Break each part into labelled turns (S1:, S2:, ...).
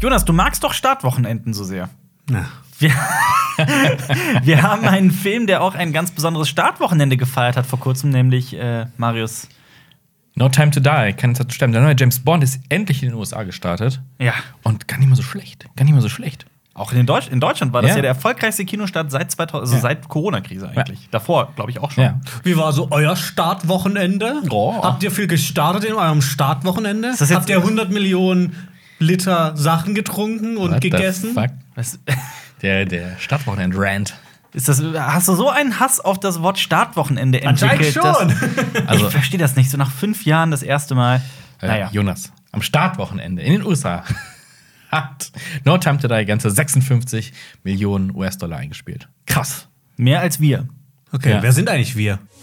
S1: Jonas, du magst doch Startwochenenden so sehr.
S2: Na.
S1: Wir, wir haben einen Film, der auch ein ganz besonderes Startwochenende gefeiert hat vor kurzem, nämlich äh, Marius.
S3: No Time to Die, keine Zeit zu sterben. Der neue James Bond ist endlich in den USA gestartet
S1: Ja.
S3: und gar nicht mal so schlecht. Gar nicht mal so schlecht.
S1: Auch in, den Deutsch in Deutschland war das ja.
S3: Ja.
S1: der erfolgreichste Kinostart seit 2000, also
S3: Ja.
S1: seit Corona-Krise eigentlich. Davor, glaube ich, auch schon.
S3: Ja.
S2: Wie war so euer Startwochenende?
S3: Oh.
S2: Habt ihr viel gestartet in eurem Startwochenende?
S1: das jetzt-
S2: Habt ihr 100 Millionen Liter Sachen getrunken und
S3: What the
S2: gegessen?
S3: fuck?
S1: Was,
S3: Der, der Startwochenend-Rant.
S1: ist das, hast du so einen Hass auf das Wort Startwochenende entwickelt? dass-
S3: Also,
S1: Ich verstehe das nicht. So nach fünf Jahren das erste Mal.
S3: äh,
S1: Naja.
S3: Jonas, am Startwochenende in den USA hat No Time to Die ganze 56 Millionen US-Dollar eingespielt. Krass.
S1: Mehr als wir.
S2: Okay,
S3: Ja.
S2: wer sind eigentlich wir?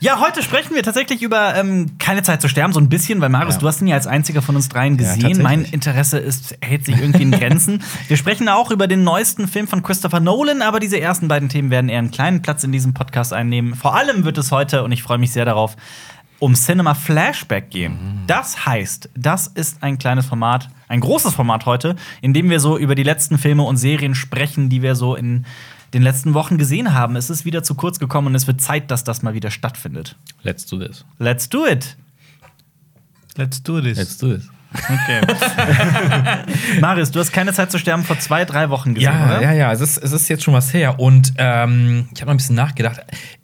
S1: Ja, heute sprechen wir tatsächlich über ähm, keine Zeit zu sterben, so ein bisschen, weil Marius,
S3: Ja.
S1: du hast ihn ja als einziger von uns dreien gesehen.
S3: tatsächlich.
S1: mein Interesse ist, hält sich irgendwie in Grenzen. wir sprechen auch über den neuesten Film von Christopher Nolan, aber diese ersten beiden Themen werden eher einen kleinen Platz in diesem Podcast einnehmen. Vor allem wird es heute, und ich freue mich sehr darauf, um Cinema Flashback gehen.
S3: Mhm.
S1: Das heißt, das ist ein kleines Format, ein großes Format heute, in dem wir so über die letzten Filme und Serien sprechen, die wir so in den letzten Wochen gesehen haben. Es ist wieder zu kurz gekommen und es wird Zeit, dass das mal wieder stattfindet.
S3: Let's do this.
S1: Let's do it.
S2: Let's do this.
S3: Let's do this.
S1: Okay. Marius, du hast keine Zeit zu sterben vor zwei, drei Wochen gesehen,
S3: Ja,
S1: oder?
S3: ja, ja, es ist, es ist jetzt schon was her. Und ähm, ich habe noch ein bisschen nachgedacht.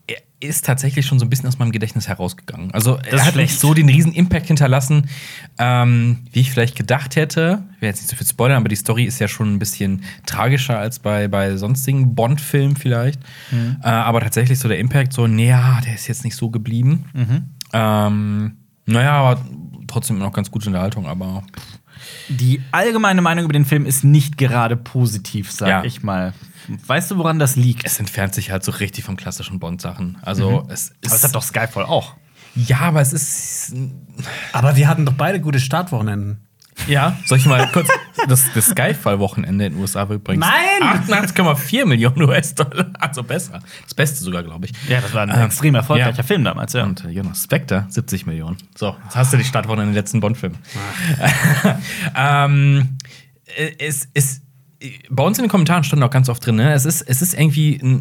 S3: Er ist tatsächlich schon so ein bisschen aus meinem Gedächtnis herausgegangen. Also
S1: ist
S3: er hat
S1: schlecht.
S3: nicht so den riesen Impact hinterlassen, ähm, wie ich vielleicht gedacht hätte. Ich will jetzt nicht so viel spoilern, aber die Story ist ja schon ein bisschen tragischer als bei, bei sonstigen Bond-Filmen vielleicht.
S1: Mhm.
S3: Äh, aber tatsächlich so der Impact, so, naja, der ist jetzt nicht so geblieben.
S1: Mhm.
S3: Ähm, naja, aber trotzdem noch ganz gute Unterhaltung, aber
S1: Die allgemeine Meinung über den Film ist nicht gerade positiv, sag
S3: Ja.
S1: ich mal. Weißt du, woran das liegt?
S3: es entfernt sich halt so richtig von klassischen Bond-Sachen. Also es ist.
S1: Mhm. Aber das hat doch Skyfall auch.
S3: Ja, aber es ist.
S2: Aber wir hatten doch beide gute Startwochenenden.
S3: Ja, soll ich mal kurz. Das, das Skyfall-Wochenende in den USA war übrigens.
S2: Nein!
S3: 88,4 Millionen US-Dollar. Also besser. Das Beste sogar, glaube ich.
S1: Ja, das war ein
S3: Ähm,
S1: extrem erfolgreicher
S3: ja.
S1: Film damals, ja.
S3: Und äh, Jonas Spector, 70 Millionen. So, jetzt hast du die Startwoche in den letzten Bond-Filmen. ähm, äh, es ist. äh, Bei uns in den Kommentaren stand auch ganz oft drin, ne? es, ist, es ist irgendwie ein,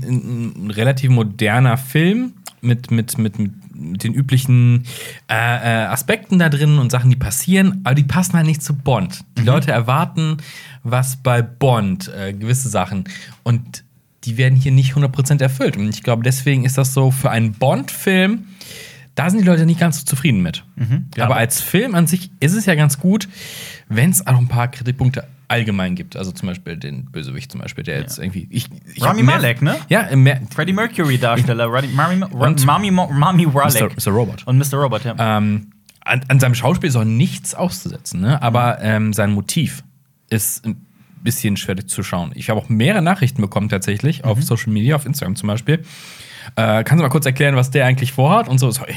S3: ein, ein relativ moderner Film mit, mit, mit, mit mit den üblichen äh, äh, Aspekten da drin und Sachen, die passieren, aber die passen halt nicht zu Bond. Die Leute erwarten was bei Bond, äh, gewisse Sachen. Und die werden hier nicht 100% erfüllt. Und ich glaube, deswegen ist das so für einen Bond-Film, da sind die Leute nicht ganz so zufrieden mit.
S1: Mhm.
S3: Aber als Film an sich ist es ja ganz gut, wenn es auch ein paar Kritikpunkte allgemein gibt. Also zum Beispiel den Bösewicht zum Beispiel, der jetzt irgendwie. Ich, ich hab
S1: Rami
S3: mehr-
S1: Malek, ne?
S3: Ja, mehr,
S1: Freddie Mercury-Darsteller, Rami, Mami,
S3: Und-
S1: Mami, Mo- Mami Malek.
S3: Mr. Robot.
S1: Und Mr. Robot, ja.
S3: ähm, an, an seinem Schauspiel ist auch nichts auszusetzen, ne?
S1: Mhm.
S3: aber ähm, sein Motiv ist ein bisschen schwer zu schauen. Ich habe auch mehrere Nachrichten bekommen tatsächlich
S1: Mhm.
S3: auf Social Media, auf Instagram zum Beispiel. Äh, kannst du mal kurz erklären, was der eigentlich vorhat und so. so ey,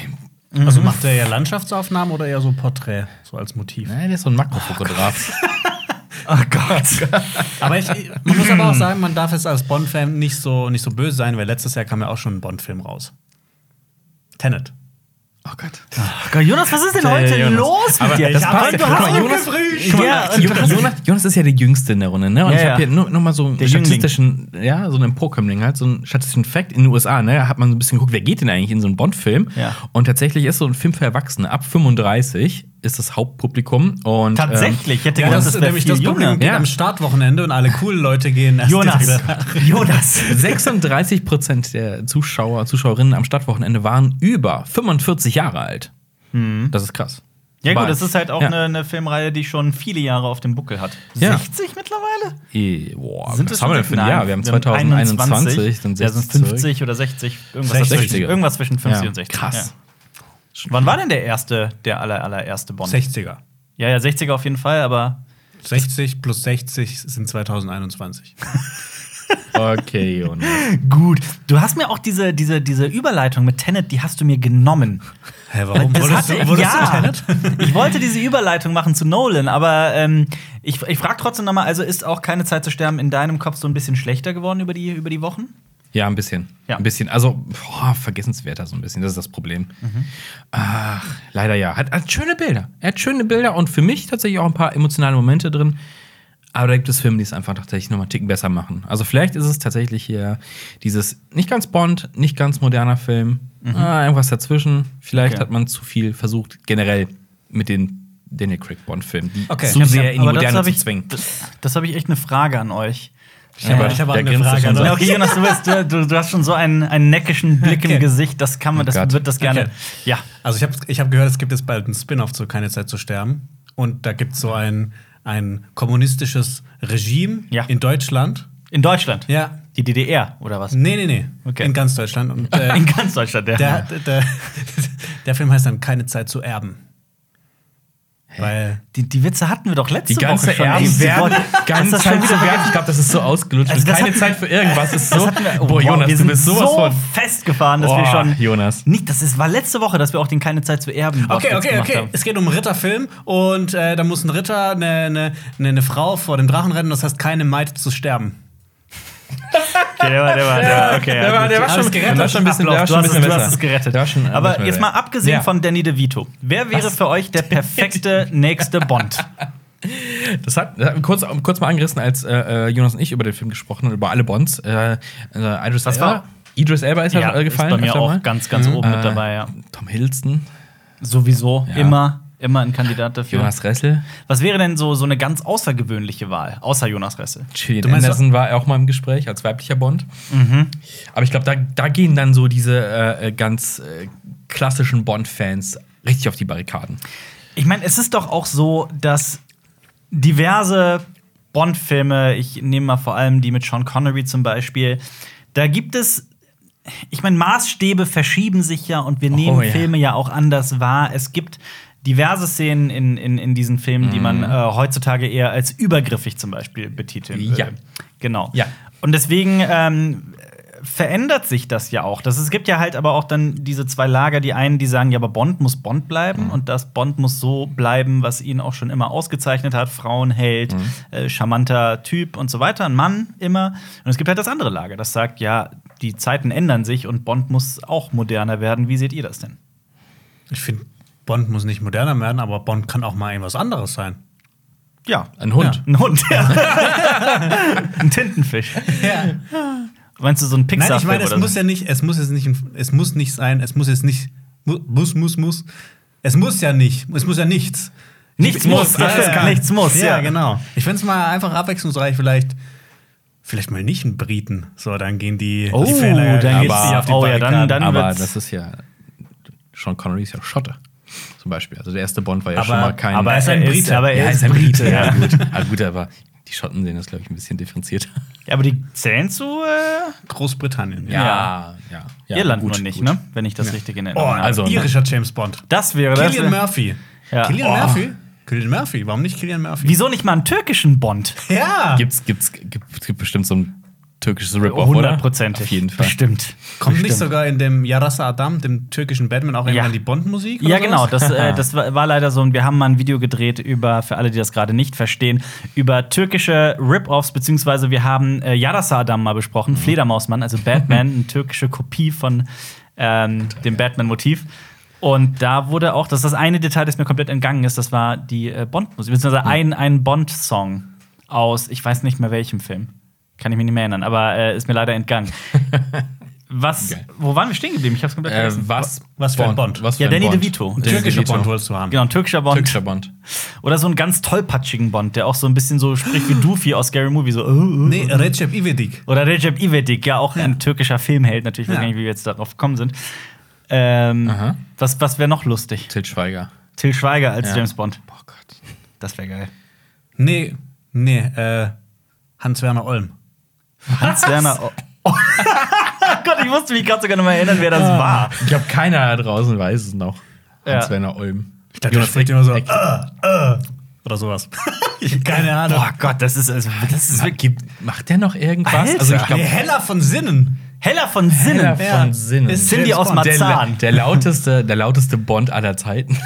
S3: Mhm.
S2: Also macht er ja Landschaftsaufnahmen oder eher so Porträt, so als Motiv.
S3: nein, ne, der ist so ein Makrofotograf.
S1: oh Gott.
S2: Aber ich, man muss aber auch sagen, man darf jetzt als Bond-Fan nicht so, nicht so böse sein, weil letztes Jahr kam ja auch schon ein Bond-Film raus. Tenet.
S3: oh Gott.
S1: Jonas, was ist denn heute
S3: Jonas.
S1: los mit
S3: Aber
S1: dir?
S3: das
S1: Ich hab-
S3: passt ja.
S1: du hast
S3: Guck mal,
S1: auch
S3: Jonas-
S1: gefrühstückt.
S3: Guck mal,
S1: Ja, und du
S3: Jonas,
S1: hast-
S3: Jonas, Jonas ist ja der Jüngste in der Runde, ne? Und
S1: Ja,
S3: ich
S1: ja.
S3: habe hier nur, nur mal so einen
S1: Der
S3: statistischen, ja, so einen Emporkömmling halt, so einen statistischen Fact in den USA, ne? Da hat man so ein bisschen geguckt, wer geht denn eigentlich in so einen Bond-Film?
S1: Ja.
S3: Und tatsächlich ist so ein Film für Erwachsene. Ab 35 ist das Hauptpublikum. Und, ähm,
S1: Tatsächlich, ich hätte
S2: Ja,
S1: gedacht,
S2: das
S1: das
S2: ist
S1: wäre
S2: nämlich
S1: viel
S2: das
S1: jünger.
S2: Publikum geht
S3: Ja.
S2: am Startwochenende und alle coolen Leute gehen erst
S1: Jonas,
S2: direkt wieder.
S1: Jonas.
S3: Ähm, 36 Prozent der Zuschauer, Zuschauerinnen am Stadtwochenende waren über 45 Jahre alt. Das ist krass.
S1: Hm. Ja gut,
S3: Weil-
S1: das ist halt auch
S3: Ja.
S1: eine eine Filmreihe, die schon viele Jahre auf dem Buckel hat.
S3: Ja.
S1: 60 mittlerweile?
S3: Eh, boah,
S1: Sind
S3: was
S1: das
S3: haben wir denn
S1: schon-
S3: für ein
S1: Nein,
S3: Jahr? Wir haben 2021, dann
S1: ja, sind 50 oder 60, irgendwas,
S2: 60er.
S1: Dazwischen, irgendwas zwischen 50
S3: Ja.
S1: und 60.
S3: Krass.
S1: Ja. Wann war denn der erste, der aller, allererste Bond?
S2: 60er.
S1: Ja, ja, 60er auf jeden Fall, aber
S2: 60 plus 60 sind 2021.
S3: Okay, Jonas.
S1: Gut. Du hast mir auch diese, diese, diese Überleitung mit Tenet, die hast du mir genommen.
S2: Hä, warum?
S1: Das
S2: Wurdest
S1: hat-
S2: du, wurdest
S1: ja.
S2: du Tenet?
S1: Ich wollte diese Überleitung machen zu Nolan, aber ähm, ich, ich frage trotzdem nochmal, also ist auch keine Zeit zu sterben in deinem Kopf so ein bisschen schlechter geworden über die, über die Wochen?
S3: Ja, ein bisschen.
S1: Ja.
S3: Ein bisschen. Also, boah, vergessenswerter so ein bisschen. Das ist das Problem.
S1: Mhm.
S3: Ach, leider ja. Hat, hat schöne Bilder. Er hat schöne Bilder und für mich tatsächlich auch ein paar emotionale Momente drin. Aber da gibt es Filme, die es einfach tatsächlich nochmal einen Ticken besser machen. Also, vielleicht ist es tatsächlich hier dieses nicht ganz Bond, nicht ganz moderner Film. Ah, irgendwas dazwischen. Vielleicht
S1: Mhm. Okay.
S3: hat man zu viel versucht, generell mit den Daniel Craig Bond-Filmen, die
S2: Okay.
S3: zu sehr in die
S1: Aber dazu
S3: Moderne
S1: hab
S3: zu
S1: ich-
S3: zwingen.
S1: Das, das habe ich echt eine Frage an euch.
S2: Ich hab- ich hab auch
S3: Der
S2: eine
S3: grinst
S2: Frage Also
S3: schon
S2: an
S3: so.
S2: euch.
S1: Ja, okay, Jonas, du, bist, du, du, du hast schon so einen, einen neckischen Blick
S2: Okay.
S1: im Gesicht, das kann man, das
S3: Oh Gott.
S1: wird das gerne.
S2: Okay.
S1: Ja.
S2: Also ich habe ich hab gehört, es gibt jetzt bald einen Spin-off zu Keine Zeit zu sterben. Und da gibt es so ein, ein kommunistisches Regime
S1: Ja.
S2: in Deutschland.
S1: In Deutschland.
S2: Ja.
S1: Die DDR, oder was?
S2: Nee, nee, nee.
S1: Okay.
S2: In ganz Deutschland. Und äh,
S1: In ganz Deutschland, ja.
S2: der, der, der, der Film heißt dann Keine Zeit zu erben. Weil.
S1: Die, die Witze hatten wir doch letzte
S3: Die ganze
S1: Woche schon.
S3: Erben
S1: Ey, sie
S3: werden,
S1: wollen-
S3: ganze
S1: Ist das schon
S3: Zeit zu
S1: wieder-
S3: werden. Ich glaube, das ist so ausgelutscht.
S1: Also das
S3: keine
S1: hat-
S3: Zeit für irgendwas. Ist
S1: Das
S3: so,
S1: hatten wir,
S3: boah, Jonas,
S1: wir
S3: du
S1: sind
S3: bist sowas
S1: so
S3: von.
S1: festgefahren, dass wir
S3: Boah,
S1: schon.
S3: Jonas.
S1: Nicht, das ist, war letzte Woche, dass wir auch den keine Zeit zu erben.
S2: Okay,
S1: Wortwitz
S2: okay,
S1: gemacht
S2: okay.
S1: haben.
S2: Es geht um einen Ritterfilm und äh, da muss ein Ritter eine, eine, eine, eine Frau vor dem Drachen retten. Das heißt, keine Maid zu sterben.
S1: Okay, der war, der war, der war, okay.
S3: Der war, der war
S2: Alles
S3: schon
S2: gerettet.
S3: Der war schon ein bisschen, der war
S1: Applaus,
S3: schon
S1: du, hast es,
S3: ein bisschen
S1: du
S3: besser.
S1: hast es gerettet.
S3: Der war schon ein
S1: Aber
S3: bisschen
S1: jetzt mal
S3: besser.
S1: abgesehen
S3: Ja.
S1: von Danny DeVito, wer wäre für euch der perfekte nächste Bond?
S3: Das hat, das hat kurz, kurz mal angerissen, als äh, äh, Jonas und ich über den Film gesprochen haben, über alle Bonds. Äh, äh, Idris
S1: Was
S3: Elba.
S1: war-
S3: Idris Elba ist ja, äh, gefallen.
S1: ist bei mir
S3: öfter
S1: auch
S3: mal.
S1: ganz, ganz oben
S3: Äh,
S1: mit dabei, ja.
S3: Tom Hiddleston,
S1: Sowieso,
S3: Ja.
S1: immer, immer ein Kandidat dafür.
S3: Jonas Ressel,
S1: Was wäre denn so, so eine ganz außergewöhnliche Wahl, außer Jonas Ressel?
S3: Gillian
S2: Du meinst-
S3: Anderson war auch mal im Gespräch als weiblicher Bond.
S1: Mhm.
S3: Aber ich glaube, da, da gehen dann so diese äh, äh, ganz äh, klassischen Bond-Fans richtig auf die Barrikaden.
S1: Ich meine, es ist doch auch so, dass diverse Bond-Filme, ich nehme mal vor allem die mit Sean Connery zum Beispiel, da gibt es, ich meine, Maßstäbe verschieben sich ja und wir nehmen
S3: Oh ja.
S1: Filme ja auch anders wahr. Es gibt diverse Szenen in, in, in diesen Filmen, die
S3: Mhm.
S1: man äh, heutzutage eher als übergriffig zum Beispiel betiteln würde.
S3: Ja.
S1: Genau.
S3: Ja.
S1: Und deswegen ähm, verändert sich das ja auch. Das, es gibt ja halt aber auch dann diese zwei Lager, die einen, die sagen, ja, aber Bond muss Bond
S2: Mhm.
S1: bleiben und das Bond muss so bleiben, was ihn auch schon immer ausgezeichnet hat,
S2: Mhm.
S1: Frauenheld, äh, charmanter Typ und so weiter, ein Mann immer. Und es gibt halt das andere Lager, das sagt, ja, die Zeiten ändern sich und Bond muss auch moderner werden. Wie seht ihr das denn?
S2: Ich finde, Bond muss nicht moderner werden, aber Bond kann auch mal irgendwas anderes sein.
S1: Ja,
S3: Ein Hund.
S1: ein Hund. Ja. ein Tintenfisch.
S2: Ja.
S1: Meinst du so ein
S2: Nein,
S1: Pixar-Film
S2: ich meine, es
S1: oder
S2: muss
S1: so?
S2: ja nicht, es muss jetzt nicht, ein- es muss nicht sein, es muss jetzt nicht, mu- muss, muss, muss. Es muss ja nicht, es muss ja nichts.
S1: Nichts muss,
S2: ja,
S1: alles klar. Nichts muss,
S2: ja.
S1: ja.
S2: genau. Ich find's mal einfach abwechslungsreich, vielleicht, vielleicht mal nicht einen Briten. So, dann gehen die,
S1: Oh,
S2: die Fähler ja
S1: dann
S2: richtig
S1: geht's-
S2: auf die
S1: oh, ja,
S2: Barrikaden.
S1: dann
S3: aber
S1: wird's-
S3: das ist ja. Sean Connery ist ja Schotte. Zum Beispiel. Also der erste Bond war ja
S2: Aber-
S3: schon mal kein.
S1: aber er ist ein Brite.
S3: aber
S1: Aber
S3: er
S1: er
S3: ja,
S1: ist
S3: ist ein Brite.
S1: Brite,
S3: ja,
S1: ja.
S3: gut. aber gut, aber die Schotten sehen das, glaube ich, ein bisschen differenzierter.
S1: Ja, aber die zählen zu äh,
S2: Großbritannien.
S1: Ja.
S3: ja.
S1: Irland
S3: gut,
S1: nur nicht,
S3: gut.
S1: ne? Wenn ich das richtig in
S2: Oh,
S1: Erinnerung habe.
S2: also,
S3: also, ne?
S2: irischer James Bond.
S1: Das wäre das. äh,
S2: Killian Murphy.
S1: Ja.
S2: Killian
S1: Oh.
S2: Murphy? Killian Murphy, warum nicht Killian Murphy?
S1: Wieso nicht mal einen türkischen Bond?
S2: Ja!
S3: Gibt's, gibt's, gibt, gibt bestimmt so ein türkisches Rip-Off, oder?
S1: Hundertprozentig.
S3: Auf jeden Fall.
S1: Bestimmt.
S2: Kommt
S1: Bestimmt.
S2: nicht sogar in dem Yarasa Adam, dem türkischen Batman, auch irgendwann die Bond-Musik? oder
S1: Ja, genau.
S2: sowas?
S1: Das, äh, das war war leider so. Und wir haben mal ein Video gedreht über, für alle, die das gerade nicht verstehen, über türkische Rip-Offs, beziehungsweise wir haben äh, Yarasa Adam mal
S3: Mhm.
S1: besprochen, Fledermausmann, also Batman, eine türkische Kopie von ähm, dem Batman-Motiv. Und da wurde auch, das ist das eine Detail, das mir komplett entgangen ist, das war die äh, Bond-Musik, beziehungsweise ein, ein Bond-Song aus, ich weiß nicht mehr welchem Film. Kann ich mich nicht mehr erinnern, aber äh, ist mir leider entgangen. Was,
S3: Geil.
S1: wo waren wir stehen geblieben? Ich hab's komplett
S3: Äh,
S1: vergessen.
S3: was,
S2: Was für ein Bond?
S3: Was für
S1: Ja,
S3: ein
S1: Danny
S3: Bond?
S1: DeVito.
S2: Ein
S3: Danny
S2: türkischer
S3: DeVito.
S2: Bond wolltest du haben.
S1: genau, ein türkischer Bond.
S3: Türkischer Bond.
S1: Oder so einen ganz tollpatschigen Bond, der auch so ein bisschen so spricht wie Doofy aus Scary Movie. So, uh, uh.
S2: Nee, Recep Ivedik.
S1: Oder Recep Ivedik, ja, auch ein türkischer Filmheld. Natürlich weiß
S2: Ja.
S1: gar nicht, wie wir jetzt darauf gekommen sind. Ähm,
S3: Aha.
S1: was was wäre noch lustig?
S3: Til Schweiger.
S1: Till Schweiger als
S3: Ja.
S1: James Bond.
S3: Oh Gott.
S1: Das wäre geil.
S2: Nee, nee, äh, Hans-Werner Olm.
S1: Hans-Werner. Oh. oh Gott, ich musste mich gerade sogar noch mal erinnern, wer
S2: Ah.
S1: das war.
S3: Ich glaube, keiner da draußen weiß es noch.
S1: Ja.
S3: Hans-Werner Ulm.
S2: Ich dachte, der spricht immer so, äh, äh, oder sowas. Ich- keine Ahnung.
S1: Boah Gott, das ist, also, das ist
S3: Ma-
S1: wirklich
S3: gibt- Macht der noch irgendwas?
S1: Alter.
S3: also ich
S2: Nee,
S3: glaube,
S2: heller von Sinnen.
S1: heller von Sinnen.
S3: Heller von Sinnen.
S2: Ist
S1: Cindy
S2: James
S1: aus
S2: Bond.
S1: Marzahn.
S3: der, der lauteste, der lauteste Bond aller Zeiten.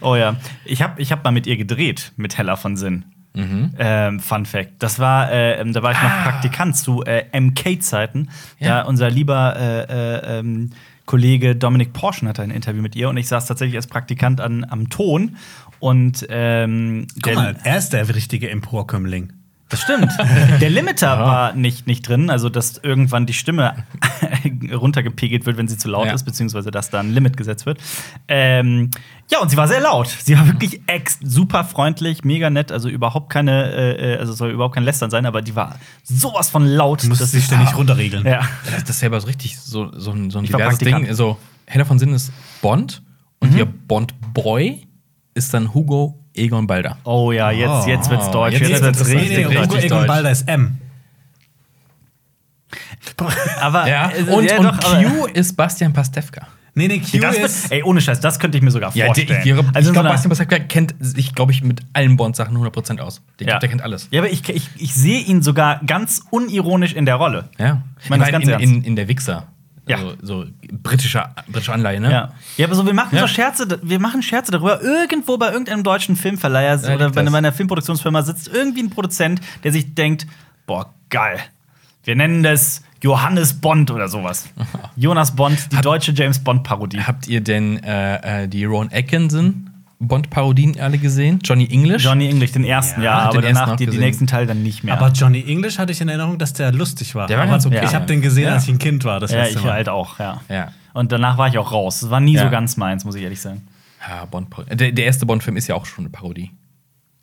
S1: Oh ja, ich habe ich hab mal mit ihr gedreht, mit Hella von Sinn.
S2: Mhm.
S1: Ähm, Fun Fact. Das war, äh, ähm, da war ich
S2: Ah.
S1: noch Praktikant zu äh, MK-Zeiten. Da
S3: Ja.
S1: unser lieber äh, äh, ähm, Kollege Dominik Porschen hatte ein Interview mit ihr und ich saß tatsächlich als Praktikant an, am Ton. Und ähm,
S2: Guck
S1: der-
S2: mal, er ist der richtige Emporkömmling.
S1: das stimmt. Der Limiter war nicht, nicht drin, also dass irgendwann die Stimme runtergepegelt wird, wenn sie zu laut
S3: Ja.
S1: ist, beziehungsweise dass da ein Limit gesetzt wird. Ähm, ja, und sie war sehr laut. Sie war wirklich ex super freundlich, mega nett, also überhaupt keine, äh, äh, also soll überhaupt kein Lästern sein, aber die war sowas von laut.
S2: Du musst
S1: dass
S2: dich
S1: ich-
S2: ständig runterregeln.
S1: Ah. Ja.
S3: Das, das ist selber so richtig so, so ein, so ein
S1: Ich war
S3: diverses
S1: Praktikant. Mhm.
S3: Ding. Also, Heller von Sinn ist Bond und ihr Bond-Boy ist dann Hugo Egon Balder.
S1: Oh ja, jetzt,
S2: Oh.
S1: jetzt wird's deutsch.
S3: Jetzt
S1: Jetzt,
S3: wird's
S1: wird's
S3: interessant.
S1: richtig,
S2: Nee, nee, Hugo
S1: richtig
S2: Egon
S1: deutsch.
S2: Balder ist M.
S1: Aber
S3: Ja, Also
S1: äh,
S3: und,
S1: ja,
S3: und
S1: doch, aber-
S3: Q ist Bastian Pastewka.
S2: Nee, nee, Q
S1: Das wird,
S2: ist.
S1: ey, ohne Scheiß, das könnte ich mir sogar vorstellen.
S3: ich, ich,
S1: Also in so
S3: ich glaube,
S1: einer-
S3: Bastian Pastewka kennt sich, glaube ich, mit allen Bond-Sachen 100% aus. Der,
S1: Ja.
S3: der kennt alles.
S1: Ja, aber ich, ich, ich sehe ihn sogar ganz unironisch in der Rolle.
S3: Ja.
S1: Ich meine das ganz
S3: in,
S1: ernst.
S3: in, in der Wichser.
S1: Ja.
S3: Also, so britischer, britische Anleihe, ne?
S1: Ja. ja, aber so, wir machen
S3: Ja.
S1: so Scherze, wir machen Scherze darüber. Irgendwo bei irgendeinem deutschen Filmverleiher
S3: Da
S1: oder
S3: liegt
S1: bei
S3: das.
S1: einer Filmproduktionsfirma sitzt irgendwie ein Produzent, der sich denkt, boah, geil. Wir nennen das Johannes Bond oder sowas. Jonas Bond, die deutsche James Bond-Parodie.
S3: Habt ihr denn äh, äh, die Ron Atkinson Bond-Parodien alle gesehen? Johnny English?
S1: Johnny English, den ersten, ja,
S3: Ja, den
S1: aber
S3: ersten
S1: danach
S3: auch
S1: die, die
S3: gesehen.
S1: nächsten Teile dann nicht mehr.
S2: Aber Johnny English hatte ich in Erinnerung, dass der lustig war.
S3: Der war
S2: Aber
S3: ganz okay.
S2: Ich habe den gesehen, als ich ein Kind war. Das
S1: ja,
S2: letzte
S1: ich
S2: Mal.
S1: halt auch, ja.
S3: Ja.
S1: Und danach war ich auch raus. Es war nie
S3: Ja.
S1: so ganz meins, muss ich ehrlich sagen.
S3: ja, Ah, Bond Par- der, der erste Bond-Film ist ja auch schon eine Parodie.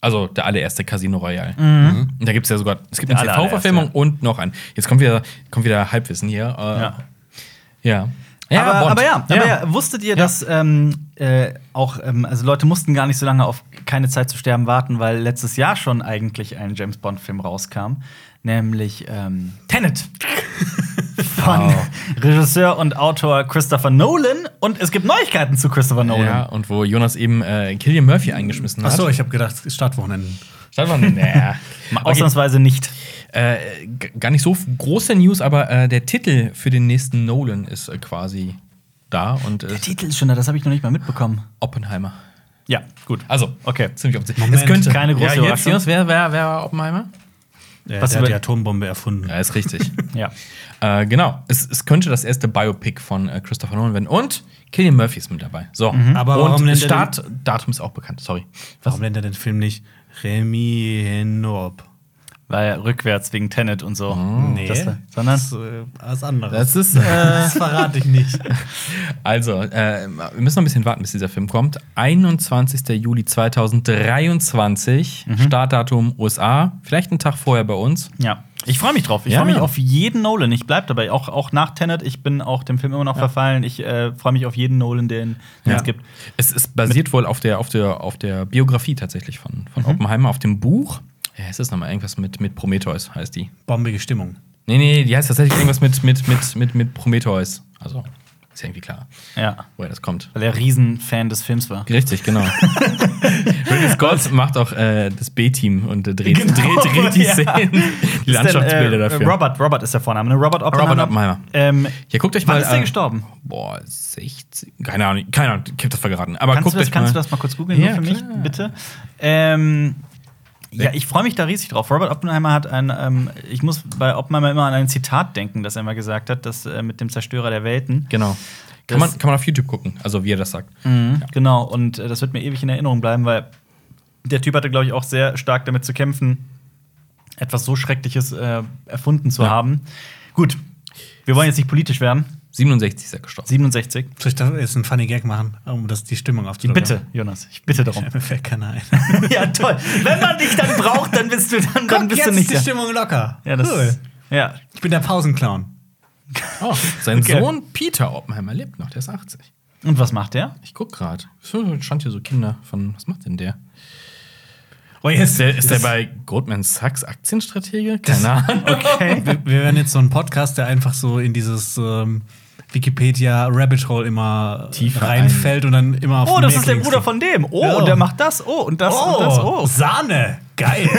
S3: Also der allererste Casino Royale. Und da gibt es ja sogar, es gibt
S1: Mhm. Der
S3: eine
S1: allererste,
S3: TV-Verfilmung und noch einen. Jetzt kommt wieder, kommt wieder Halbwissen hier. Äh,
S1: Ja.
S3: Ja.
S1: aber,
S3: Bond.
S1: aber ja, aber ja, wusstet ihr, dass ähm, äh, auch, ähm, also Leute mussten gar nicht so lange auf keine Zeit zu sterben warten, weil letztes Jahr schon eigentlich ein James Bond-Film rauskam, nämlich ähm, Tenet. Von Regisseur und Autor Christopher Nolan. Und es gibt Neuigkeiten zu Christopher Nolan.
S3: Ja, und wo Jonas eben äh, Killian Murphy eingeschmissen
S2: Ach
S3: hat.
S2: so, ich habe gedacht, Startwochenenden.
S3: Stand man, naja. okay.
S1: Ausnahmsweise nicht.
S3: äh, g- gar nicht so f- große News, aber äh, der Titel für den nächsten Nolan ist äh, quasi da und äh,
S1: Der Titel ist schon da, das habe ich noch nicht mal mitbekommen.
S3: Oppenheimer.
S1: Ja, gut.
S3: Also,
S1: Okay.
S3: ziemlich offensichtlich.
S2: Moment,
S1: keine große
S3: ja, jetzt,
S1: Überraschung.
S3: Jonas, wer, wer, wer war Oppenheimer?
S2: Der,
S1: Was
S2: Äh, der
S1: über-
S2: hat die Atombombe erfunden.
S3: Ja, ist richtig.
S1: Ja.
S3: äh, genau. Es, es könnte das erste Biopic von äh, Christopher Nolan werden. Und Killian Murphy ist mit dabei. So.
S2: Aber warum
S3: und
S2: nennt
S3: das
S2: er den-
S3: Startdatum ist auch bekannt. Sorry.
S2: Warum nennt er den Film nicht Remy Henob?
S1: Weil rückwärts wegen Tenet und so.
S2: Nee.
S1: Oh, Mhm. Das, sondern
S2: Das ist äh, was anderes.
S3: Das ist. Äh,
S2: Das verrate ich nicht.
S3: also, äh, wir müssen noch ein bisschen warten, bis dieser Film kommt. 21. Juli 2023, Startdatum USA. Vielleicht einen Tag vorher bei uns.
S1: Ja. Ich freue mich drauf. Ich
S3: Ja.
S1: freue mich auf jeden Nolan. Ich bleib dabei. Auch, auch nach Tenet. Ich bin auch dem Film immer noch verfallen. Ich äh, freue mich auf jeden Nolan, den den
S3: Ja.
S1: es gibt.
S3: Es ist basiert wohl auf der, auf der, auf der Biografie tatsächlich von, von Oppenheimer, auf dem Buch. Ja, es ist nochmal irgendwas mit, mit Prometheus, heißt die.
S2: Bombige Stimmung.
S3: Nee, nee, die heißt tatsächlich irgendwas mit, mit, mit, mit, mit Prometheus. Also, ist ja irgendwie klar,
S1: Ja.
S3: woher das kommt.
S1: Weil er Riesenfan des Films war.
S3: Richtig, genau. Ridley Scott macht auch äh, das B-Team und äh, dreht,
S1: Genau,
S3: dreht, dreht die
S1: ja.
S3: Szenen, die
S1: Ist denn,
S3: Landschaftsbilder
S1: äh,
S3: dafür.
S1: Robert, Robert ist der Vorname, ne? Robert Oppenheimer.
S3: Robert Oppenheimer.
S1: Ähm,
S3: Ja, guckt euch
S1: wann
S3: mal.
S1: ist der
S3: äh,
S1: gestorben?
S3: Boah, 60. Keine Ahnung, keine Ahnung, ich hab das vergeraten. Aber
S1: Kannst,
S3: guckt
S1: du das,
S3: euch
S1: kannst
S3: mal.
S1: du das mal kurz googeln, nur
S3: Ja,
S1: für mich,
S3: klar.
S1: bitte? Ähm, ja, ich freue mich da riesig drauf. Robert Oppenheimer hat ein, ähm, ich muss bei Oppenheimer immer an ein Zitat denken, das er mal gesagt hat, das äh, mit dem Zerstörer der Welten.
S3: Genau.
S1: Das-
S3: Kann man, kann man auf YouTube gucken, also wie er das sagt.
S1: Genau, und äh, das wird mir ewig in Erinnerung bleiben, weil der Typ hatte, glaube ich, auch sehr stark damit zu kämpfen, etwas so Schreckliches äh, erfunden zu
S3: Ja.
S1: haben. Gut, wir wollen jetzt nicht politisch werden.
S3: 67 ist er gestorben.
S1: 67.
S2: Soll ich da jetzt einen Funny Gag machen, um das, die Stimmung aufzulockern?
S1: Bitte, Jonas, ich bitte darum.
S2: Mir fällt keiner ein.
S1: ja, toll. Wenn man dich dann braucht, dann bist du dann, dann
S2: Komm,
S1: bist
S2: jetzt
S1: du
S2: ist
S1: nicht
S2: die
S1: da.
S2: Stimmung locker.
S1: Ja, das ja.
S2: Ich bin der Pausenclown.
S3: Oh, sein
S1: Okay.
S3: Sohn Peter Oppenheimer lebt noch, der ist 80.
S1: Und was macht der?
S3: Ich guck gerade. So stand hier so Kinder von, was macht denn der?
S2: Oh,
S3: Ist der, ist der
S2: das-
S3: bei Goldman Sachs Aktienstratege? Keine Ahnung.
S1: Okay.
S2: Wir, wir werden jetzt so einen Podcast, der einfach so in dieses ähm, Wikipedia Rabbit Hole immer
S3: Tief
S2: reinfällt und dann immer auf
S1: Oh, das
S2: mehr
S1: ist der
S2: Klicks
S1: Bruder
S2: geht.
S1: von dem. Oh,
S2: Ja.
S1: und der macht das. Oh, und das.
S2: Oh,
S1: Und das. Oh.
S2: Sahne. Geil.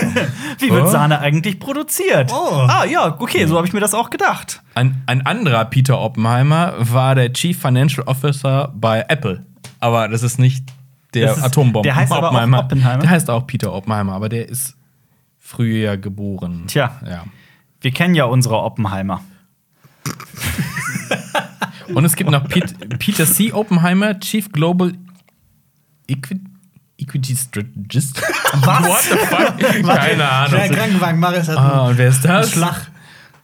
S1: Wie wird
S3: Oh.
S1: Sahne eigentlich produziert?
S2: Oh.
S1: Ah, ja, okay, so habe ich mir das auch gedacht.
S3: Ein, ein anderer Peter Oppenheimer war der Chief Financial Officer bei Apple. Aber das ist nicht der
S1: Das ist-
S3: Atombomben.
S1: der heißt aber auch Oppenheimer?
S3: Der heißt auch Peter Oppenheimer, aber der ist früher geboren.
S1: Tja.
S3: Ja.
S1: Wir kennen ja unsere Oppenheimer.
S3: Und es gibt noch Piet, Peter C. Oppenheimer, Chief Global Equi Equity Strategist.
S1: Was?
S3: What the fuck? Keine
S2: Der
S3: Ahnung.
S2: Krankenwagen Maris hat
S3: Ah, und wer ist
S2: einen
S3: das?
S2: Schlag.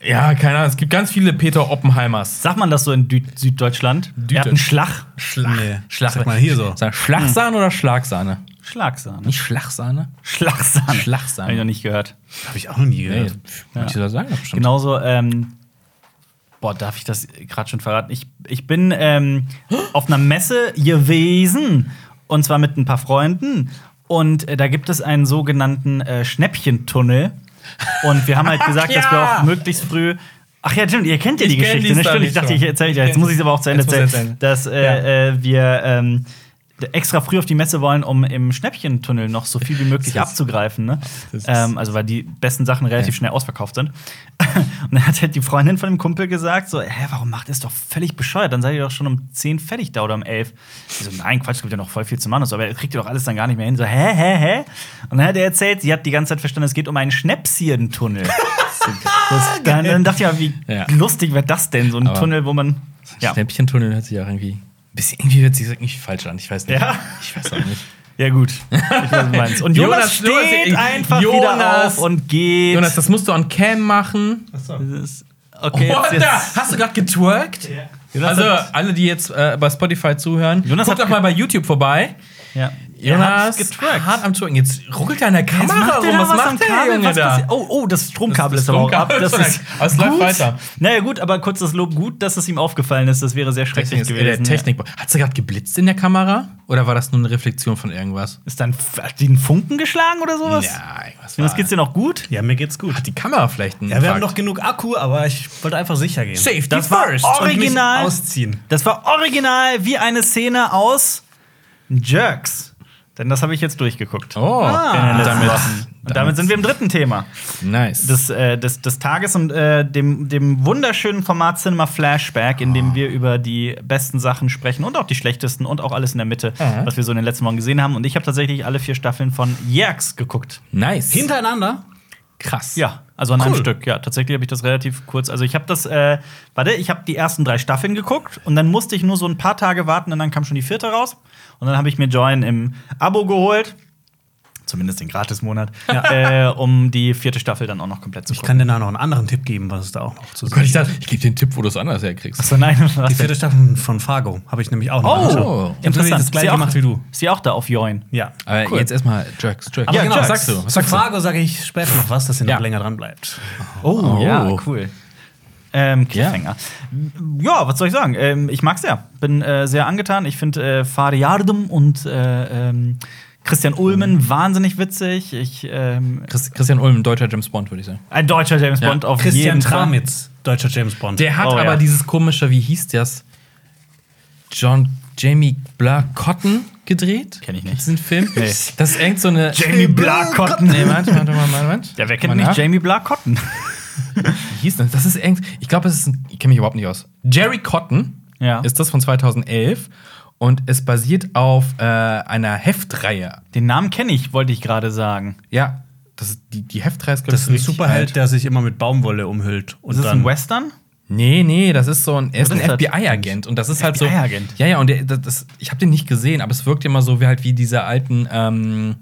S3: Ja, keine Ahnung. Es gibt ganz viele Peter Oppenheimers.
S1: Sagt man das so in Dü Süddeutschland? Er hat einen Schlag.
S3: Schlag.
S2: Nee,
S3: Schlag.
S2: sag mal hier so.
S3: Sag Schlagsahne oder Schlagsahne?
S1: Schlagsahne.
S3: Nicht Schlagsahne?
S1: Hm. Schlagsahne.
S3: Schlagsahne.
S1: Habe ich noch nicht gehört.
S2: Habe ich auch noch
S3: Nee,
S2: nie gehört.
S3: ja. ich das sagen? Ja, bestimmt.
S1: Genauso, ähm, boah, darf ich das gerade schon verraten? Ich, ich bin ähm, auf einer Messe gewesen und zwar mit ein paar Freunden und äh, da gibt es einen sogenannten äh, Schnäppchentunnel und wir haben halt gesagt, dass wir
S3: Ja.
S1: auch möglichst früh Ach ja, stimmt, ihr kennt ja die
S3: Ich kenn
S1: Geschichte.
S3: die
S1: Ne?
S3: Story
S1: Stimmt, ich dachte,
S3: schon.
S1: ich erzähle ja,
S3: Ich
S1: jetzt
S3: kenn
S1: muss ich
S3: sie.
S1: es aber auch zu Ende
S3: Jetzt muss
S1: erzählen,
S3: ich erzählen.
S1: dass äh, äh, wir ähm, d- extra früh auf die Messe wollen, um im Schnäppchentunnel noch so viel wie möglich
S3: Das ist-
S1: abzugreifen. Ne?
S3: Das ist-
S1: Ähm, also weil die besten Sachen relativ
S3: Ja.
S1: schnell ausverkauft sind. Und dann hat halt die Freundin von dem Kumpel gesagt: so, hä, warum macht ihr es doch völlig bescheuert? Dann seid ihr doch schon um 10 fertig da oder um 11. Ich so, nein, Quatsch, es gibt ja noch voll viel zu machen. und So, aber kriegt ihr doch alles dann gar nicht mehr hin. So, hä, hä, hä? Und dann hat er erzählt, sie hat die ganze Zeit verstanden, es geht um einen Schnäpsien-Tunnel. Das- dann, dann dachte ich ja, wie
S3: Ja.
S1: lustig wäre das denn, so ein
S3: Aber-
S1: Tunnel, wo man. Ja.
S3: Schnäppchentunnel hört sich auch irgendwie. ein Bisschen, irgendwie hört sich das irgendwie falsch an. Ich weiß nicht.
S1: Ja.
S3: Ich weiß auch nicht.
S1: ja, gut. Ich weiß, was du meinst. Und Jonas,
S3: Jonas,
S1: steht
S3: Jonas, ich-
S1: einfach wieder
S3: Jonas-
S1: auf und geht.
S3: Jonas, das musst du on Cam machen.
S1: Das- okay, jetzt, jetzt.
S3: Hast du gerade getwerkt?
S1: Jonas
S3: Also,
S1: hat-
S3: alle, die jetzt äh, bei Spotify zuhören,
S1: Jonas
S3: guckt
S1: hat
S3: doch mal bei YouTube vorbei.
S1: Ja.
S3: Jonas
S1: Er hat's getwerkt.
S3: hart am Twerken. Jetzt ruckelt er an der
S1: Was
S3: Kamera
S1: macht der da
S3: rum. Was
S1: am
S3: macht der
S1: Kabel?
S3: Junge
S1: Was
S3: da?
S1: passiert? Oh, oh, das Stromkabel
S3: Das-
S1: ist
S3: das
S1: aber auch ab.
S3: Stromkabel
S1: Das
S3: ist
S1: ist
S3: weg. Aber es läuft
S1: gut.
S3: weiter.
S1: Naja, gut, aber kurzes Lob. Gut, dass es ihm aufgefallen ist. Das wäre sehr
S3: Technik
S1: schrecklich
S3: ist eh der
S1: gewesen.
S3: Technik. Hat sie gerade geblitzt in der Kamera? Oder war das nur eine Reflexion von irgendwas?
S1: Ja. Ist dann hat die einen Funken geschlagen oder sowas?
S3: was
S1: Jonas, geht's dir noch gut?
S2: Ja, mir geht's gut.
S3: Hat die Kamera vielleicht einen
S2: Ja, wir haben
S3: Infarkt?
S2: noch genug Akku, aber ich wollte einfach sicher gehen.
S3: Safety
S1: Das war
S3: first.
S1: all-
S2: Und mich
S1: Original.
S2: ausziehen.
S1: Das war original wie eine Szene aus Jerks. Denn das habe ich jetzt durchgeguckt.
S3: Oh,
S1: In den letzten
S3: damit,
S1: Wochen. Und damit sind wir im dritten Thema
S3: nice.
S1: des, äh, des, des Tages und äh, dem, dem wunderschönen Format Cinema Flashback, in
S2: Ah.
S1: dem wir über die besten Sachen sprechen und auch die schlechtesten und auch alles in der Mitte,
S3: Mhm.
S1: was wir so in den letzten Wochen gesehen haben. Und ich habe tatsächlich alle vier Staffeln von Jerks geguckt.
S3: nice.
S2: Hintereinander?
S3: krass.
S1: Ja, also an einem
S2: Cool.
S1: Stück. Ja, tatsächlich habe ich das relativ kurz. Also ich habe das, äh, warte, ich habe die ersten drei Staffeln geguckt und dann musste ich nur so ein paar Tage warten und dann kam schon die vierte raus. Und dann habe ich mir Join im Abo geholt. Zumindest den Gratis-Monat, äh, um die vierte Staffel dann auch noch komplett zu
S2: Ich
S1: gucken.
S2: kann dir da noch einen anderen Tipp geben, was es da auch noch zu
S3: Oh Gott,
S2: sehen
S3: ich dachte, ich gebe dir einen Tipp, wo du es anders herkriegst.
S1: Achso, nein,
S2: Die
S1: was denn?
S2: vierte Staffel von Fargo habe ich nämlich auch noch. angeschaut.
S1: Oh,
S2: Ich habe tatsächlich das
S1: Ist sie
S2: gleiche
S1: auch-
S2: gemacht wie du.
S1: Ist sie auch da auf Join?
S2: Ja.
S3: Aber jetzt erstmal Jerks, Jerks.
S2: Aber
S1: Ja,
S2: genau,
S1: Jerks.
S2: was sagst du? Was sagst
S3: du?
S2: zu Fargo sage ich später noch was, dass ihr
S3: Ja.
S2: noch länger dran bleibt.
S1: Oh, ja,
S3: Oh.
S1: cool. Ähm, Cliffhanger. Ja. was soll ich sagen? Ähm, ich mag's sehr. Bin äh, sehr angetan. Ich finde äh, Fariardum und äh, ähm, Christian Ulmen
S2: Oh.
S1: wahnsinnig witzig. Ich, ähm,
S3: Christ- Christian Ulm, deutscher James Bond, würde ich sagen.
S1: ein deutscher James
S3: Ja.
S1: Bond auf
S2: Christian
S1: jeden Fall.
S2: Tramitz, deutscher James Bond.
S3: Der hat
S1: Oh, ja.
S3: aber dieses komische, wie hieß das? John Jamie Blah Cotton gedreht.
S1: Kenn ich nicht.
S3: Kennst du den Film?
S1: Nee.
S3: Das ist irgend so eine.
S1: Jamie Blah Cotton.
S3: Nee, Moment, Moment, Moment, Moment.
S1: Ja, wer kennt
S3: Mal
S1: nicht
S3: nach.
S1: Jamie Blah Cotton?
S3: Wie hieß das? Das ist irgend. Ich glaube, es ist. Ein, ich kenne mich überhaupt nicht aus. Jerry Cotton
S1: Ja.
S3: ist das von 2011 und es basiert auf äh, einer Heftreihe.
S1: Den Namen kenne ich, wollte ich gerade sagen.
S3: Ja, das ist, die, die Heftreihe ist, glaub
S2: Das ist ein
S3: richtig alt.
S2: Superheld, der sich immer mit Baumwolle umhüllt. Und
S1: Ist das
S2: dann
S1: ein Western?
S3: Nee, nee, das ist so ein. Er ist
S1: Was
S3: ein
S1: ist das?
S3: FBI-Agent. Und das ist halt so.
S1: FBI-Agent?
S3: Ja, ja, und der, das- das, ich habe den nicht gesehen, aber es wirkt immer so wie halt wie diese alten ähm,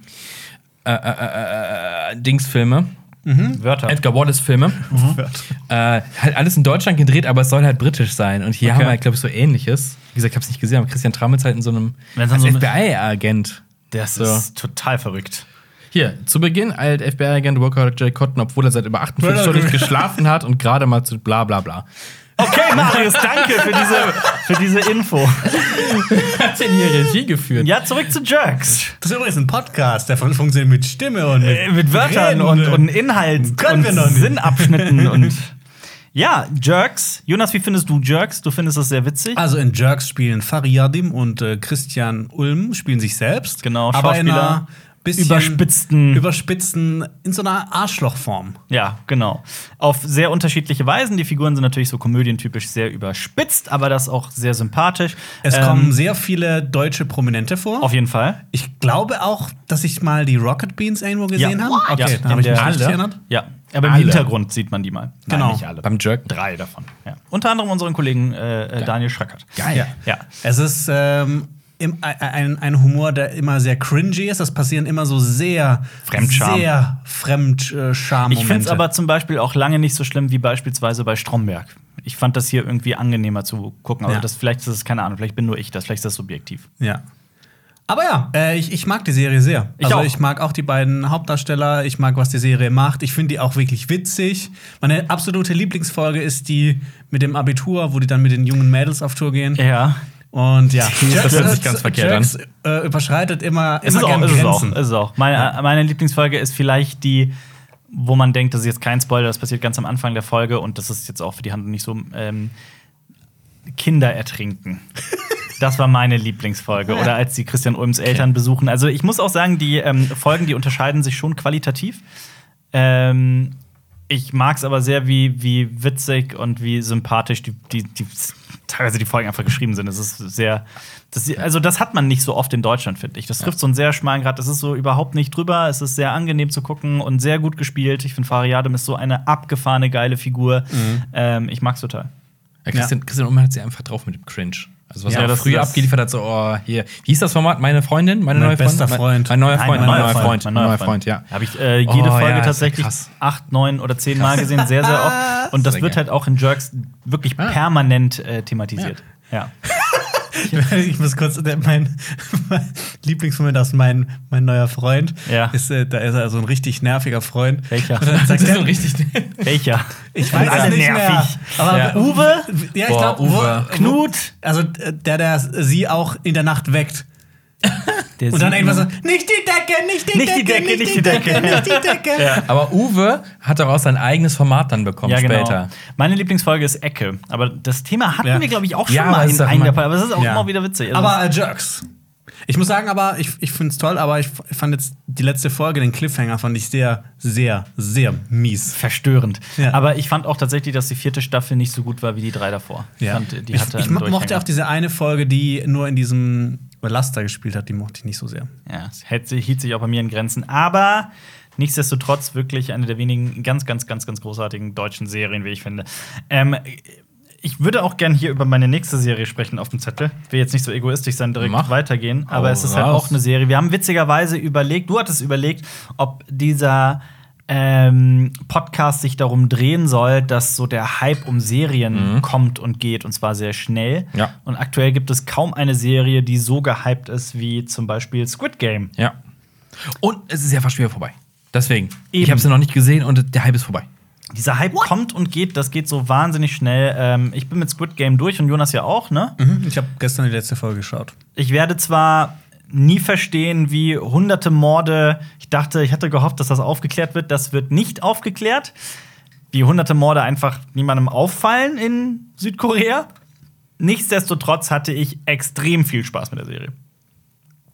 S3: äh, äh, äh, äh, Dingsfilme,
S1: Wörter.
S3: Edgar Wallace-Filme. Äh, halt alles in Deutschland gedreht, aber es soll halt britisch sein. Und hier haben wir halt, glaube ich, so ähnliches. Wie gesagt, ich habe es nicht gesehen, aber Christian Tramitz halt in so einem
S1: Wenn's dann
S3: als
S1: so eine-
S3: FBI-Agent.
S1: Das
S3: So.
S1: ist total verrückt.
S3: Hier, zu Beginn eilt FBI-Agent Walker J. Cotton, obwohl er seit über 48 Stunden geschlafen hat und gerade mal zu bla bla bla.
S1: Okay, Marius, danke für diese, für diese Info.
S3: Hat denn hier Regie geführt?
S1: Ja, zurück zu Jerks.
S2: Das ist übrigens ein Podcast, der funktioniert mit Stimme und mit,
S1: Äh, mit Wörtern
S2: Reden.
S1: und, und Inhalt
S2: Können
S1: und
S2: wir noch nicht.
S1: Sinnabschnitten und Ja, Jerks. Jonas, wie findest du Jerks? Du findest das sehr witzig.
S2: Also in Jerks spielen Fariadim und äh, Christian Ulm spielen sich selbst.
S1: Genau,
S2: aber in
S1: Schauspieler.
S2: einer bisschen
S1: Überspitzten-
S2: überspitzten in so einer Arschlochform.
S1: Ja, genau. Auf sehr unterschiedliche Weisen. Die Figuren sind natürlich so komödientypisch sehr überspitzt, aber das auch sehr sympathisch.
S2: Es
S1: Ähm,
S2: kommen sehr viele deutsche Prominente vor.
S1: auf jeden Fall.
S2: ich glaube auch, dass ich mal die Rocket Beans irgendwo gesehen habe.
S1: Ja,
S2: Okay,
S1: in
S2: da habe ich mich
S1: der-
S2: nicht erinnert.
S1: Ja, aber im
S3: Alle.
S1: Hintergrund sieht man die mal.
S2: Genau.
S3: Nein, nicht alle. Beim Jerk drei davon.
S1: Ja. Unter anderem unseren Kollegen äh, äh, Daniel Schrackert.
S3: Geil.
S2: Ja.
S1: Ja.
S2: Es ist ähm, im, ein, ein Humor, der immer sehr cringy ist. Es passieren immer so sehr
S1: Fremdscham.
S2: Sehr Fremdscham.
S1: Ich finde es aber zum Beispiel auch lange nicht so schlimm wie beispielsweise bei Stromberg. Ich fand das hier irgendwie angenehmer zu gucken. Also
S2: Ja.
S1: das, vielleicht ist es keine Ahnung, vielleicht bin nur ich das, vielleicht ist das subjektiv.
S2: Ja. Aber ja, äh, ich, ich mag die Serie sehr.
S1: Ich
S2: also
S1: auch.
S2: ich mag auch die beiden Hauptdarsteller, ich mag, was die Serie macht. Ich finde die auch wirklich witzig. Meine absolute Lieblingsfolge ist die mit dem Abitur, wo die dann mit den jungen Mädels auf Tour gehen.
S1: Ja.
S2: Und ja,
S3: Das hört sich
S2: Jerks-
S3: ganz verkehrt
S2: Jerks, Äh, überschreitet immer,
S1: Es ist,
S2: immer
S1: auch,
S2: gerne
S1: es ist auch,
S2: Grenzen.
S1: es ist auch. Meine, meine Lieblingsfolge ist vielleicht die, wo man denkt, das ist jetzt kein Spoiler, das passiert ganz am Anfang der Folge und das ist jetzt auch für die Hand nicht so. Ähm, Kinder ertrinken. Das war meine Lieblingsfolge. Oder als die Christian Ulms Eltern besuchen. Also ich muss auch sagen, die ähm, Folgen, die unterscheiden sich schon qualitativ. Ähm, ich mag es aber sehr, wie, wie witzig und wie sympathisch die, die, die teilweise die Folgen einfach geschrieben sind. Es ist sehr. Das, also, das hat man nicht so oft in Deutschland, finde ich. Das trifft so einen sehr schmalen Grad. Es ist so überhaupt nicht drüber. Es ist sehr angenehm zu gucken und sehr gut gespielt. Ich finde, Fariadem ist so eine abgefahrene, geile Figur.
S3: Mhm.
S1: Ähm, ich mag's total.
S3: Ja, Christian, Christian Ulmer hat sie einfach drauf mit dem Cringe. Also, was
S1: Ja,
S3: er
S1: das-
S3: früher
S1: das-
S3: abgeliefert hat, so, oh, hier. Wie hieß das Format? Meine Freundin? Meine
S2: Mein
S3: neue
S2: bester
S3: Freundin?
S2: Freund.
S3: Mein, mein neuer Freund, mein, neuer Freund,
S1: mein neuer Freund,
S3: ja.
S1: Habe ich äh, jede
S3: Oh,
S1: Folge
S3: ja, ist ja
S1: tatsächlich
S3: krass.
S1: acht, neun oder zehn Mal gesehen, sehr, sehr oft. Und das
S3: Sehr
S1: wird
S3: geil. Ah.
S1: halt auch in Jerks wirklich
S3: Ja.
S1: permanent äh, thematisiert. Ja.
S2: Ich muss kurz, der- mein, mein Lieblingsmoment aus mein, mein neuer Freund.
S1: Ja.
S2: Ist, äh, da ist er so ein richtig nerviger Freund.
S1: Welcher?
S2: Und dann
S3: Das
S2: sagt
S3: ist so
S2: er,
S3: richtig.
S1: Welcher?
S2: ich
S1: Sind
S2: weiß
S1: alle
S2: es nicht
S1: nervig.
S2: Mehr. Aber
S3: Ja.
S2: Uwe? Ja, ich
S3: Boah,
S2: glaube,
S3: Uwe.
S1: Knut?
S2: Also äh, der, der sie auch in der Nacht weckt.
S1: Der
S2: Und dann
S1: sieht
S2: irgendwas so,
S1: man-
S2: nicht die Decke, nicht die
S1: Nicht die
S2: Decke,
S1: Decke, nicht die Decke.
S2: nicht die Decke.
S3: Aber Uwe hat daraus sein eigenes Format dann bekommen
S1: Ja, genau.
S3: später.
S1: Meine Lieblingsfolge ist Ecke. Aber das Thema hatten
S2: Ja.
S1: wir, glaube ich, auch schon
S3: Ja, aber
S1: mal
S3: ist
S1: in
S3: doch
S1: einem
S3: immer-
S1: der Folgen. Aber es ist auch
S2: Ja.
S1: immer wieder witzig. Also,
S2: Aber äh, Jerks. Ich muss sagen, aber ich, ich finde es toll, aber ich f- fand jetzt die letzte Folge, den Cliffhanger, fand ich sehr, sehr, sehr mies.
S1: verstörend.
S2: Ja.
S1: Aber ich fand auch tatsächlich, dass die vierte Staffel nicht so gut war wie die drei davor. Ich fand, die
S2: ich,
S1: hatte
S2: ich
S1: einen
S2: mo- mochte
S1: Durchhänger.
S2: auch diese eine Folge, die nur in diesem Laster gespielt hat, die mochte ich nicht so sehr.
S1: Ja, es hält, sich- hielt sich auch bei mir in Grenzen. Aber nichtsdestotrotz wirklich eine der wenigen ganz, ganz, ganz, ganz großartigen deutschen Serien, wie ich finde. Ähm, ich würde auch gern hier über meine nächste Serie sprechen auf dem Zettel. Will jetzt nicht so egoistisch sein, direkt
S3: Mach.
S1: weitergehen, aber
S3: Hau
S1: es ist halt
S3: raus.
S1: auch eine Serie. Wir haben witzigerweise überlegt, du hattest überlegt, ob dieser ähm, Podcast sich darum drehen soll, dass so der Hype um Serien kommt und geht und zwar sehr schnell.
S3: Ja.
S1: Und aktuell gibt es kaum eine Serie, die so gehypt ist wie zum Beispiel Squid Game.
S3: Ja. Und es ist ja fast schon wieder vorbei. Deswegen. Ich
S1: Eben.
S3: habe sie noch nicht gesehen und der Hype ist vorbei.
S1: Dieser Hype kommt und geht, das geht so wahnsinnig schnell. Ähm, ich bin mit Squid Game durch und Jonas ja auch, ne?
S2: Ich habe gestern die letzte Folge geschaut.
S1: Ich werde zwar nie verstehen, wie hunderte Morde, ich dachte, ich hatte gehofft, dass das aufgeklärt wird, das wird nicht aufgeklärt. Wie hunderte Morde einfach niemandem auffallen in Südkorea. Nichtsdestotrotz hatte ich extrem viel Spaß mit der Serie.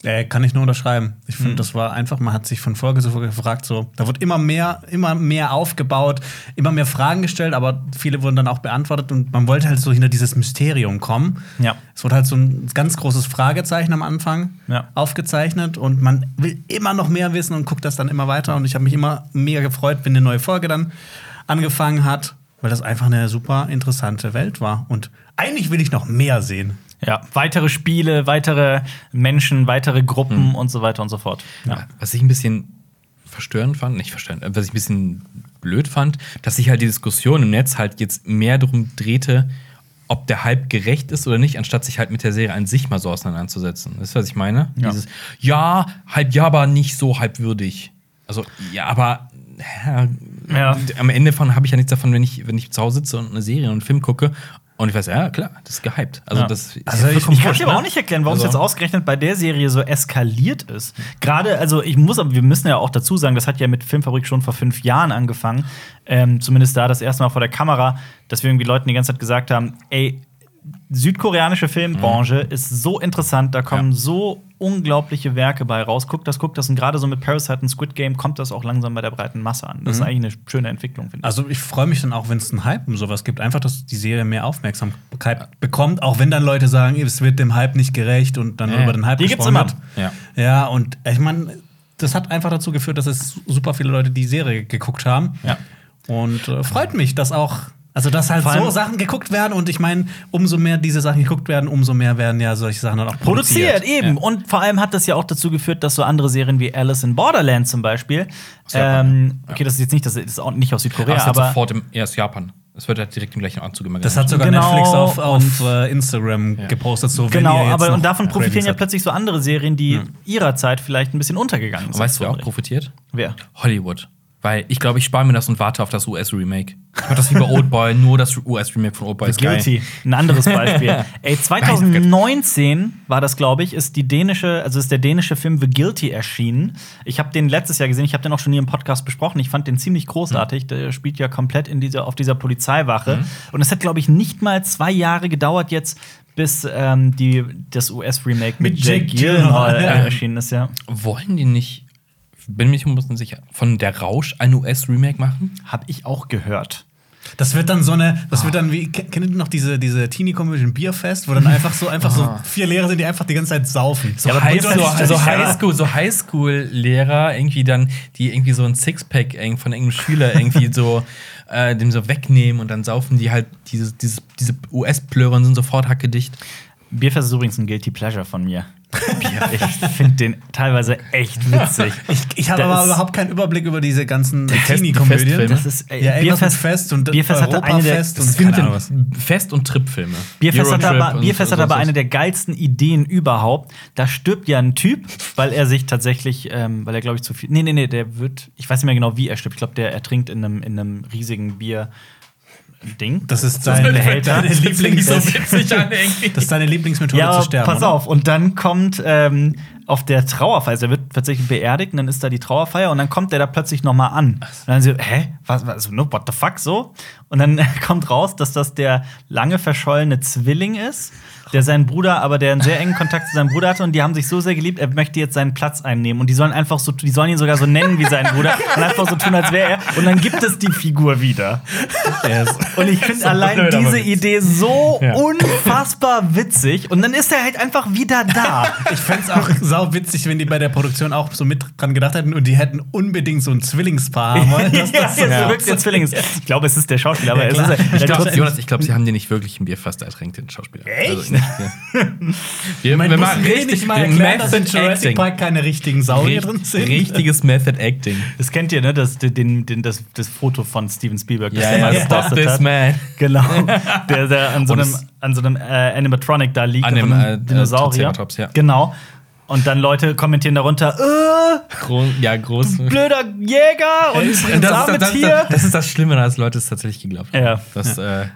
S2: Äh, kann ich nur unterschreiben. Ich
S1: Mhm.
S2: finde, das war einfach, man hat sich von Folge zu Folge gefragt, so, da wird immer mehr, immer mehr aufgebaut, immer mehr Fragen gestellt, aber viele wurden dann auch beantwortet und man wollte halt so hinter dieses Mysterium kommen.
S1: Ja.
S2: Es wurde halt so ein ganz großes Fragezeichen am Anfang
S1: Ja.
S2: aufgezeichnet und man will immer noch mehr wissen und guckt das dann immer weiter und ich habe mich immer mega gefreut, wenn eine neue Folge dann angefangen hat, weil das einfach eine super interessante Welt war und eigentlich will ich noch mehr sehen.
S1: Ja, weitere Spiele, weitere Menschen, weitere Gruppen und so weiter und so fort.
S3: Ja. Was ich ein bisschen verstörend fand, nicht verstörend, äh, was ich ein bisschen blöd fand, dass sich halt die Diskussion im Netz halt jetzt mehr darum drehte, ob der Hype gerecht ist oder nicht, anstatt sich halt mit der Serie an sich mal so auseinanderzusetzen. Weißt du, was ich meine?
S1: Ja.
S3: Dieses, ja, halb ja, aber nicht so halbwürdig. Also, ja, aber hä,
S1: Ja.
S3: am Ende von habe ich ja nichts davon, wenn ich, wenn ich zu Hause sitze und eine Serie und einen Film gucke Und ich weiß, ja, klar, das ist gehypt. Also,
S1: Ja.
S3: das ist
S2: Also,
S3: ja
S2: ich-
S3: vollkommen
S1: Ich kann
S3: wurscht,
S1: dir aber
S3: ne?
S1: auch nicht erklären, warum es
S3: Also-
S1: jetzt ausgerechnet bei der Serie so eskaliert ist. Gerade, also ich muss, aber wir müssen ja auch dazu sagen, das hat ja mit Filmfabrik schon vor fünf Jahren angefangen. Ähm, zumindest da das erste Mal vor der Kamera, dass wir irgendwie Leuten die ganze Zeit gesagt haben, ey, südkoreanische Filmbranche ist so interessant, da kommen so unglaubliche Werke bei raus. Guckt das, guckt das. Und gerade so mit Parasite und Squid Game kommt das auch langsam bei der breiten Masse an. Das ist eigentlich eine schöne Entwicklung, finde ich.
S2: Also ich freue mich dann auch, wenn es einen Hype um sowas gibt. Einfach, dass die Serie mehr Aufmerksamkeit bekommt, auch wenn dann Leute sagen, es wird dem Hype nicht gerecht und dann
S3: Ja.
S2: über den Hype
S1: Die gibt's
S2: gesprochen
S1: immer.
S2: wird. Ja. ja, und ich meine, das hat einfach dazu geführt, dass es super viele Leute die Serie geguckt haben.
S3: Ja.
S2: Und äh, freut mich, dass auch, also dass halt
S1: Vor allem-
S2: so Sachen geguckt werden und ich meine, umso mehr diese Sachen geguckt werden, umso mehr werden ja solche Sachen dann auch produziert.
S1: Produziert, eben. Und vor allem hat das ja auch dazu geführt, dass so andere Serien wie Alice in Borderland zum Beispiel.
S3: Japan,
S1: Ähm,
S3: ja.
S1: okay, das ist jetzt nicht, das ist auch nicht aus
S3: Aber
S1: Südkorea,
S3: es ist halt
S1: aber.
S3: sofort im, erst Japan. Es wird halt direkt im gleichen Anzug immer
S2: Das
S3: genannt.
S2: hat sogar
S1: Genau.
S2: Netflix auf, auf äh, Instagram gepostet. So, wenn ihr
S1: Genau,
S2: jetzt
S1: aber
S2: noch
S1: und davon profitieren
S2: Cravings
S1: ja
S2: habt.
S1: plötzlich so andere Serien, die ihrer Zeit vielleicht ein bisschen untergegangen
S3: Hm. Und
S1: sind.
S3: weißt du, wer auch profitiert?
S1: Wer?
S3: Hollywood. Weil ich glaube, ich spare mir das und warte auf das US-Remake. Ich mach das wie bei Oldboy, nur das US-Remake von Oldboy ist geil.
S1: Guilty. Ein anderes Beispiel. Ey, 2019 war das, glaube ich, ist die dänische, also ist der dänische Film The Guilty erschienen. Ich habe den letztes Jahr gesehen, ich habe den auch schon hier im Podcast besprochen. Ich fand den ziemlich großartig. Der spielt ja komplett in dieser, auf dieser Polizeiwache. Und es hat, glaube ich, nicht mal zwei Jahre gedauert jetzt, bis ähm, die, das US-Remake mit,
S2: Mit
S1: Jake
S2: Jake Gyllenhaal,
S1: Gyllenhaal äh,
S2: ja.
S1: erschienen ist, ja.
S3: Wollen die nicht, bin mich ein bisschen sicher, von der Rausch ein US-Remake machen?
S1: Habe ich auch gehört.
S2: Das wird dann so eine, das wird dann wie, ke- kennt ihr noch diese, diese Teenie-Comedy Bierfest, wo dann einfach so, einfach so vier Lehrer sind, die einfach die ganze Zeit saufen. So
S3: So, High, so, so
S2: Highschool- so Highschool-
S3: Highschool, so Highschool-Lehrer, irgendwie dann, die irgendwie so ein Sixpack eng- von irgendeinem Schüler irgendwie so äh, dem so wegnehmen und dann saufen die halt dieses, dieses, diese US-Plöre und sind sofort hackedicht.
S1: Bierfest ist übrigens ein Guilty Pleasure von mir. ich finde den teilweise echt witzig.
S2: Ich, ich habe
S1: Das
S2: aber
S1: ist-
S2: überhaupt keinen Überblick über diese ganzen
S3: Fest-
S2: Teenie-Comedien.
S3: Festfilme.
S1: Das ist, ey,
S2: ja, irgendwas
S1: Bierfest-
S2: mit Fest und
S1: Bierfest hatte eine der-
S2: Europafest
S3: Das
S2: und
S3: ist wie
S2: keine
S3: mit
S2: Ahnung
S3: den
S2: was.
S3: Fest- und Trip-Filme.
S1: Ah, Bierfest hat,
S3: Eurotrip
S1: aber,
S3: und-
S1: Bierfest hat
S3: und
S1: aber
S3: sonst
S1: eine
S3: was.
S1: der geilsten Ideen überhaupt. Da stirbt ja ein Typ, weil er sich tatsächlich, ähm, weil er glaube ich zu viel. Nee, nee, nee, der wird, ich weiß nicht mehr genau, wie er stirbt. Ich glaube, der ertrinkt in einem, in einem riesigen Bier. Ding.
S2: Das ist
S1: ein
S2: dein
S1: Behälter.
S2: deine Lieblings
S3: Das hört sich so witzig an, irgendwie.
S2: das ist deine Lieblingsmethode
S1: ja,
S2: zu sterben.
S1: pass
S2: oder?
S1: auf. Und dann kommt ähm, auf der Trauerfeier, also er wird tatsächlich beerdigt und dann ist da die Trauerfeier und dann kommt der da plötzlich nochmal an. Und dann so, hä? Was, was, no, what the fuck so? Und dann kommt raus, dass das der lange verschollene Zwilling ist, der seinen Bruder, aber der einen sehr engen Kontakt zu seinem Bruder hatte und die haben sich so sehr geliebt, er möchte jetzt seinen Platz einnehmen. Und die sollen einfach so, die sollen ihn sogar so nennen wie seinen Bruder und einfach so tun, als wäre er. Und dann gibt es die Figur wieder.
S2: Yes.
S1: Und ich finde allein
S2: blöd, aber
S1: diese
S2: witzig.
S1: Idee so
S2: Ja.
S1: unfassbar witzig. Und dann ist er halt einfach wieder da.
S2: Ich fänd's auch sau witzig, wenn die bei der Produktion auch so mit dran gedacht hätten und die hätten unbedingt so ein Zwillingspaar haben wollen. dass das so
S1: ja,
S2: wirkt.
S1: zurück der Zwilling ist. Ich glaube, es ist der Schauspieler, aber es
S2: klar.
S1: ist er.
S3: Ich
S1: er
S3: glaube,
S1: trotzdem-
S3: Jonas, ich glaube, sie haben den nicht wirklich im Bierfest ertränkt, den Schauspieler. Echt? Also, ja. wir,
S2: Man
S3: wir
S2: muss
S3: machen
S2: richtig
S3: richtig
S2: mal erklären, dass in
S3: Method
S2: Jurassic
S3: Acting.
S2: Park keine richtigen Saurier
S3: Richt-
S2: drin sind.
S3: Richtiges Method Acting.
S1: das kennt ihr, ne? Das, den, den, das, das Foto von Steven Spielberg, das er
S3: Ja,
S1: mal
S3: ja, stop
S1: gepostet
S3: this
S1: hat.
S3: man.
S1: Genau. Der, der an so
S3: Und
S1: einem,
S3: es-
S1: an so einem äh, Animatronic da liegt,
S3: An
S1: von
S3: dem,
S1: einem
S3: äh,
S1: Dinosaurier.
S3: Triceratops, ja.
S1: Genau. Und dann Leute kommentieren darunter, äh,
S3: Gro ja, groß.
S1: blöder Jäger und
S3: Und das, ist, das, ist,
S1: Sabeltier.
S3: das ist das Schlimme, dass Leute es tatsächlich geglaubt haben.
S1: Ja.
S3: Dass, äh,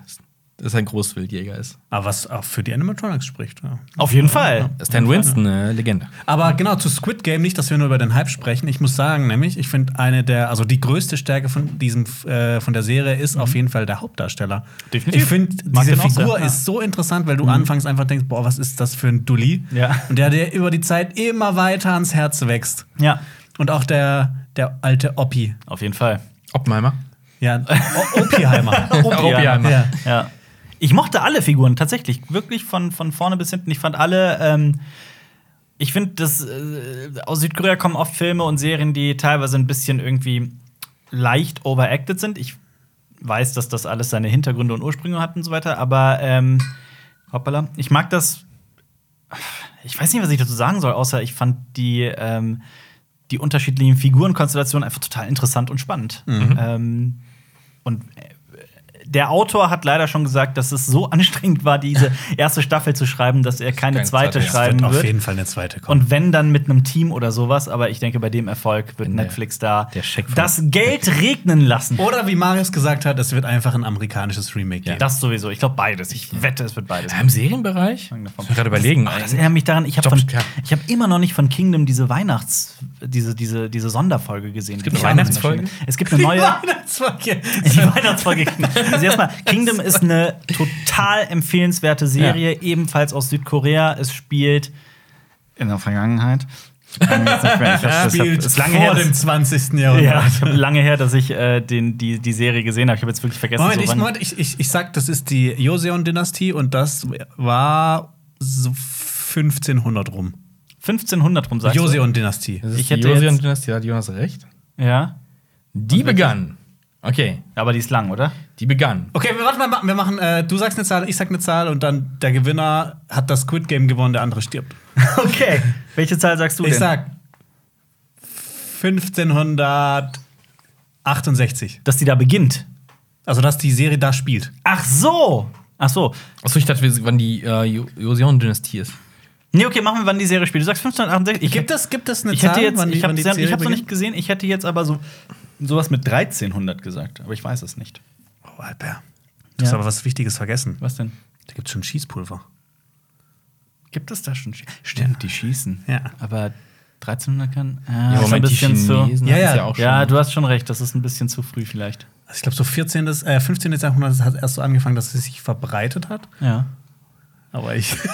S3: dass er ein Großwildjäger ist.
S2: Aber was auch für die Animatronics spricht. Ja.
S1: Auf jeden Fall.
S3: Stan Winston, eine Legende.
S2: Aber genau, zu Squid Game nicht, dass wir nur über den Hype sprechen. Ich muss sagen, nämlich, ich finde eine der, also die größte Stärke von diesem, äh, von der Serie ist auf jeden Fall der Hauptdarsteller.
S1: Definitiv.
S2: Ich finde,
S1: Mag
S2: diese
S1: den auch sehr,
S2: Figur
S1: ja.
S2: ist so interessant, weil du anfangs einfach denkst, boah, was ist das für ein Dulli?
S1: Ja.
S2: Und der, der über die Zeit immer weiter ans Herz wächst.
S1: Ja,
S2: Und auch der, der alte Oppi.
S1: auf jeden Fall.
S3: Oppenheimer.
S2: Ja, o Oppiheimer.
S3: Oppenheimer.
S2: ja.
S1: Ja. Ich mochte alle Figuren tatsächlich, wirklich von, von vorne bis hinten. Ich fand alle. Ähm, ich finde, dass äh, aus Südkorea kommen oft Filme und Serien, die teilweise ein bisschen irgendwie leicht overacted sind. Ich weiß, dass das alles seine Hintergründe und Ursprünge hat und so weiter, aber ähm, hoppala, ich mag das. Ich weiß nicht, was ich dazu sagen soll, außer ich fand die, ähm, die unterschiedlichen Figurenkonstellationen einfach total interessant und spannend. Ähm, und äh, der Autor hat leider schon gesagt, dass es so anstrengend war, diese erste Staffel zu schreiben, dass er keine
S3: keine
S1: zweite
S3: zweite, ja.
S1: schreiben
S2: auf
S1: wird.
S2: jeden Fall eine zweite kommen.
S1: Und wenn dann mit einem Team oder sowas, aber ich denke, bei dem Erfolg wird
S3: der-
S1: Netflix da
S3: der Scheck von-
S1: das Geld regnen lassen.
S2: Oder wie Marius gesagt hat, es wird einfach ein amerikanisches Remake geben.
S1: Das sowieso. Ich glaube beides. Ich wette, es wird beides.
S3: Ja, Im Serienbereich? Ich muss mir gerade überlegen.
S1: Das erinnert mich daran, ich habe
S3: Stopp, ja.
S1: hab immer noch nicht von Kingdom diese Weihnachts-, diese, diese, diese Sonderfolge gesehen. Es
S3: gibt eine Weihnachtsfolge?
S1: Es gibt eine neue.
S2: Weihnachtsfolge.
S1: Die Weihnachtsfolge. Also erstmal, Kingdom ist eine total empfehlenswerte Serie, ebenfalls aus Südkorea. Es spielt in der Vergangenheit. Ich kann jetzt nicht mehr- ich hab-
S2: Das
S1: ich hab-
S2: spielt
S1: ist lange
S2: vor
S1: her,
S2: dem
S1: dass-
S2: 20.
S1: ja,
S2: Jahrhundert.
S1: ich habe lange her, dass ich äh, den, die, die Serie gesehen habe. Ich habe jetzt wirklich vergessen,
S2: Moment,
S1: so
S2: ich,
S1: wann-
S2: Moment ich, ich, ich sag, das ist die Joseon-Dynastie und das war so 1500 rum.
S1: 1500 rum sagst du?
S2: Joseon-Dynastie.
S3: Das ist
S1: Ich
S3: die
S1: hätte
S3: Joseon-Dynastie, da hat Jonas recht.
S1: Ja,
S3: Die begann. Okay,
S1: aber die ist lang, oder?
S3: die begann.
S2: Okay, wir, warte mal, wir machen, äh, du sagst eine Zahl, ich sag eine Zahl und dann der Gewinner hat das Squid Game gewonnen, der andere stirbt.
S1: Okay. Welche Zahl sagst du
S2: Ich
S1: denn?
S2: sag 1568.
S1: dass die da beginnt.
S2: Also, dass die Serie da spielt.
S1: Ach so. Ach so.
S3: Achso, ich dachte, wir- wann die äh, Jo- Joseon-Dynastie ist.
S1: Nee, okay, machen wir, wann die Serie spielt. Du sagst 1568. Ich,
S2: Gibt es, gibt es eine
S1: ich
S2: Zahl,
S1: hätte jetzt,
S2: wann die,
S1: ich habe
S2: wann die
S1: es
S2: Serie
S1: noch
S2: beginnt?
S1: nicht gesehen. Ich hätte jetzt aber so sowas mit 1300 gesagt, aber ich weiß es nicht.
S2: Oh, Alper. Du hast
S1: Ja.
S2: aber was Wichtiges vergessen.
S1: Was denn?
S2: Da gibt's schon Schießpulver.
S1: Gibt es da schon? Sch- Stimmt, die schießen.
S2: Ja.
S1: Aber 1300 kann. Ah,
S3: Ja,
S1: ist ein
S3: Moment, die
S1: bisschen zu.
S3: Chinesen
S2: Ja,
S3: hatten es
S2: ja.
S3: ja auch schon.
S1: Ja, du hast schon recht. Das ist ein bisschen zu früh vielleicht.
S2: Also ich glaube, so 14. Des, äh, 15. Jahrhundert hat erst so angefangen, dass es sich verbreitet hat.
S1: Ja.
S2: Aber ich.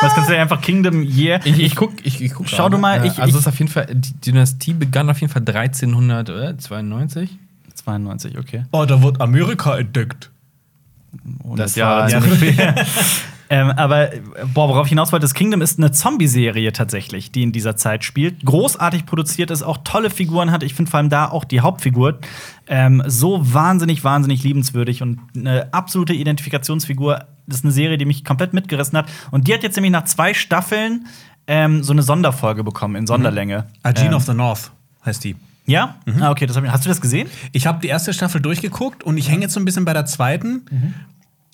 S1: Was kannst du denn einfach Kingdom Year?
S3: ich, ich guck, ich, ich guck
S1: Schau du mal,
S3: gerade. Äh,
S1: ich-
S3: also
S1: ich-
S3: es ist auf jeden Fall, die Dynastie begann auf jeden Fall 1392.
S1: 92, okay.
S2: oh, da wird Amerika entdeckt.
S1: 100
S3: Das war-
S1: dazu. ähm, aber äh, boah, worauf ich hinaus wollte, ist Kingdom ist eine Zombie-Serie tatsächlich, die in dieser Zeit spielt. Großartig produziert ist, auch tolle Figuren hat. Ich finde vor allem da auch die Hauptfigur ähm, so wahnsinnig, wahnsinnig liebenswürdig und eine absolute Identifikationsfigur. Das ist eine Serie, die mich komplett mitgerissen hat. Und die hat jetzt nämlich nach zwei Staffeln ähm, so eine Sonderfolge bekommen in Sonderlänge. Ähm,
S2: Agene Mhm. Ah, of Mhm. the North heißt die.
S1: Ja? Ah, okay, das hab ich, hast du das gesehen?
S2: Ich habe die erste Staffel durchgeguckt und ich hänge jetzt so ein bisschen bei der zweiten.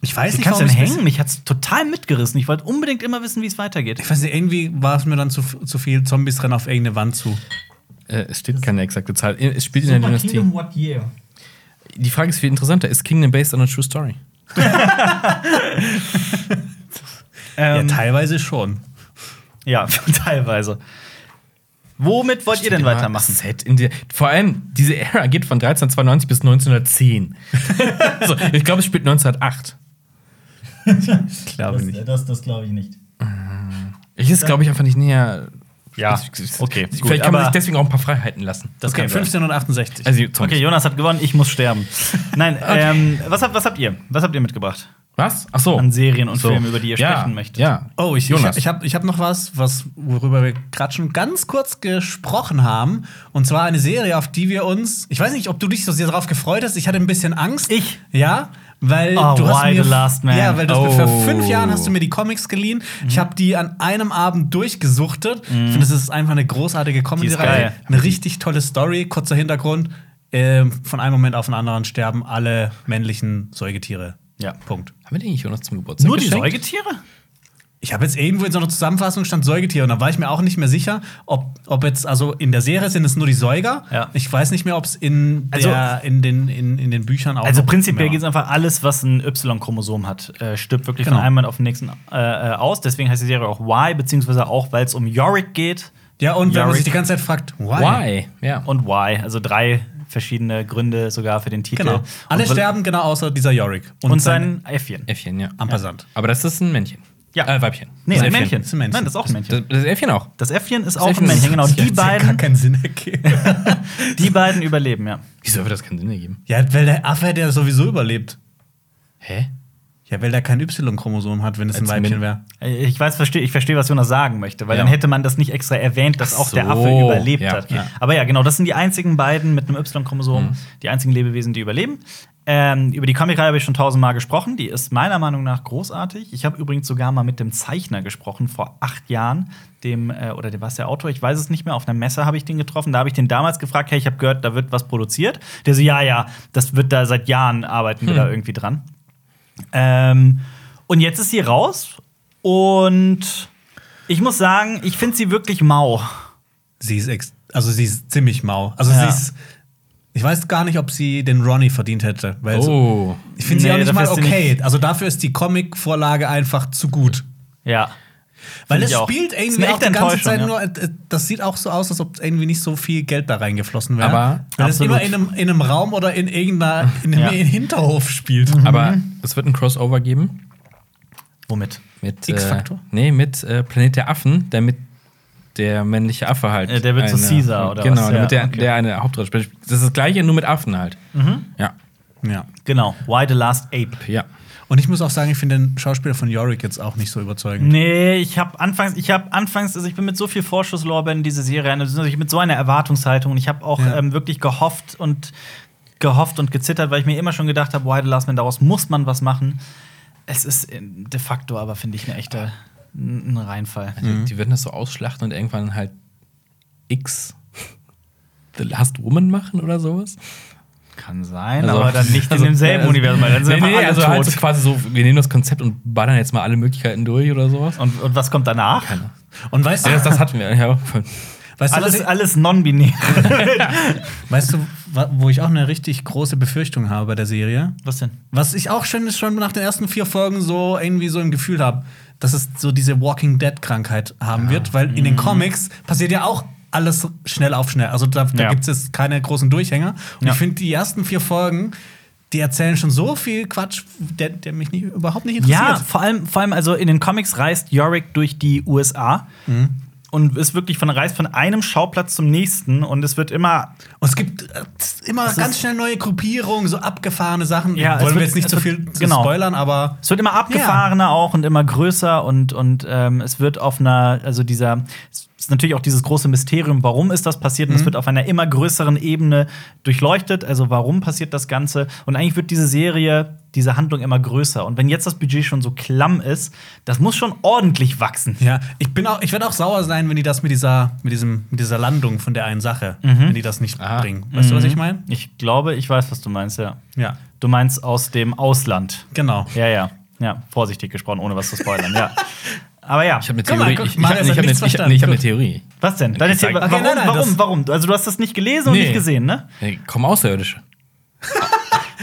S2: Ich weiß
S1: Wie
S2: nicht,
S1: kannst du
S2: warum
S1: denn
S2: ich-
S1: hängen? Mich hat's total mitgerissen. Ich wollte unbedingt immer wissen, wie es weitergeht.
S2: Ich weiß nicht, irgendwie war es mir dann zu, zu viel. Zombies rennen auf irgendeine Wand zu.
S3: Äh, es steht keine exakte Zahl. Äh, Es spielt in der Dynastie. Die Frage ist viel interessanter: Ist Kingdom based on a true story?
S1: Ähm,
S2: ja, teilweise schon.
S1: Ja, teilweise. Womit wollt ihr denn
S3: Steht immer
S1: weitermachen?
S3: Set in der, vor allem, diese Ära geht von 1392 bis 1910. so, ich glaube, es spielt 1908.
S2: Glaube nicht.
S1: das, glaube ich nicht.
S3: Ich ist, glaube ich, einfach nicht näher.
S1: Ja, okay.
S3: okay.
S1: Gut,
S3: Vielleicht kann man
S1: aber-
S3: sich deswegen auch ein paar Freiheiten lassen.
S1: Das
S2: Okay,
S1: kann sein.
S2: 1568.
S3: Also, Zombies.
S1: Okay, Jonas hat gewonnen, ich muss sterben. Nein, ähm, was, habt, was habt ihr? Was habt ihr mitgebracht?
S3: Was? Ach so.
S1: An Serien und
S3: So.
S1: Filmen, über die ihr
S3: ja,
S1: sprechen möchtet.
S3: Ja.
S2: Oh, ich,
S3: Jonas.
S2: ich, ich habe ich hab noch was, was, worüber wir gerade schon ganz kurz gesprochen haben. Und zwar eine Serie, auf die wir uns. Ich weiß nicht, ob du dich so sehr darauf gefreut hast. Ich hatte ein bisschen Angst.
S1: Ich?
S2: Ja, weil
S1: Oh,
S2: du hast
S1: Why
S2: mir.
S1: the Last Man? Mhm.
S2: Ja, weil du hast mir
S3: Oh.
S2: vor fünf Jahren hast du mir die Comics geliehen. Ich habe die an einem Abend durchgesuchtet. Ich finde, das ist einfach eine großartige Comedy-Reihe.
S1: geil.
S2: Eine richtig tolle Story. Kurzer Hintergrund. Ähm, von einem Moment auf den anderen sterben alle männlichen Säugetiere.
S1: Ja.
S2: Punkt.
S3: Haben wir den nicht Jonas zum Geburtstag
S1: Nur die
S3: geschenkt?
S1: Säugetiere?
S2: Ich habe jetzt irgendwo in so einer Zusammenfassung stand Säugetier und da war ich mir auch nicht mehr sicher, ob, ob jetzt, also in der Serie sind es nur die Säuger.
S1: Ja.
S2: Ich weiß nicht mehr, ob es in,
S1: Also-
S2: der- in, den, in, in den Büchern auch.
S1: Also
S2: noch
S1: prinzipiell
S2: mehr
S1: geht es einfach alles, was ein Y-Chromosom hat, äh, stirbt wirklich
S2: Genau.
S1: von einem Mann auf den nächsten äh, äh, aus. Deswegen heißt die Serie auch Y, beziehungsweise auch, weil es um Yorick geht
S2: Ja, und wenn man
S1: Yorick.
S2: sich die ganze Zeit fragt, why?
S3: Why? Ja.
S1: und Y. Also drei verschiedene Gründe sogar für den Titel.
S2: Genau. Alle
S1: und,
S2: sterben genau außer dieser Yorick.
S1: Und sein Äffchen.
S3: Äffchen, ja.
S2: Ampersand.
S3: Aber das ist ein Männchen.
S1: Ja.
S3: Äh, Weibchen.
S1: Nee,
S3: Das
S1: ein
S3: Äffchen.
S1: Männchen.
S2: ist ein Männchen.
S1: Nein, das ist auch ein Männchen.
S3: Das, das Äffchen auch.
S1: Das Äffchen ist auch
S3: Äffchen
S1: ein Männchen,
S3: ist-
S1: genau.
S3: das
S1: Die
S3: hat ja
S2: Gar
S1: beiden,
S2: keinen Sinn ergeben.
S1: die beiden überleben, ja.
S3: Wieso würde das keinen Sinn ergeben?
S2: ja, weil der Affe hätte ja sowieso überlebt.
S3: Hä?
S2: Ja, weil der kein Y-Chromosom hat, wenn es ein
S3: Als Min-
S2: Weibchen wäre.
S1: Äh, Ich weiß, verstehe, ich verstehe, was Jonas sagen möchte, weil
S3: Ja.
S1: dann hätte man das nicht extra erwähnt, dass auch der
S3: so.
S1: Affe überlebt
S3: Ja,
S1: hat.
S3: okay. Mhm.
S1: Aber ja, genau, das sind die einzigen beiden mit einem Y-Chromosom, die einzigen Lebewesen, die überleben. Ähm, über die Comicreihe habe ich schon tausendmal gesprochen. Die ist meiner Meinung nach großartig. Ich habe übrigens sogar mal mit dem Zeichner gesprochen vor acht Jahren. Dem, äh, oder der war es der Autor, ich weiß es nicht mehr. Auf einer Messe habe ich den getroffen. Da habe ich den damals gefragt: Hey, ich habe gehört, da wird was produziert. Der so: Ja, ja, das wird da seit Jahren arbeiten wir
S3: Hm.
S1: da irgendwie dran. Ähm, und jetzt ist sie raus. Und ich muss sagen, ich finde sie wirklich mau.
S2: Sie ist ex also sie ist ziemlich mau. Also
S1: Ja.
S2: sie ist. Ich weiß gar nicht, ob sie den Ronnie verdient hätte. Weil so,
S3: Oh.
S2: ich finde sie
S1: Nee,
S2: auch nicht
S1: dafür
S2: mal
S1: ist sie
S2: okay. Also dafür ist die Comic-Vorlage einfach zu gut.
S1: Ja.
S2: Weil
S1: Find
S2: es
S1: ich auch.
S2: spielt
S1: Ist
S2: irgendwie
S1: eine
S2: auch
S1: echte
S2: die ganze Zeit
S1: Enttäuschung,
S2: nur. äh, Das sieht auch so aus, als ob irgendwie nicht so viel Geld da reingeflossen wäre.
S3: Aber
S2: Weil es
S1: absolut.
S2: immer in einem, in einem Raum oder in irgendeiner in einem
S1: Ja. Mhm.
S2: Hinterhof spielt.
S3: Aber es wird ein Crossover geben
S1: Womit?
S3: mit
S2: X-Factor?
S3: Äh, nee, mit äh, Planet der Affen, damit der männliche Affe halt.
S1: Äh, der wird zu
S3: eine-
S1: Caesar oder
S3: genau,
S1: was?
S3: Genau, damit
S1: Ja,
S3: der,
S1: okay.
S3: der eine Hauptrolle spielt. Das ist das gleiche, nur mit Affen halt. Ja,
S2: Ja.
S1: Genau. Why the Last Ape?
S3: ja.
S2: Und ich muss auch sagen, ich finde den Schauspieler von Yorick jetzt auch nicht so
S1: Mhm.
S2: überzeugend.
S1: Nee, ich habe anfangs, ich habe anfangs, also ich bin mit so viel Vorschusslorbeeren in diese Serie, rein, also ich mit so einer Erwartungshaltung und ich habe auch
S2: Ja.
S1: ähm, wirklich gehofft und gehofft und gezittert, weil ich mir immer schon gedacht habe, Why the Last Man, daraus muss man was machen. Es ist äh, de facto aber, finde ich, eine echte, ein Reinfall.
S3: Die, die werden das so ausschlachten und irgendwann halt X The Last Woman machen oder sowas.
S1: Kann sein,
S3: Also-
S1: aber dann nicht
S3: also-
S1: in demselben
S3: also-
S1: Universum, weil dann sind
S3: Nee,
S1: einfach
S3: nee,
S1: alle
S3: also
S1: tot.
S3: halt so quasi so, wir nehmen das Konzept und ballern jetzt mal alle Möglichkeiten durch oder sowas.
S1: und, und was kommt danach?
S2: Und weißt
S3: Ja,
S2: du,
S3: das, das hatten wir ja.
S2: weißt du, was
S1: Alles,
S2: ich-
S1: alles non-binär.
S2: Weißt du, wa- wo ich auch eine richtig große Befürchtung habe bei der Serie?
S1: Was denn?
S2: Was ich auch schon, schon nach den ersten vier Folgen so irgendwie so im Gefühl habe, dass es so diese Walking Dead-Krankheit haben wird, weil in den
S1: Mhm.
S2: Comics passiert ja auch alles schnell auf schnell. Also da, da
S1: Ja.
S2: gibt es jetzt keine großen Durchhänger. Und
S1: Ja.
S2: ich finde, die ersten vier Folgen, die erzählen schon so viel Quatsch, der, der mich nicht, überhaupt nicht
S1: Ja,
S2: interessiert.
S1: vor allem, vor allem, also in den Comics reist Yorick durch die USA
S2: Mhm.
S1: und ist wirklich von reist von einem Schauplatz zum nächsten und es wird immer
S2: Und es gibt äh, immer
S1: Es
S2: ganz
S1: ist-
S2: schnell neue Gruppierungen, so abgefahrene Sachen.
S1: Ja, es
S2: Wollen wir
S1: wird-
S2: jetzt nicht
S1: es
S2: zu
S1: wird-
S2: viel
S1: genau.
S2: spoilern, aber
S1: es wird immer abgefahrener auch und immer größer und und ähm, es wird auf einer also dieser es ist natürlich auch dieses große Mysterium, warum ist das passiert?
S2: Mhm.
S1: Und es wird auf einer immer größeren Ebene durchleuchtet. Also warum passiert das Ganze? Und eigentlich wird diese Serie, diese Handlung immer größer. Und wenn jetzt das Budget schon so klamm ist, das muss schon ordentlich wachsen.
S2: Ja, ich bin auch, ich werde auch sauer sein, wenn die das mit dieser, mit diesem, mit dieser Landung von der einen Sache, wenn die das nicht
S3: Aha.
S2: bringen. Weißt du, was ich meine?
S1: Mhm. Ich glaube, ich weiß, was du meinst, ja.
S2: Ja,
S1: Du meinst aus dem Ausland.
S2: genau.
S1: Ja, ja. Ja, vorsichtig gesprochen, ohne was zu spoilern, ja. Aber ja,
S3: Ich habe eine
S2: Guck mal,
S3: Theorie.
S2: guck,
S3: Ich, ich,
S2: Mario
S3: hab- nee, ich
S2: hat
S1: halt
S3: habe
S2: nichts
S3: eine, ich, hab-
S2: verstanden.
S3: nee, ich hab eine
S2: Gut.
S3: Theorie.
S1: was denn? Deine Theorie,
S3: Zeig-
S1: warum,
S2: Okay, nein, nein,
S1: warum,
S2: das-
S1: warum? Also du hast das nicht gelesen und
S3: Nee.
S1: nicht gesehen, ne?
S3: Hey, komm Außerirdische.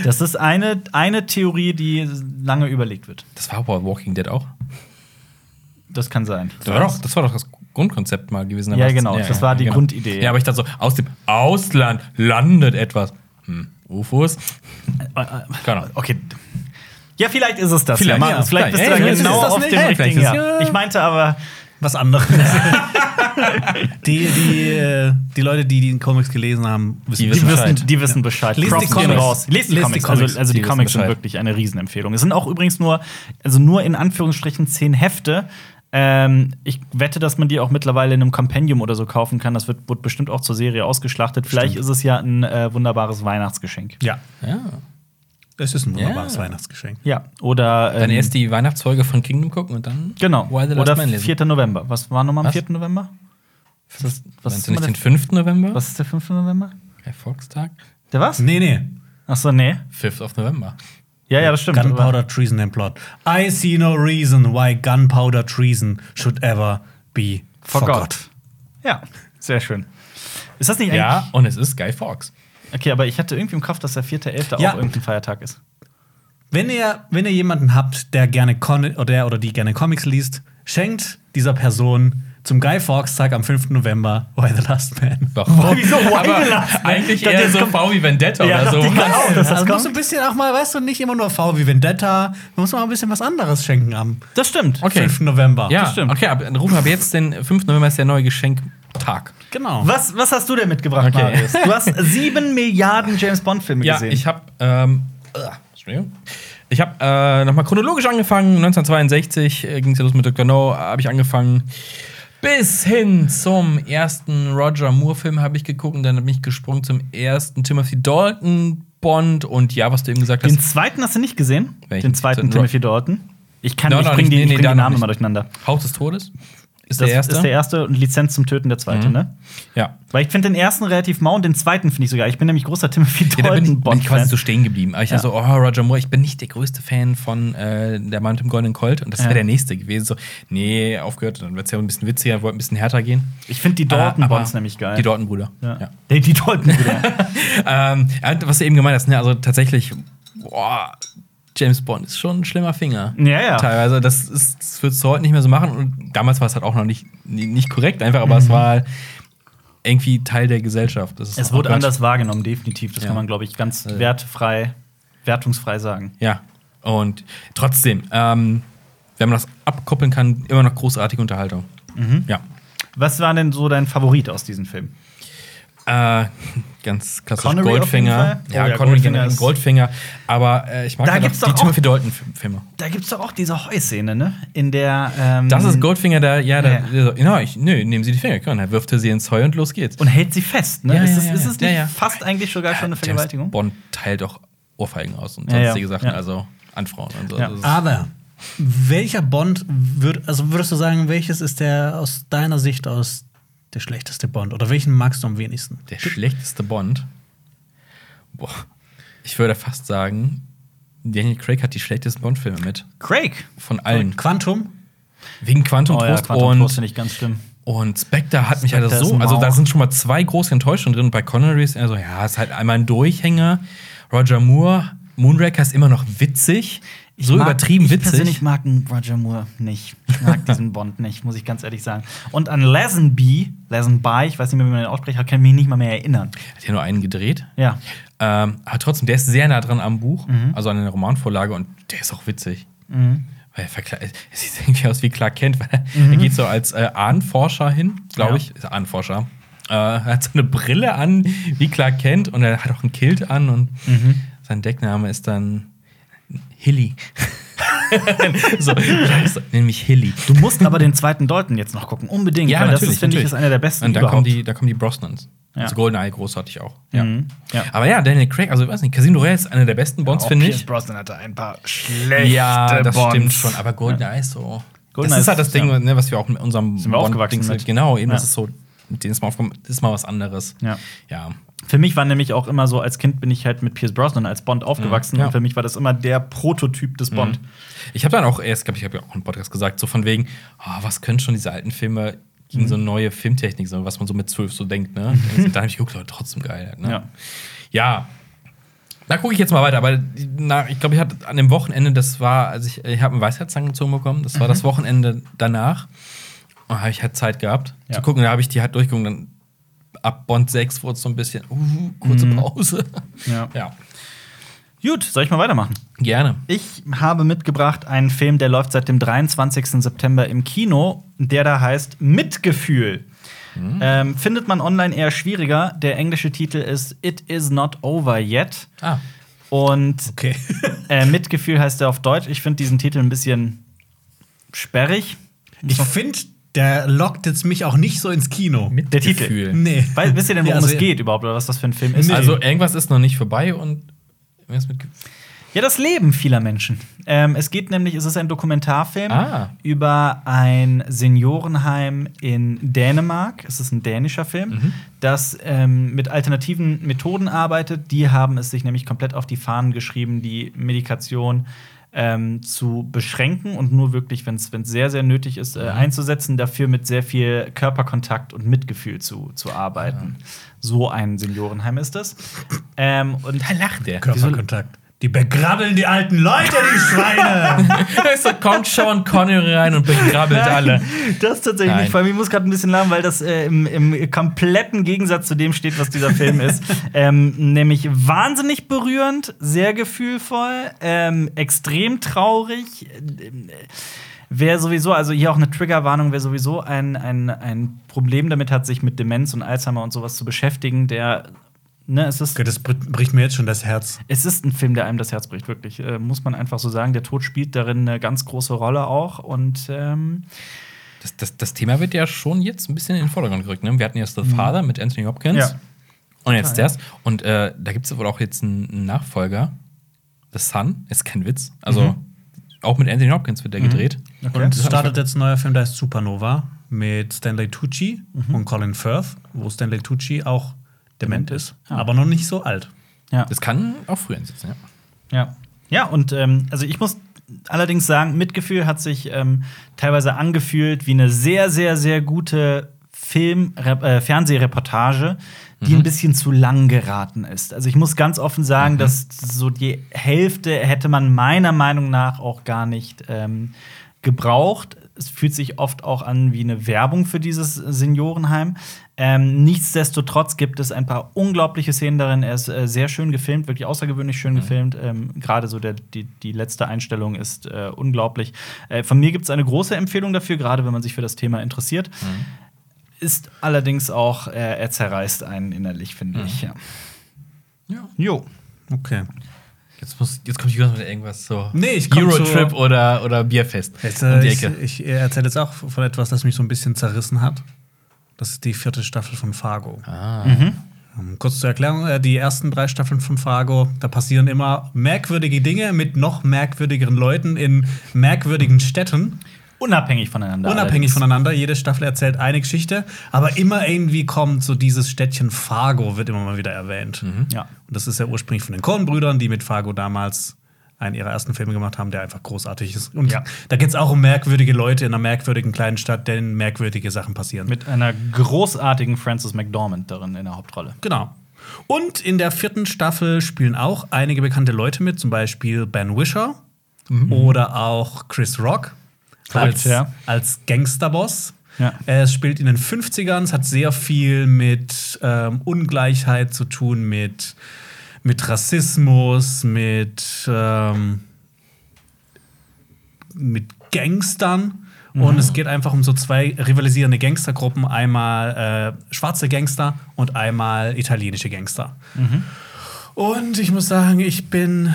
S1: Das ist eine, eine Theorie, die lange überlegt wird.
S3: Das war bei Walking Dead auch.
S1: Das kann sein.
S3: Das war doch das, war doch das Grundkonzept mal gewesen. Da
S1: Ja,
S3: war's-
S1: genau, das war die Grundidee.
S3: Ja, aber ich dachte so, aus dem Ausland landet etwas. Hm,
S1: Äh,
S3: UFOs. Keine Ahnung.
S1: Okay. Ja, vielleicht ist es das.
S3: Vielleicht,
S1: ja,
S3: ja,
S1: Markus, vielleicht bist
S3: vielleicht.
S1: du
S3: Hey,
S1: da
S3: vielleicht ist
S1: genau
S2: es das
S1: auf
S2: nicht.
S1: dem
S2: Hey,
S1: richtigen.
S2: vielleicht ist
S1: Ja.
S2: es-
S1: Ich meinte aber,
S2: Was anderes. die, die, äh, die Leute, die die Comics gelesen haben, wissen
S3: Die
S1: die
S2: Bescheid.
S1: wissen, die wissen Bescheid.
S2: Lest die
S1: Props gehen
S2: Comics.
S1: raus. Lest die
S2: Lest die
S1: Comics.
S2: Comics.
S1: Also, also die,
S3: Die wissen
S1: Comics sind
S3: Bescheid.
S1: wirklich eine Riesenempfehlung. Es sind auch übrigens nur, also nur in Anführungsstrichen zehn Hefte. Ähm, ich wette, dass man die auch mittlerweile in einem Compendium oder so kaufen kann. Das wird, wird bestimmt auch zur Serie ausgeschlachtet. Vielleicht ist es ja ein äh, wunderbares Weihnachtsgeschenk.
S2: Ja,
S3: Ja.
S2: es ist ein wunderbares
S3: Ja.
S2: Weihnachtsgeschenk.
S1: Ja. Oder. ähm,
S3: Dann erst die Weihnachtsfolge von Kingdom gucken und dann
S1: Genau.
S3: Why the Last
S1: Oder
S3: Man lesen.
S1: 4. November. Was war nochmal am
S3: Was?
S1: 4. November? Was ist, was
S3: Meinst
S1: ist
S3: du nicht
S1: immer
S3: den
S1: der-
S3: 5. November?
S1: was ist der 5. November?
S3: Erfolgstag?
S1: Der was?
S2: Nee, nee.
S1: Achso, nee.
S3: 5. of November.
S1: Ja, ja, das stimmt. aber-
S2: Gunpowder Treason and Plot. I see no reason why Gunpowder Treason should ever be forgot.
S1: Ja, sehr schön. Ist das nicht eigentlich
S3: Ja, und es ist Guy Fawkes.
S1: Okay, aber ich hatte irgendwie im Kopf, dass der 4.11.
S2: Ja.
S1: auch irgendein Feiertag ist.
S2: Wenn ihr, wenn ihr jemanden habt, der gerne Con oder, der oder die gerne Comics liest, schenkt dieser Person zum Guy Fawkes Tag am 5. November Why the Last Man.
S3: Warum?
S1: Wieso Why the
S3: Aber
S1: Last Man?
S3: Eigentlich
S1: Dachte,
S3: eher
S1: jetzt
S3: so
S1: kommt-
S3: V wie Vendetta
S1: Ja,
S3: oder
S1: dachte
S3: so.
S1: ich gerade auch. dass das
S2: also
S1: kommt.
S2: muss ein bisschen auch mal, weißt du, nicht immer nur V wie Vendetta. Man muss auch mal ein bisschen was anderes schenken am
S1: Das stimmt.
S3: Okay.
S2: 5. November.
S3: Ja,
S1: Das stimmt.
S3: okay, ab, rufen ab jetzt den 5. November ist der neue Geschenktag.
S2: Genau.
S1: Was, was hast du denn mitgebracht,
S3: Okay.
S1: Marius? Du hast sieben Milliarden James Bond-Filme
S3: Ja,
S1: gesehen.
S3: ich habe ähm, äh, Entschuldigung. ich habe äh, nochmal chronologisch angefangen. 1962 äh, ging es ja los mit Dr. No, habe ich angefangen. Bis hin zum ersten Roger Moore-Film habe ich geguckt und dann bin ich gesprungen zum ersten Timothy Dalton Bond und ja, was du eben gesagt
S1: Den
S3: hast.
S1: zweiten hast du nicht gesehen?
S3: Welchen?
S1: Den zweiten
S3: Den
S1: Timothy Dalton? Ich kann
S3: Nein,
S1: ich
S3: nein,
S1: bring
S3: nicht-
S1: die,
S3: nee,
S1: ich
S3: nee,
S1: bring
S3: da
S1: die
S3: noch
S1: Namen
S3: nicht.
S1: immer durcheinander.
S3: Haus des Todes ist
S1: Das
S3: der erste. Mhm.
S1: ist der erste und Lizenz zum Töten der zweite, ne?
S3: ja.
S1: Weil ich finde den ersten relativ mau und den zweiten finde ich sogar. Ich bin nämlich großer Timothy
S3: Ja, da bin ich,
S1: Dalton
S3: bin
S1: Bond.
S3: ich quasi
S1: Fan.
S3: so stehen geblieben. Aber ich dachte so, oh, Roger Moore, ich bin nicht der größte Fan von äh, der Mann mit dem goldenen Colt. Und das
S1: Ja.
S3: wäre der nächste gewesen. So, nee, aufgehört, dann wird es ja ein bisschen witziger, wollte ein bisschen härter gehen.
S1: Ich finde die
S3: Äh,
S1: Dalton
S3: aber
S1: Bonds nämlich geil.
S3: Die Dalton-Brüder.
S1: ja. Die, die Dalton wieder.
S3: Ähm, äh, was du eben gemeint hast, ne? also tatsächlich, boah, James Bond ist schon ein schlimmer Finger.
S1: Ja, ja.
S3: Teilweise, das, ist, das würdest du heute nicht mehr so machen. Und damals war es halt auch noch nicht, nie- nicht korrekt, einfach, aber es war irgendwie Teil der Gesellschaft. Das ist
S1: Mhm. es
S3: auch
S1: wurde
S3: Quatsch.
S1: anders wahrgenommen, definitiv. Das
S3: Ja.
S1: kann man, glaube ich, ganz wertfrei, wertungsfrei sagen.
S3: Ja, und trotzdem, ähm, wenn man das abkoppeln kann, immer noch großartige Unterhaltung.
S1: Mhm.
S3: Ja.
S1: Was war denn so dein Favorit aus diesem Film?
S3: Äh, ganz klassisch
S1: Connery auf
S3: Goldfinger.
S1: jeden Fall.
S3: Ja,
S1: Oh ja, Goldfinger
S3: Connery Goldfinger,
S1: ist-
S3: Goldfinger. Aber äh, ich mag
S1: Da
S3: ja noch
S1: gibt's
S3: die
S1: doch auch-
S3: Timothy Dalton-Filme.
S1: Da gibt's doch auch diese Heuszene, ne? In der. Ähm,
S3: Das ist Goldfinger, der, ja, der,
S1: Ja.
S3: der so, na, ich, nö, nehmen Sie die Finger, komm, dann wirft er sie ins Heu und los geht's.
S1: Und hält sie fest, ne?
S3: Ja,
S1: ist,
S3: ja,
S1: es,
S3: ja,
S1: ist
S3: ja.
S1: es nicht
S3: Ja, ja.
S1: fast eigentlich sogar schon eine
S3: James
S1: Vergewaltigung?
S3: Bond teilt auch Ohrfeigen aus und
S1: Ja, ja,
S3: sonstige Sachen,
S1: ja.
S3: also an Frauen. Und so.
S1: Ja.
S3: Das ist-
S2: Aber welcher Bond würd, also würdest du sagen, welches ist der aus deiner Sicht aus der schlechteste Bond? Oder welchen magst du am wenigsten?
S3: Der schlechteste Bond. Boah. Ich würde fast sagen, Daniel Craig hat die schlechtesten Bond-Filme mit.
S1: Craig.
S3: Von
S1: Hm.
S3: allen.
S2: Quantum?
S3: Wegen Quantum
S1: Oh ja,
S3: Trost
S1: Quantum Trost
S3: und,
S1: finde ich ganz schlimm.
S3: und Spectre hat mich
S1: Spectre
S3: halt so.
S1: ist
S3: Also da
S1: mau.
S3: sind schon mal zwei große Enttäuschungen drin. Bei Connery ist er so, ja, ist halt einmal ein Durchhänger. Roger Moore, Moonraker ist immer noch witzig. So
S1: mag-
S3: übertrieben
S1: ich
S3: witzig.
S1: persönlich mag einen Roger Moore nicht. Ich mag diesen Bond nicht, muss ich ganz ehrlich sagen. Und an Lazenby, Lazenby, ich weiß nicht mehr, wie man den ausspricht, kann mich nicht mal mehr erinnern.
S3: Hat ja nur einen gedreht.
S1: Ja.
S3: Ähm, aber trotzdem, der ist sehr nah dran am Buch, also an der Romanvorlage und der ist auch witzig. Weil er verkle- es sieht irgendwie aus wie Clark Kent, weil er- er geht so als äh, Ahnenforscher hin,
S1: Ja.
S3: glaube ich. Ist er Ahnenforscher. Äh, er hat so eine Brille an, wie Clark Kent, und er hat auch einen Kilt an und sein Deckname ist dann Hilly. so, scheiße, nenn mich Hilly.
S1: Du musst aber den zweiten Dalton jetzt noch gucken, unbedingt, weil das ist, finde ich, ist einer der besten
S3: Und da kommen
S1: überhaupt.
S3: die, da kommen die Brosnans.
S1: Ja.
S3: Also Goldeneye großartig auch. Ja.
S1: Mhm. Ja.
S3: Aber ja, Daniel Craig, also ich weiß nicht, Casino Royale ist einer der besten Bonds,
S1: Auch
S3: finde
S1: Pierce
S3: ich.
S1: Brosnan hatte ein paar schlechte
S3: Ja, das
S1: Bonds.
S3: stimmt schon. Aber Goldeneye ist so.
S1: Goldeneye
S3: das ist halt das
S1: ist-
S3: Ding,
S1: ja.
S3: ne, was wir auch mit unserem
S1: Sind wir aufgewachsen
S3: Bond-Dings-
S1: mit.
S3: Genau, eben,
S1: Ja.
S3: das ist so, mit denen ist man aufgekommen, das ist mal was anderes.
S1: Ja.
S3: Ja.
S1: Für mich war nämlich auch immer so, als Kind bin ich halt mit Pierce Brosnan als Bond aufgewachsen
S3: Mhm, Ja. Mhm.
S1: und für mich war das immer der Prototyp des Bond.
S3: Ich habe dann auch erst, glaube ich, habe ja auch im Podcast gesagt, so von wegen, ah, was können schon diese alten Filme gegen
S1: Mhm.
S3: so neue Filmtechnik, so was man so mit zwölf so denkt, ne? da habe ich geguckt, aber trotzdem geil. halt, Ne?
S1: Ja.
S3: Ja. Da gucke ich jetzt mal weiter, aber na, ich glaube, ich hatte an dem Wochenende, das war, also ich, ich habe einen Weisheitszahn gezogen bekommen, das war
S1: Mhm.
S3: das Wochenende danach. Und habe ich halt Zeit gehabt
S1: Ja.
S3: zu gucken, da habe ich die halt durchgeguckt. Dann ab Bond 6 wurde es so ein bisschen, uh, kurze
S1: Mhm.
S3: Pause.
S1: Ja.
S3: ja.
S1: Gut, soll ich mal weitermachen?
S3: Gerne.
S1: Ich habe mitgebracht einen Film, der läuft seit dem 23. September im Kino, der da heißt Mitgefühl.
S3: Mhm.
S1: Ähm, findet man online eher schwieriger. Der englische Titel ist It is not over yet.
S3: Ah.
S1: Und
S2: Okay.
S1: äh, Mitgefühl heißt er auf Deutsch. Ich finde diesen Titel ein bisschen sperrig.
S2: Ich finde, der lockt jetzt mich auch nicht so ins Kino.
S1: Der Titel.
S3: Gefühl.
S2: Nee.
S1: Weil, wisst ihr denn, worum
S2: Ja, also-
S1: es geht überhaupt oder was das für ein Film ist?
S2: Nee.
S3: Also irgendwas ist noch nicht vorbei und irgendwas mit.
S1: Ja, das Leben vieler Menschen. Ähm, es geht nämlich, es ist ein Dokumentarfilm
S3: Ah.
S1: über ein Seniorenheim in Dänemark. Es ist ein dänischer Film,
S3: Mhm.
S1: das ähm, mit alternativen Methoden arbeitet. Die haben es sich nämlich komplett auf die Fahnen geschrieben, die Medikation ähm, zu beschränken und nur wirklich, wenn es sehr, sehr nötig ist,
S3: Mhm.
S1: äh, einzusetzen, dafür mit sehr viel Körperkontakt und Mitgefühl zu, zu arbeiten. So ein Seniorenheim ist es. Ähm, und
S3: Da lacht der.
S2: Körperkontakt. Die begrabbeln die alten Leute, die Schweine!
S3: so kommt Sean Connery rein und begrabbelt alle.
S1: Das tatsächlich
S3: Nein.
S1: nicht. Vor allem, ich muss gerade ein bisschen lachen, weil das äh, im, im kompletten Gegensatz zu dem steht, was dieser Film ist. Ähm, nämlich wahnsinnig berührend, sehr gefühlvoll, ähm, extrem traurig. ähm, äh, Wer sowieso, also hier auch eine Triggerwarnung, wer sowieso ein, ein, ein Problem damit hat, sich mit Demenz und Alzheimer und sowas zu beschäftigen, der, ne, es ist
S3: Genau.
S2: okay, das br- bricht mir jetzt schon das Herz.
S1: es ist ein Film, der einem das Herz bricht, wirklich. Äh, muss man einfach so sagen. Der Tod spielt darin eine ganz große Rolle auch. Und ähm,
S2: Mhm.
S3: Das, das, das Thema wird ja schon jetzt ein bisschen in den Vordergrund gerückt. Ne? Wir hatten ja The Father mit Anthony Hopkins.
S1: Ja.
S3: Und jetzt
S2: Geil.
S3: das. Und äh, da gibt es wohl auch jetzt einen einen Nachfolger. The Sun. Ist kein Witz. Also
S2: Mhm.
S3: auch mit Anthony Hopkins wird der gedreht.
S2: Und es startet jetzt ein neuer Film, der heißt Supernova mit Stanley Tucci und Colin Firth, wo Stanley Tucci auch dement ist, aber noch nicht so alt.
S1: Ja.
S3: Das kann auch früher einsetzen, ja.
S1: Ja, ja und ähm, also ich muss allerdings sagen, Mitgefühl hat sich ähm, teilweise angefühlt wie eine sehr, sehr, sehr gute Film, Rep- äh, Fernsehreportage, die ein bisschen zu lang geraten ist. Also ich muss ganz offen sagen, dass so die Hälfte hätte man meiner Meinung nach auch gar nicht ähm, gebraucht. Es fühlt sich oft auch an wie eine Werbung für dieses Seniorenheim. Ähm, nichtsdestotrotz gibt es ein paar unglaubliche Szenen darin. Er ist äh, sehr schön gefilmt, wirklich außergewöhnlich schön gefilmt. Ähm, Gerade so der, die, die letzte Einstellung ist äh, unglaublich. Äh, von mir gibt es eine große Empfehlung dafür, gerade wenn man sich für das Thema interessiert. Ist allerdings auch, äh, er zerreißt einen innerlich, finde ich. Ja.
S3: Ja.
S1: Jo.
S2: Okay.
S3: Jetzt, muss, jetzt kommt Jonas mit irgendwas so.
S2: Nee, ich komm zu-
S3: Eurotrip oder, oder Bierfest.
S2: Jetzt,
S3: um
S2: äh,
S3: die
S2: ich
S3: Ecke.
S2: ich erzähle jetzt auch von etwas, das mich so ein bisschen zerrissen hat. Das ist die vierte Staffel von Fargo.
S3: ah.
S2: Ähm, kurz zur Erklärung: äh, Die ersten drei Staffeln von Fargo, da passieren immer merkwürdige Dinge mit noch merkwürdigeren Leuten in merkwürdigen Städten.
S1: Unabhängig voneinander.
S2: Unabhängig voneinander, jede Staffel erzählt eine Geschichte, aber immer irgendwie kommt so dieses Städtchen Fargo, wird immer mal wieder erwähnt.
S1: Ja.
S2: Und das ist ja ursprünglich von den Coen-Brüdern, die mit Fargo damals einen ihrer ersten Filme gemacht haben, der einfach großartig ist. Und
S1: Ja.
S2: da geht es auch um merkwürdige Leute in einer merkwürdigen kleinen Stadt, denen merkwürdige Sachen passieren.
S1: Mit einer großartigen Frances McDormand darin in der Hauptrolle.
S2: genau. Und in der vierten Staffel spielen auch einige bekannte Leute mit, zum Beispiel Ben Wisher oder auch Chris Rock
S1: Verrückt,
S2: als,
S1: ja.
S2: als Gangsterboss. Äh,
S1: Ja.
S2: Es spielt in den 50ern, es hat sehr viel mit ähm, Ungleichheit zu tun, mit, mit Rassismus, mit, ähm, mit Gangstern. Und es geht einfach um so zwei rivalisierende Gangstergruppen: einmal äh, schwarze Gangster und einmal italienische Gangster. Und ich muss sagen, ich bin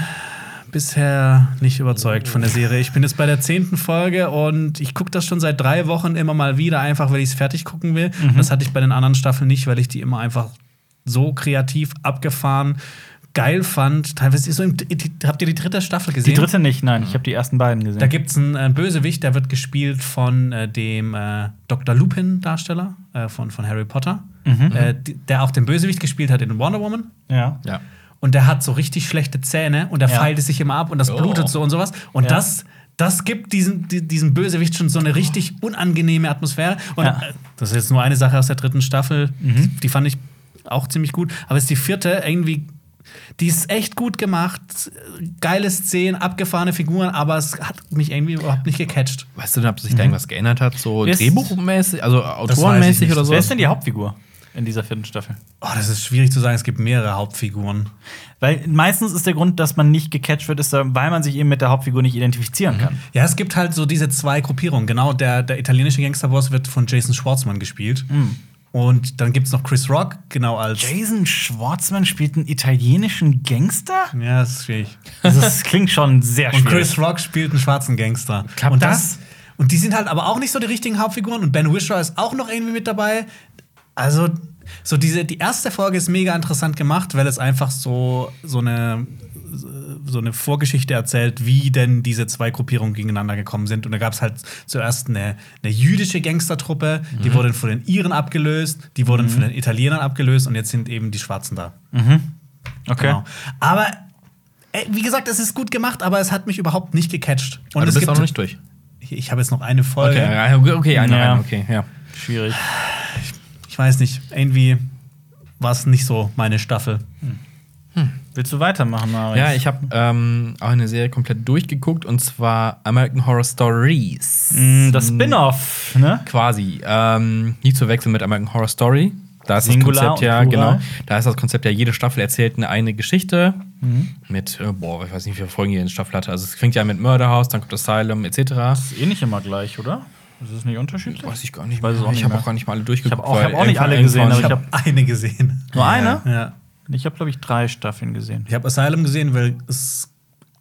S2: bisher nicht überzeugt von der Serie. Ich bin jetzt bei der zehnten Folge und ich gucke das schon seit drei Wochen immer mal wieder, einfach weil ich es fertig gucken will.
S1: Mhm.
S2: Das hatte ich bei den anderen Staffeln nicht, weil ich die immer einfach so kreativ abgefahren geil fand. Teilweise ist so im, habt ihr die dritte Staffel
S1: Die
S2: gesehen?
S1: dritte nicht, nein, ich habe die ersten beiden gesehen.
S2: Da gibt es einen äh, Bösewicht, der wird gespielt von äh, dem äh, Dr. Lupin-Darsteller äh, von, von Harry Potter,
S1: Mhm.
S2: äh, die, der auch den Bösewicht gespielt hat in Wonder Woman.
S1: ja.
S3: Ja.
S2: Und der hat so richtig schlechte Zähne und der
S1: Ja.
S2: feilt es sich immer ab und das
S3: Oh.
S2: blutet so und sowas. Und
S1: Ja.
S2: das, das gibt diesem, di- diesem Bösewicht schon so eine richtig unangenehme Atmosphäre. Und
S1: Ja.
S2: äh, das ist jetzt nur eine Sache aus der dritten Staffel, die, die fand ich auch ziemlich gut. Aber es ist die vierte irgendwie. Die ist echt gut gemacht, geile Szenen, abgefahrene Figuren, aber es hat mich irgendwie überhaupt nicht gecatcht.
S3: Weißt du denn, ob sich
S1: Mhm.
S3: da irgendwas geändert hat? So
S1: Ist-
S3: drehbuchmäßig, also
S2: ich
S3: autorenmäßig
S2: nicht.
S3: oder so?
S1: Wer ist denn die Hauptfigur in dieser vierten Staffel?
S2: Oh, das ist schwierig zu sagen, es gibt mehrere Hauptfiguren.
S1: Weil meistens ist der Grund, dass man nicht gecatcht wird, ist, weil man sich eben mit der Hauptfigur nicht identifizieren kann.
S2: Ja, es gibt halt so diese zwei Gruppierungen. Genau, der, der italienische Gangsterboss wird von Jason Schwartzman gespielt. Und dann gibt es noch Chris Rock, genau als.
S1: Jason Schwartzman spielt einen italienischen Gangster?
S2: ja, das ist schwierig.
S1: Also, Das klingt schon sehr
S2: Und
S1: schwierig.
S2: Chris Rock spielt einen schwarzen Gangster.
S1: Klappt
S2: und
S1: das?
S2: Und die sind halt aber auch nicht so die richtigen Hauptfiguren. Und Ben Wisher ist auch noch irgendwie mit dabei. Also, so diese, die erste Folge ist mega interessant gemacht, weil es einfach so, so eine so eine Vorgeschichte erzählt, wie denn diese zwei Gruppierungen gegeneinander gekommen sind. Und da gab es halt zuerst eine, eine jüdische Gangstertruppe,
S1: Mhm.
S2: die wurde von den Iren abgelöst, die wurden von den Italienern abgelöst und jetzt sind eben die Schwarzen da.
S1: okay.
S2: Genau. Aber äh, wie gesagt, es ist gut gemacht, aber es hat mich überhaupt nicht gecatcht. Und
S3: Aber du
S2: es
S3: Also bist
S2: gibt,
S3: auch noch nicht durch.
S2: Ich, ich habe jetzt noch eine Folge.
S3: ja, okay, okay, eine,
S1: Äh, Ja.
S3: eine, okay, ja.
S1: Schwierig.
S2: Ich weiß nicht, irgendwie war es nicht so meine Staffel.
S1: Willst du weitermachen, Marius?
S3: Ja, ich habe ähm, auch eine Serie komplett durchgeguckt und zwar American Horror Stories.
S1: Mm, Das Spin-off, ne?
S3: Quasi. Ähm, nie zu wechseln mit American Horror Story. Da ist
S1: Singular
S3: das Konzept
S1: und
S3: ja,
S1: Plural.
S3: genau. Da ist das Konzept ja, jede Staffel erzählt eine, eine Geschichte
S1: Mhm.
S3: mit, äh, boah, ich weiß nicht, wie viele Folgen hier in Staffel hatte. Also es fängt ja an mit Murder House, dann kommt Asylum, etc.
S1: Ist eh nicht immer gleich, oder? Ist das nicht unterschiedlich?
S3: Weiß ich gar nicht.
S1: Ich weiß es auch
S3: mehr.
S1: nicht
S3: ich habe
S1: mehr.
S3: auch gar nicht mal alle durchgeguckt.
S1: Ich hab auch- ich
S3: weil
S1: hab auch nicht alle
S3: irgendwann-
S1: gesehen, aber
S3: irgendwann-
S1: ich
S2: Ich habe eine gesehen.
S1: Nur eine?
S2: Ja.
S1: Ich habe, glaube ich, drei Staffeln gesehen.
S2: Ich habe Asylum gesehen, weil es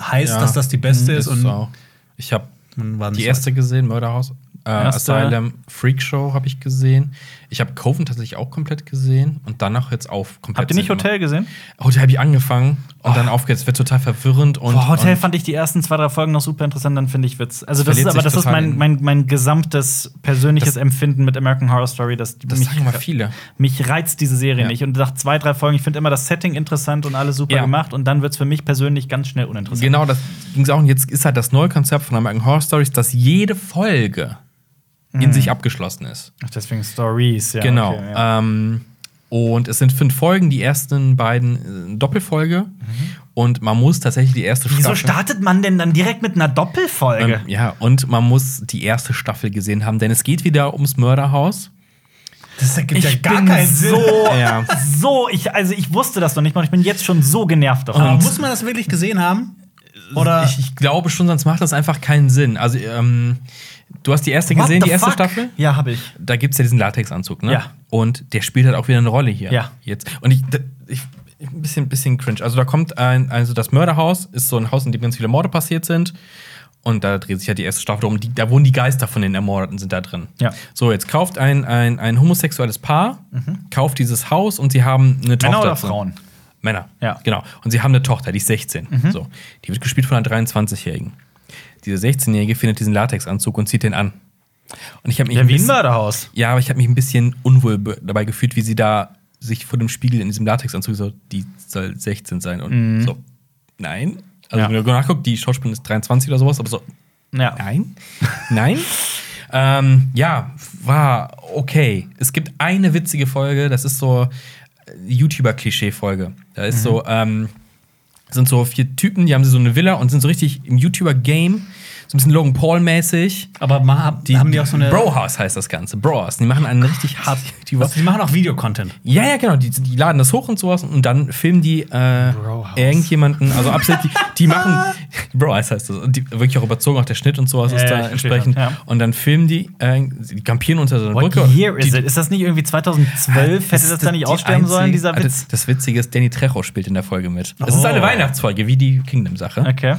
S2: heißt,
S3: Ja.
S2: dass das die beste
S3: Mhm,
S2: ist.
S3: ist
S2: Und
S3: auch. Ich habe
S2: man war
S3: die
S2: nicht
S3: erste gesehen, Murder House. Äh,
S1: Erster-
S3: Asylum Freak Show habe ich gesehen. Ich habe Coven tatsächlich auch komplett gesehen und danach jetzt auf komplett.
S1: Habt ihr nicht
S3: Cinema.
S1: Hotel gesehen?
S3: Hotel habe ich angefangen und dann aufgehört. Es wird total verwirrend und.
S1: Boah, Hotel
S3: und
S1: fand ich die ersten zwei, drei Folgen noch super interessant, dann finde ich Witz. Also, das ist
S3: Verliert
S1: aber
S3: sich
S1: das ist
S3: total
S1: mein,
S3: in-
S1: mein, mein gesamtes persönliches Empfinden mit American Horror Story, dass
S3: das
S1: mich,
S3: sagen mal viele.
S1: mich reizt diese Serie
S3: Ja.
S1: nicht. Und nach zwei, drei Folgen, ich finde immer das Setting interessant und alles super
S3: Ja.
S1: gemacht und dann wird es für mich persönlich ganz schnell uninteressant.
S3: Genau, das ging es auch. Und jetzt ist halt das neue Konzept von American Horror Stories, dass jede Folge in sich abgeschlossen ist.
S1: Genau. Ach, deswegen Stories, Mhm. ja.
S3: genau.
S1: okay, ja.
S3: ähm, und es sind fünf Folgen, die ersten beiden äh, Doppelfolge.
S1: Mhm.
S3: Und man muss tatsächlich die erste
S1: Wieso
S3: Staffel.
S1: startet man denn dann direkt mit einer Doppelfolge?
S3: Ähm, ja, und man muss die erste Staffel gesehen haben, denn es geht wieder ums Mörderhaus.
S2: Das ergibt
S1: ich bin so,
S3: Ja.
S1: so, ich, also ich wusste das noch nicht mal, ich bin jetzt schon so genervt davon.
S2: Aber muss man das wirklich gesehen haben? Oder
S3: Ich, ich glaube schon, sonst macht das einfach keinen Sinn. Also, ähm, du hast die erste
S1: What
S3: gesehen,
S1: the
S3: die erste
S1: fuck?
S3: Staffel?
S1: Ja, habe ich.
S3: Da gibt es ja diesen Latexanzug, ne?
S1: Ja.
S3: Und der spielt halt auch wieder eine Rolle hier.
S1: Ja.
S3: Jetzt. Und ich, d- ich ein bisschen, bisschen cringe. Also, da kommt ein, also das Mörderhaus ist so ein Haus, in dem ganz viele Morde passiert sind. Und da dreht sich ja die erste Staffel um. Die, da wohnen die Geister von den Ermordeten sind da drin.
S1: Ja.
S3: So, jetzt kauft ein, ein, ein homosexuelles Paar, kauft dieses Haus und sie haben eine Tochter.
S1: Mhm. Männer oder
S3: zu-
S1: Frauen?
S3: Männer.
S1: Ja. Mhm.
S3: Genau. Und sie haben eine Tochter, die ist 16. So. Die wird gespielt von einer 23-Jährigen. Diese 16-Jährige findet diesen Latexanzug und zieht den an. Und ich habe mich,
S1: Ja,
S3: ein
S1: wie ein
S3: bisschen-
S1: Mörderhaus.
S3: ja, aber ich habe mich ein bisschen unwohl be- dabei gefühlt, wie sie da sich vor dem Spiegel in diesem Latexanzug so, die soll 16 sein und so. Nein. Also,
S1: Ja.
S3: wenn du nachguckst, die Schauspielerin ist 23 oder sowas, aber so,
S1: Ja.
S3: Nein. Nein. ähm, ja, war okay. Es gibt eine witzige Folge, das ist so äh, YouTuber-Klischee-Folge. Da ist so, ähm, sind so vier Typen, die haben so eine Villa und sind so richtig im YouTuber-Game, so ein bisschen Logan Paul-mäßig.
S2: aber mal, hab- haben die auch so eine.
S3: Brohouse heißt das Ganze. Brohouse. Die machen einen richtig harten YouTuber.
S2: Also, die machen auch Videocontent.
S3: Ja, ja, genau. Die, die laden das hoch und sowas und dann filmen die äh,
S2: Brohouse.
S3: irgendjemanden. Also absolut, die, die machen. Bro, heißt das. Und die, wirklich auch überzogen, auch der Schnitt und sowas
S1: Ja,
S3: ist
S1: ja,
S3: da
S1: ich verstehe
S3: entsprechend.
S1: schon, ja.
S3: Und dann filmen die, äh, die kampieren unter so einer
S1: What
S3: Brücke.
S1: year
S3: und die,
S1: is it? Ist das nicht irgendwie 2012? Hätte Ah, das da nicht
S3: die
S1: aussterben sollen,
S3: einzige-
S1: dieser
S3: Ah,
S1: Witz?
S3: Das, das Witzige ist, Danny Trejo spielt in der Folge mit. Es ist eine
S2: Oh.
S3: Weihnachtsfolge, wie die Kingdom-Sache.
S1: Okay.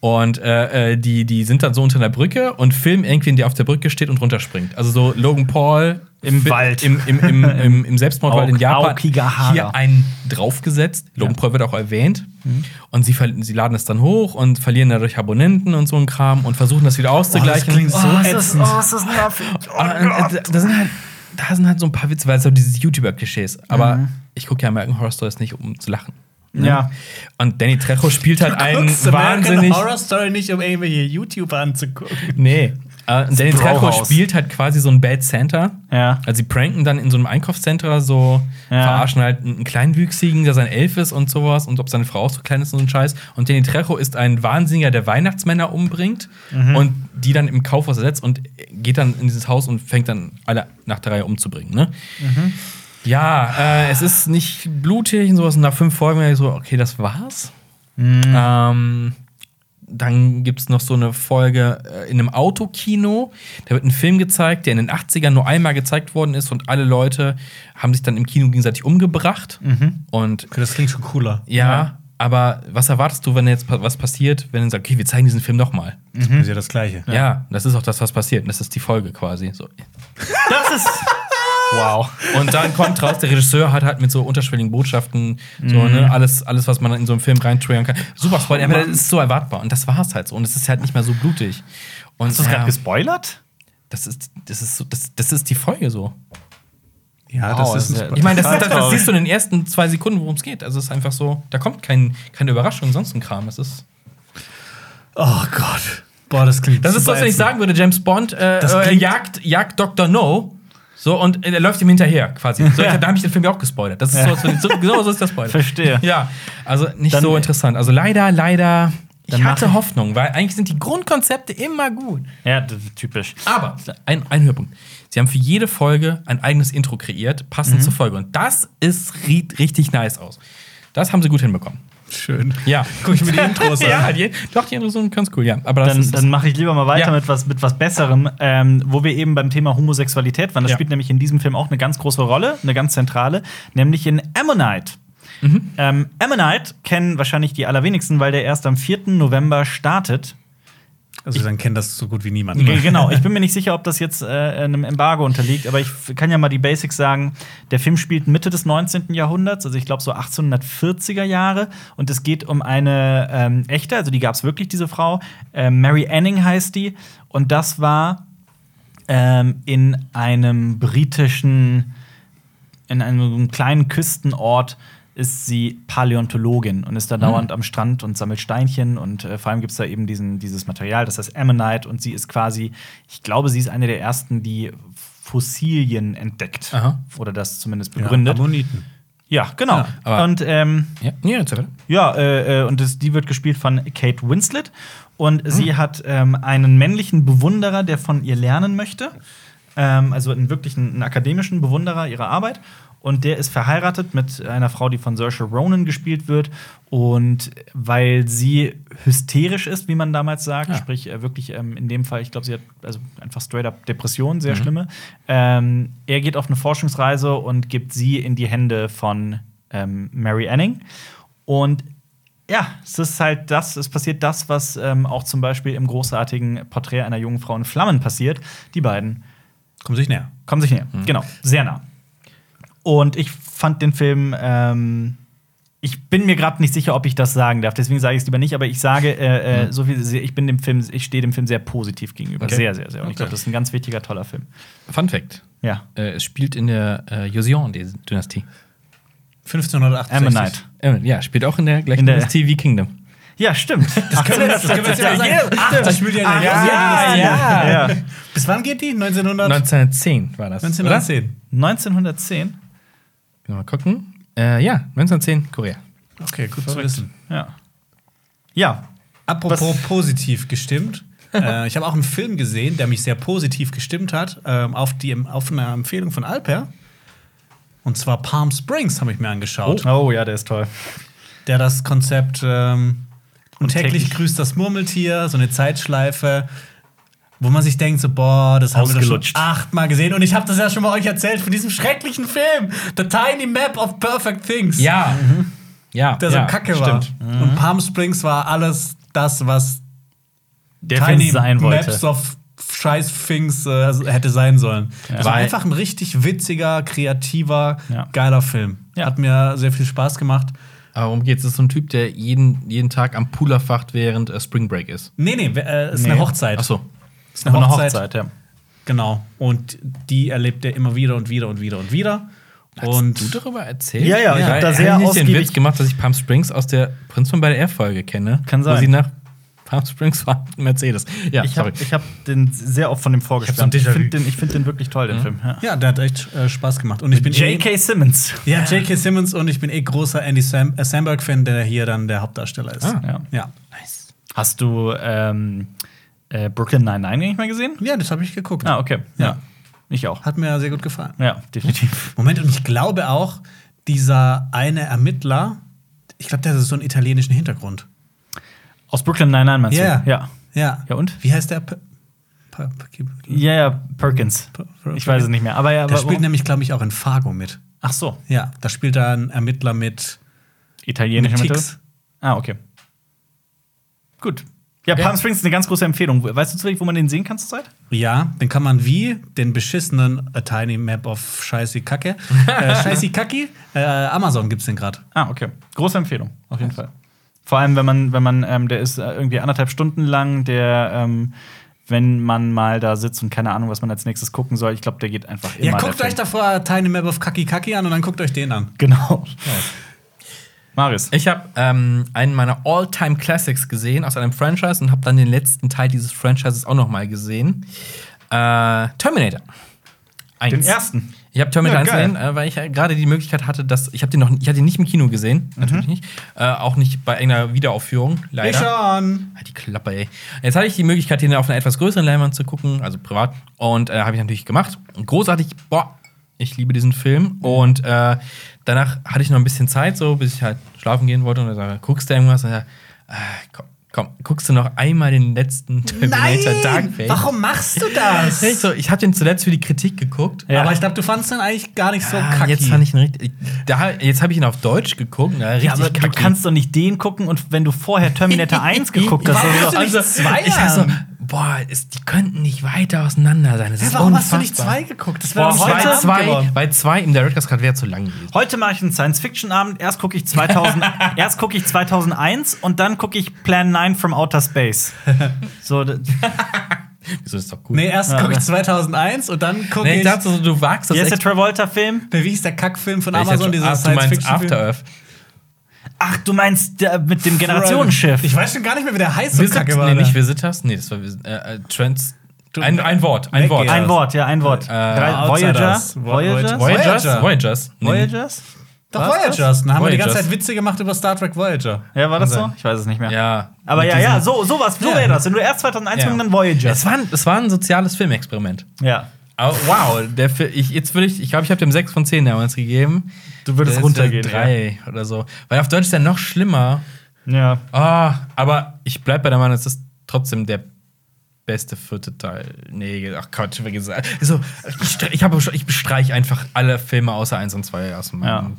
S3: Und äh, äh, die, die sind dann so unter einer Brücke und filmen irgendwen, der auf der Brücke steht und runterspringt. Also so Logan Paul
S1: Im
S3: fi-
S1: Wald.
S3: Im, im, im, im, im Selbstmordwald in
S1: Aok-
S3: Japan.
S1: Aokigahara.
S3: Hier einen draufgesetzt. Logan Paul wird auch erwähnt.
S1: Mhm.
S3: Und sie, verl- sie laden es dann hoch und verlieren dadurch Abonnenten und so ein Kram und versuchen das wieder auszugleichen.
S1: oh, ist das, oh, ist das nervig. Oh,
S3: Aber, äh, da, sind halt, da sind halt so ein paar Witze, weil es so dieses YouTuber-Klischees. Aber ich gucke ja American Horror Stories nicht, um zu lachen.
S1: Ja.
S3: Und Danny Trejo spielt halt einen wahnsinnig.
S2: Horror Story nicht, um irgendwelche YouTuber anzugucken.
S3: Nee. Äh, Danny Trejo
S1: Brauhaus.
S3: spielt halt quasi so ein Bad Santa.
S1: Ja.
S3: Also sie pranken dann in so einem Einkaufscenter so,
S1: Ja.
S3: verarschen halt einen Kleinwüchsigen, der sein Elf ist und sowas und ob seine Frau auch so klein ist und so ein Scheiß. Und Danny Trejo ist ein Wahnsinniger, der Weihnachtsmänner umbringt
S1: Mhm.
S3: und die dann im Kaufhaus ersetzt und geht dann in dieses Haus und fängt dann alle nach der Reihe umzubringen, ne?
S1: Mhm.
S3: Ja, äh, es ist nicht blutig und sowas. Und nach fünf Folgen war ich so, okay, das war's. Ähm, dann gibt es noch so eine Folge äh, in einem Autokino. Da wird ein Film gezeigt, der in den 80ern nur einmal gezeigt worden ist und alle Leute haben sich dann im Kino gegenseitig umgebracht. Und
S2: Okay, das klingt schon cooler.
S3: Mhm. ja, aber was erwartest du, wenn jetzt pa- was passiert, wenn du sagst, okay, wir zeigen diesen Film nochmal?
S2: Das ist ja das Gleiche.
S3: Ja. ja, das ist auch das, was passiert. Und das ist die Folge quasi. So.
S1: Das ist. Wow.
S3: Und dann kommt raus, der Regisseur hat halt mit so unterschwelligen Botschaften so, ne, alles, alles, was man in so einem Film reintriggern kann. Super Spoiler, aber das ist so erwartbar. Und das war es halt so. Und es ist halt nicht mehr so blutig. Und
S1: Hast du das
S3: ja,
S1: gerade gespoilert?
S3: das ist, das ist so, das, das ist die Folge so.
S2: Ja,
S1: Wow, das ist ja-
S3: Ich meine, das, das, das,
S1: Total
S3: siehst du in den ersten zwei Sekunden, worum es geht. Also es ist einfach so, da kommt kein, keine Überraschung, sonst ein Kram. Es ist,
S2: Oh Gott. Boah, das klingt.
S3: das ist so,
S2: super
S3: als wenn ich
S2: ätzend.
S3: sagen würde, James Bond äh,
S2: Das
S3: äh,
S2: klingt-
S3: jagt, jagt Dr. No. So, und äh, er läuft ihm hinterher quasi. So, ich, da habe ich den Film ja auch gespoilert. Das ist so, als wenn ich, so, genau so ist der Spoiler.
S1: Verstehe.
S3: Ja, also nicht
S1: Dann-
S3: so interessant. Also leider, leider.
S1: Dann
S3: Ich
S1: mach ich-
S3: hatte Hoffnung, weil eigentlich sind die Grundkonzepte immer gut.
S1: Ja, d- typisch.
S3: Aber ein, ein Höhepunkt. Sie haben für jede Folge ein eigenes Intro kreiert, passend zur Folge. Und das ist ri- richtig nice aus. Das haben sie gut hinbekommen.
S2: Schön.
S3: Ja.
S2: Guck ich mir die Intros an.
S3: ja, die, doch, die Intros sind ganz cool, ja. Aber das
S1: Dann,
S3: ist,
S1: dann mache ich lieber mal weiter
S3: Ja.
S1: mit, was, mit was Besserem, ähm, wo wir eben beim Thema Homosexualität waren. Das
S3: Ja.
S1: spielt nämlich in diesem Film auch eine ganz große Rolle, eine ganz zentrale, nämlich in Ammonite. Ähm, Ammonite kennen wahrscheinlich die allerwenigsten, weil der erst am 4. November startet.
S2: Also dann kennt das so gut wie niemand.
S1: G- Genau, ich bin mir nicht sicher, ob das jetzt äh, einem Embargo unterliegt, aber ich f- kann ja mal die Basics sagen. Der Film spielt Mitte des 19. Jahrhunderts, also ich glaube so 1840er Jahre. Und es geht um eine ähm, echte, also die gab es wirklich, diese Frau. Äh, Mary Anning heißt die. Und das war ähm, in einem britischen, in einem kleinen Küstenort ist sie Paläontologin und ist da dauernd am Strand und sammelt Steinchen und äh, vor allem gibt es da eben diesen, dieses Material, das heißt Ammonite und sie ist quasi, ich glaube, sie ist eine der ersten, die Fossilien entdeckt
S3: Aha.
S1: oder das zumindest
S2: Ja,
S1: begründet. Ja,
S2: Ammoniten.
S1: genau.
S2: Ja,
S3: aber-
S1: und ähm,
S3: Ja, ja, jetzt weiter.
S1: ja, äh, äh, und das, die wird gespielt von Kate Winslet. Und sie hat ähm, einen männlichen Bewunderer, der von ihr lernen möchte. Ähm, also einen wirklichen einen akademischen Bewunderer ihrer Arbeit. Und der ist verheiratet mit einer Frau, die von Saoirse Ronan gespielt wird. Und weil sie hysterisch ist, wie man damals sagt,
S3: Ja.
S1: sprich äh, wirklich ähm, in dem Fall, ich glaube, sie hat also einfach straight up Depressionen, sehr schlimme. Ähm, er geht auf eine Forschungsreise und gibt sie in die Hände von ähm, Mary Anning. Und ja, es ist halt das, es passiert das, was ähm, auch zum Beispiel im großartigen Porträt einer jungen Frau in Flammen passiert. Die beiden
S2: Kommen sich näher.
S1: kommen sich näher. Genau, sehr nah. Und ich fand den Film, ähm, ich bin mir gerade nicht sicher, ob ich das sagen darf, deswegen sage ich es lieber nicht, aber ich sage, äh, äh, so viel, ich bin dem Film, ich stehe dem Film sehr positiv gegenüber.
S3: Okay.
S1: Sehr, sehr, sehr. Und ich
S3: Okay.
S1: glaube, das ist ein ganz wichtiger, toller Film.
S3: Fun Fact:
S1: Ja.
S3: äh, Es spielt in der äh, Joseon-Dynastie.
S2: 1568.
S1: Ammonite.
S3: Äh, ja, spielt auch in der gleichen
S1: In der-
S3: Dynastie wie Kingdom.
S1: Ja, stimmt. Das
S2: Das spielt ja in der
S1: Ah, ja,
S2: Jahrhunderte-
S1: ja. ja.
S2: Bis wann geht die? 1900?
S3: 1910 war das. oder?
S2: 1910.
S1: 1910.
S3: Mal gucken. Äh, ja, 1910, Korea.
S2: Okay, gut zu wissen.
S1: Ja. Ja.
S2: Apropos
S1: Was-
S2: positiv gestimmt. äh, ich habe auch einen Film gesehen, der mich sehr positiv gestimmt hat, ähm, auf, die, auf eine Empfehlung von Alper. Und zwar Palm Springs habe ich mir angeschaut,
S1: Oh ja, der ist toll.
S2: der das Konzept ähm, und täglich,
S1: täglich-
S2: grüßt das Murmeltier, so eine Zeitschleife, wo man sich denkt, so, boah, das haben wir doch schon
S1: Ausgelutscht.
S2: achtmal gesehen. Und ich habe das ja schon mal euch erzählt von diesem schrecklichen Film, The Tiny Map of Perfect Things.
S3: Ja. Mhm. Ja.
S2: Der so
S3: ja,
S2: kacke
S3: stimmt.
S2: war. Und Palm Springs war alles das, was
S1: Der Film sein wollte.
S2: Maps of Scheiß Things äh, hätte sein sollen. Das war
S3: Weil-
S2: einfach ein richtig witziger, kreativer,
S1: Ja.
S2: geiler Film.
S1: Ja.
S2: Hat mir sehr viel Spaß gemacht.
S3: Aber worum geht's? Das ist so ein Typ, der jeden, jeden Tag am Pool erwacht, während äh, Spring Break ist.
S2: Nee, nee, äh, ist
S1: Nee.
S2: eine Hochzeit.
S3: Ach so.
S2: Ist eine Hochzeit.
S1: ja.
S2: Genau. Und die erlebt er immer wieder und wieder und wieder und wieder. Und
S3: Hast du darüber erzählt?
S1: Ja, ja, ich hab da
S3: hab
S1: sehr
S3: nicht den
S1: ausgiebig-
S3: Witz gemacht, dass ich Palm Springs aus der Prinz von Bel Air Folge kenne.
S1: Kann sein.
S3: Wo sie nach Palm Springs fahren mit Mercedes. Ja,
S1: Ich
S3: sorry.
S1: habe ich hab den sehr oft von dem vorgeschwärmt.
S2: Ich
S1: Ich,
S2: hab so ein Déjà-vu.
S1: finde den, ich find den wirklich toll, den Film. Ja.
S2: ja, der hat echt äh, Spaß gemacht. Und ich bin eh-
S1: J.K. Simmons.
S2: Ja, J.K. Simmons und ich bin eh großer Andy Sam äh, Samberg-Fan, der hier dann der Hauptdarsteller ist.
S3: Ah,
S1: ja.
S2: ja.
S3: nice.
S1: Hast du ähm, äh, Brooklyn Nine-Nine nicht mehr gesehen?
S2: Ja, das habe ich geguckt.
S1: Ah, okay. Ja.
S2: Ja.
S1: Ich auch.
S2: Hat mir sehr gut gefallen.
S1: Ja, definitiv.
S2: Moment, und ich glaube auch, dieser eine Ermittler, ich glaube, der hat so einen italienischen Hintergrund.
S1: Aus Brooklyn Nine-Nine meinst du? Ja.
S2: Ja.
S1: Ja, und?
S2: Wie heißt der? P P P P
S1: Ja, ja, Perkins. Ich weiß es nicht mehr. Aber ja,
S2: Der
S1: aber-
S2: spielt nämlich, glaube ich, auch in Fargo mit.
S1: Ach so,
S2: Ja, da spielt er einen Ermittler mit.
S1: italienische
S2: Mit
S1: Mittel.
S2: Ticks.
S1: Ah, okay. Gut. Ja,
S3: Ja.
S1: Palm Springs ist eine ganz große Empfehlung. Weißt du zufällig, wo man den sehen kann zurzeit?
S2: Ja, den kann man wie den beschissenen A Tiny Map of Scheiße Kacke. äh, Scheiße Kacki. Äh, Amazon gibt's den gerade.
S1: Ah, okay. Große Empfehlung, auf jeden Fall. Vor allem, wenn man, wenn man, ähm, der ist äh, irgendwie anderthalb Stunden lang, der, ähm, wenn man mal da sitzt und keine Ahnung, was man als nächstes gucken soll, ich glaube, der geht einfach immer.
S2: Ja,
S1: der
S2: guckt euch
S1: Film.
S2: davor A Tiny Map of Kacki Kacki an und dann guckt euch den an.
S1: Genau. Marius.
S3: Ich habe ähm, einen meiner All-Time Classics gesehen aus einem Franchise und habe dann den letzten Teil dieses Franchises auch noch mal gesehen. Äh, Terminator. Eins.
S1: Den ersten.
S3: Ich habe Terminator
S1: Ja, geil.
S3: 1 gesehen, äh, weil ich ja gerade die Möglichkeit hatte, dass ich habe den noch ich hatte ihn nicht im Kino gesehen,
S1: Mhm.
S3: natürlich nicht, äh, auch nicht bei einer Wiederaufführung leider.
S2: Ich schon.
S3: Halt die Klappe, ey. Jetzt hatte ich die Möglichkeit, den auf einer etwas größeren Leinwand zu gucken, also privat. Und äh, habe ich natürlich gemacht. Und großartig, boah, ich liebe diesen Film. Und äh, danach hatte ich noch ein bisschen Zeit, so bis ich halt schlafen gehen wollte. Und dann sag, guckst du irgendwas? Und dann, äh, komm, komm, guckst du noch einmal den letzten Terminator Dark Fate?
S2: Warum machst du das?
S3: Ich, so, ich habe den zuletzt für die Kritik geguckt.
S1: Ja. Oh,
S2: Aber ich glaube, du fandest ihn eigentlich gar nicht so
S3: Ah,
S2: kacke.
S3: jetzt fand ich ihn richtig. Da, jetzt habe ich ihn auf Deutsch geguckt. Na, richtig
S1: Ja, aber du
S3: kacki. oh
S1: kannst doch nicht den gucken und wenn du vorher Terminator 1 geguckt hast, das
S2: Warum
S1: ist
S2: hast
S1: doch-
S2: du nicht zwei
S3: also, ich war so,
S2: an?
S3: boah, ist, die könnten nicht weiter auseinander sein. Das ist
S2: warum hast
S3: unfassbar.
S2: du nicht zwei geguckt? Das
S3: Boah,
S2: doch
S3: bei
S2: heute Abend
S3: zwei,
S2: geworden.
S3: bei zwei im Director's Cut wäre zu lang gewesen.
S1: Heute mache ich einen Science-Fiction-Abend. Erst gucke ich, 2000 erst guck ich 2001 und dann gucke ich Plan 9 from Outer Space. So, d-
S3: Wieso ist doch gut?
S2: Nee, erst gucke ich 2001 und dann gucke
S3: Nee, ich
S2: ich.
S3: dachte, so, du wagst das
S1: hier ist der
S3: echt.
S1: Travolta-Film.
S2: Wie hieß der Kackfilm von
S3: Ich dachte,
S2: Amazon, dieser
S3: ach, du meinst After
S2: Science-Fiction-Film?
S3: Earth.
S1: Ach, du meinst der, mit dem Generationenschiff.
S2: Ich weiß schon gar nicht mehr, wie der heißt. so
S3: Visit,
S2: war
S3: nee,
S2: der.
S3: nicht Visitors. Nee, das war Vis- äh, äh, Trans. Ein, ein Wort, ein
S2: Weg
S3: Wort.
S2: geht's.
S1: ein Wort, ja, ein
S3: Äh,
S1: Wort. Drei, Voyager?
S2: Outsiders.
S1: Voyager?
S3: Voyagers?
S2: Voy- Voyager.
S3: Voyagers. Nee.
S1: Voyagers?
S2: Doch,
S1: War's das?
S2: Voyagers. Dann haben wir die ganze
S3: Voyagers.
S2: Zeit Witze gemacht über Star Trek Voyager.
S1: Ja, war das so? Ich weiß es nicht mehr.
S3: Ja.
S1: Aber
S3: Mit
S1: ja,
S3: diesen-
S1: ja, so, sowas, so
S2: Ja.
S1: wäre das. Wenn du erst 2001
S3: Ja.
S1: guckst, dann Voyager.
S3: Es war, ein- es war ein soziales Filmexperiment.
S1: Ja.
S3: Aber wow, der, Fi- ich, jetzt würde ich, ich glaube, ich habe dem 6 von 10 damals gegeben.
S1: Du würdest
S3: Der ist
S1: runtergehen,
S3: der Drei oder so. Weil auf Deutsch ist der noch schlimmer.
S1: Ja.
S3: Ah, aber ich bleibe bei der Meinung, es ist trotzdem der beste vierte Teil. Nee, ach Gott, wie gesagt. So, ich, stre- ich, habe schon- ich bestreich einfach alle Filme außer 1 und 2 aus meinem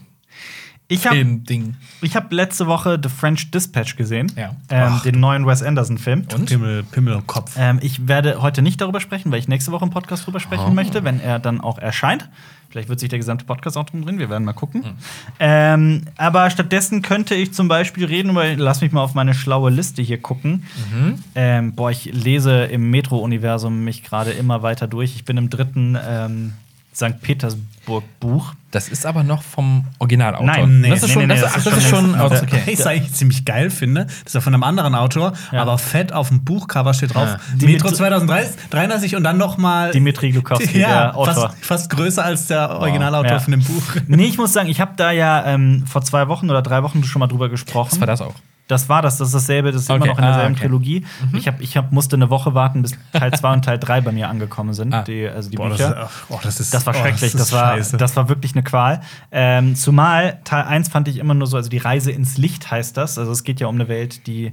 S1: Ich habe
S3: Filmding.
S1: ich hab letzte Woche The French Dispatch gesehen.
S3: Ja.
S1: Ähm,
S3: Ach.
S1: den neuen Wes Anderson-Film.
S3: Und?
S2: Pimmel, Pimmel und Kopf.
S1: Ähm, ich werde heute nicht darüber sprechen, weil ich nächste Woche im Podcast drüber sprechen
S3: Oh.
S1: möchte, wenn er dann auch erscheint. Vielleicht wird sich der gesamte Podcast auch drum drehen, wir werden mal gucken.
S3: Hm.
S1: Ähm, aber stattdessen könnte ich zum Beispiel reden über, lass mich mal auf meine schlaue Liste hier gucken.
S3: Mhm.
S1: Ähm, boah, ich lese im Metro-Universum mich gerade immer weiter durch. Ich bin im dritten ähm, St. Petersburg-Buch.
S3: Das ist aber noch vom Originalautor.
S1: Nein, nee,
S3: das ist
S1: nee,
S3: schon,
S1: nee,
S3: das,
S1: das
S3: ach,
S1: ist
S3: das ist
S1: schon
S3: schon,
S1: längst-
S3: aus-
S2: Was
S3: okay.
S2: ich eigentlich ziemlich geil finde, das ist ja von einem anderen Autor, aber fett auf dem Buchcover steht drauf
S3: Ja.
S1: Die
S2: Metro
S1: mit-
S2: 2033 und dann noch mal
S1: Dimitri Glukowski,
S2: ja,
S1: der Autor.
S2: Fast, fast größer als der Originalautor
S1: ja.
S2: von dem Buch.
S1: Nee, ich muss sagen, ich habe da ja ähm, vor zwei Wochen oder drei Wochen schon mal drüber gesprochen.
S3: Was war das auch?
S1: Das war das, das ist dasselbe, das ist immer
S3: Okay,
S1: noch in derselben
S3: ah, okay.
S1: Trilogie. Ich, hab, ich hab, musste eine Woche warten, bis Teil 2 und Teil 3 bei mir angekommen sind,
S3: Ah.
S1: die, also die
S2: Boah, das, ist,
S1: Bücher.
S2: ach, oh, das ist
S1: Das war
S2: oh,
S1: schrecklich,
S2: ist
S1: das, war,
S2: scheiße.
S1: das war wirklich eine Qual. Ähm, zumal Teil 1 fand ich immer nur so, also die Reise ins Licht heißt das. Also es geht ja um eine Welt, die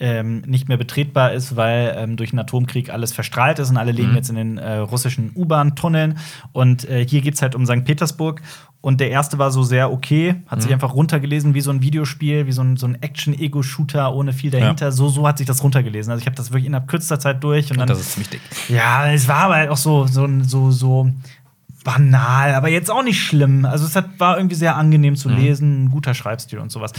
S1: ähm, nicht mehr betretbar ist, weil ähm, durch einen Atomkrieg alles verstrahlt ist und alle
S2: Mhm.
S1: leben jetzt in den äh, russischen U-Bahn-Tunneln. Und äh, hier geht es halt um St. Petersburg. Und der erste war so sehr okay, hat
S2: Mhm.
S1: sich einfach runtergelesen wie so ein Videospiel, wie so ein, so ein Action-Ego-Shooter ohne viel dahinter. So, so hat sich das runtergelesen. Also ich habe das wirklich innerhalb kürzester Zeit durch. Und dann,
S3: Das ist ziemlich dick.
S1: ja, es war aber halt auch so, so, so, so banal, aber jetzt auch nicht schlimm. Also es hat, war irgendwie sehr angenehm
S2: Mhm.
S1: zu lesen, ein guter Schreibstil und sowas.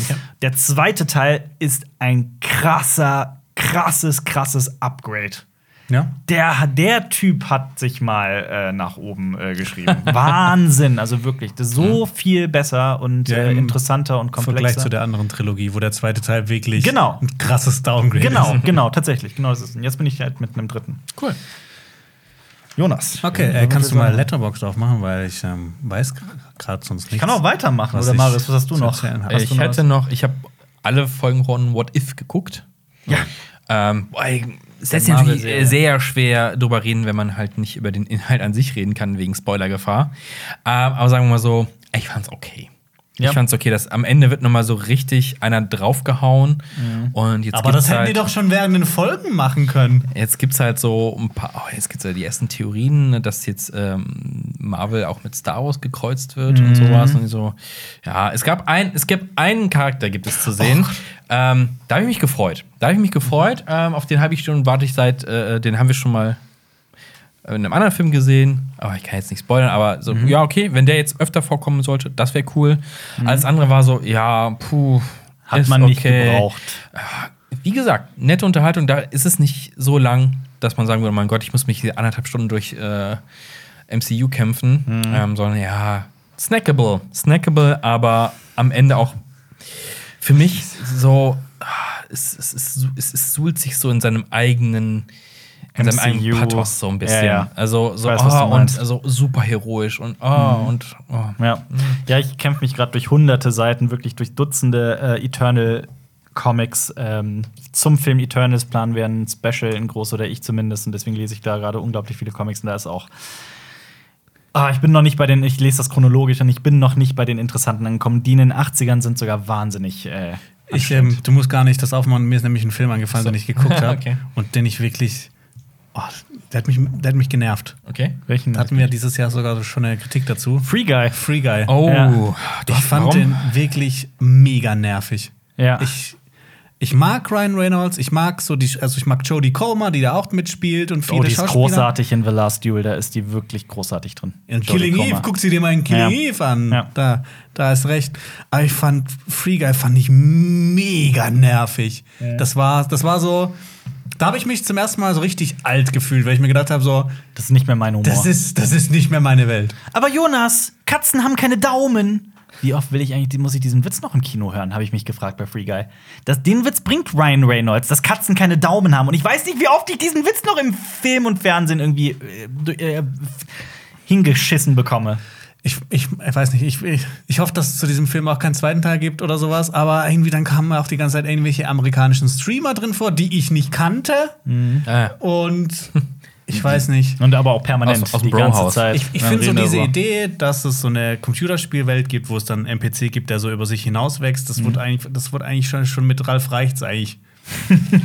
S1: Der zweite Teil ist ein krasser, krasses, krasses Upgrade.
S2: ja?
S1: Der, der Typ hat sich mal äh, nach oben äh, geschrieben. Wahnsinn, also wirklich, das ist so viel besser und
S2: Ja,
S1: äh,
S2: im
S1: interessanter und
S2: Im Vergleich zu
S1: komplexer.
S2: der anderen Trilogie, wo der zweite Teil wirklich
S1: Genau.
S2: ein krasses Downgrade
S1: Genau,
S2: ist.
S1: genau, tatsächlich, genau das ist. es. Und jetzt bin ich halt mit einem dritten.
S3: Cool.
S1: Jonas.
S2: Okay, äh, kannst du mal Letterboxd aufmachen, weil ich ähm, weiß gerade sonst nichts.
S1: Ich kann auch weitermachen,
S2: Was
S1: oder
S2: ich
S1: Marius, was hast du
S2: zu
S1: noch?
S2: erzählen habe.
S1: Hast du
S3: ich
S1: noch
S3: hätte noch, ich habe alle Folgen von What If geguckt.
S1: Ja.
S3: Ähm, boah, ey, es ist
S1: Die
S3: natürlich
S1: Marvel-Serie.
S3: äh, sehr schwer drüber reden, wenn man halt nicht über den Inhalt an sich reden kann, wegen Spoilergefahr. Ähm, aber sagen wir mal so, ich fand's okay.
S1: Ja.
S3: Ich fand's okay, dass am Ende wird nochmal so richtig einer draufgehauen. Und jetzt
S2: Mhm. Aber
S3: gibt's
S2: das hätten
S3: halt,
S2: die doch schon während den Folgen machen können.
S3: Jetzt gibt's halt so ein paar, oh, jetzt gibt's ja die ersten Theorien, ne, dass jetzt ähm, Marvel auch mit Star Wars gekreuzt wird
S1: Mhm.
S3: und sowas. Und so, ja, es gab ein, es gibt einen Charakter, gibt es zu sehen. ähm, da habe ich mich gefreut. Da habe ich mich gefreut. Ähm, auf den habe ich schon, warte ich seit, äh, den haben wir schon mal äh, in einem anderen Film gesehen, aber ich kann jetzt nicht spoilern, aber so,
S1: Mhm.
S3: ja, okay, wenn der jetzt öfter vorkommen sollte, das wäre cool. Alles andere war so, ja, puh.
S1: Hat
S3: ist
S1: man nicht gebraucht.
S3: Wie gesagt, nette Unterhaltung, da ist es nicht so lang, dass man sagen würde, mein Gott, ich muss mich hier anderthalb Stunden durch äh, MCU kämpfen,
S1: Mhm.
S3: ähm, sondern ja, snackable, snackable, aber am Ende auch für mich so, ah, es, es, es, es, es suhlt sich so in seinem eigenen, in seinem eigenen
S1: MCU.
S3: Pathos so ein bisschen.
S1: Ja, ja.
S3: Also so,
S1: Ich weiß, was
S3: ah,
S1: du
S3: und
S1: meinst. Mhm.
S3: so super heroisch und ah, und oh.
S1: Ja, ja ich kämpfe mich gerade durch hunderte Seiten, wirklich durch Dutzende äh, Eternal Comics. Ähm, zum Film Eternals planen wir ein Special in groß oder ich zumindest. Und deswegen lese ich da gerade unglaublich viele Comics und da ist auch. Ah, ich bin noch nicht bei den, ich lese das chronologisch und ich bin noch nicht bei den interessanten angekommen. Die in den 80ern sind sogar wahnsinnig. Äh,
S2: Ich, ähm, du musst gar nicht das aufmachen. Mir ist nämlich ein Film angefallen, den ich geguckt habe
S3: Okay.
S2: und den ich wirklich. Oh, der, hat mich, der hat mich genervt.
S3: Okay.
S1: welchen?
S2: Da hatten wir dieses Jahr sogar schon eine Kritik dazu.
S1: Free Guy.
S2: Free Guy.
S3: Oh,
S1: Ja.
S3: du
S2: ich
S3: hast-
S2: fand
S3: warum?
S2: den wirklich mega nervig.
S1: Ja.
S2: Ich, Ich mag Ryan Reynolds, ich mag so die, also ich mag Jodie Comer, die da auch mitspielt und viele
S1: Oh, die ist
S2: Schauspieler.
S1: großartig in The Last Duel, da ist die wirklich großartig drin.
S2: In
S1: Jodie
S2: Killing Eve,
S1: Comer.
S2: guck sie dir mal in
S1: Ja.
S2: Killing Eve an.
S1: Ja.
S2: Da, da ist recht. Aber ich fand Free Guy fand ich mega nervig. Das war, das war so. Da habe ich mich zum ersten Mal so richtig alt gefühlt, weil ich mir gedacht habe so,
S1: Das ist nicht mehr mein Humor.
S2: das ist, das ist nicht mehr meine Welt.
S1: Aber Jonas, Katzen haben keine Daumen. Wie oft will ich eigentlich, muss ich diesen Witz noch im Kino hören, habe ich mich gefragt bei Free Guy. Das, den Witz bringt Ryan Reynolds, dass Katzen keine Daumen haben. Und ich weiß nicht, wie oft ich diesen Witz noch im Film und Fernsehen irgendwie äh, du- äh, f- hingeschissen bekomme.
S2: Ich, ich, ich weiß nicht, ich, ich, ich hoffe, dass es zu diesem Film auch keinen zweiten Teil gibt oder sowas, aber irgendwie dann kamen auch die ganze Zeit irgendwelche amerikanischen Streamer drin vor, die ich nicht kannte.
S1: Hm.
S3: Äh,
S2: Und ich weiß nicht.
S1: Und aber auch permanent
S3: Aus- aus dem
S1: die ganze
S3: Bro-Haus.
S1: Zeit.
S2: Ich, ich
S3: Ja,
S2: finde so
S3: reden wir
S2: diese
S3: darüber.
S2: Idee, dass es so eine Computerspielwelt gibt, wo es dann einen NPC gibt, der so über sich hinauswächst, das
S1: Mhm.
S2: wurde eigentlich, das wurde eigentlich schon, schon mit Ralf Reichts eigentlich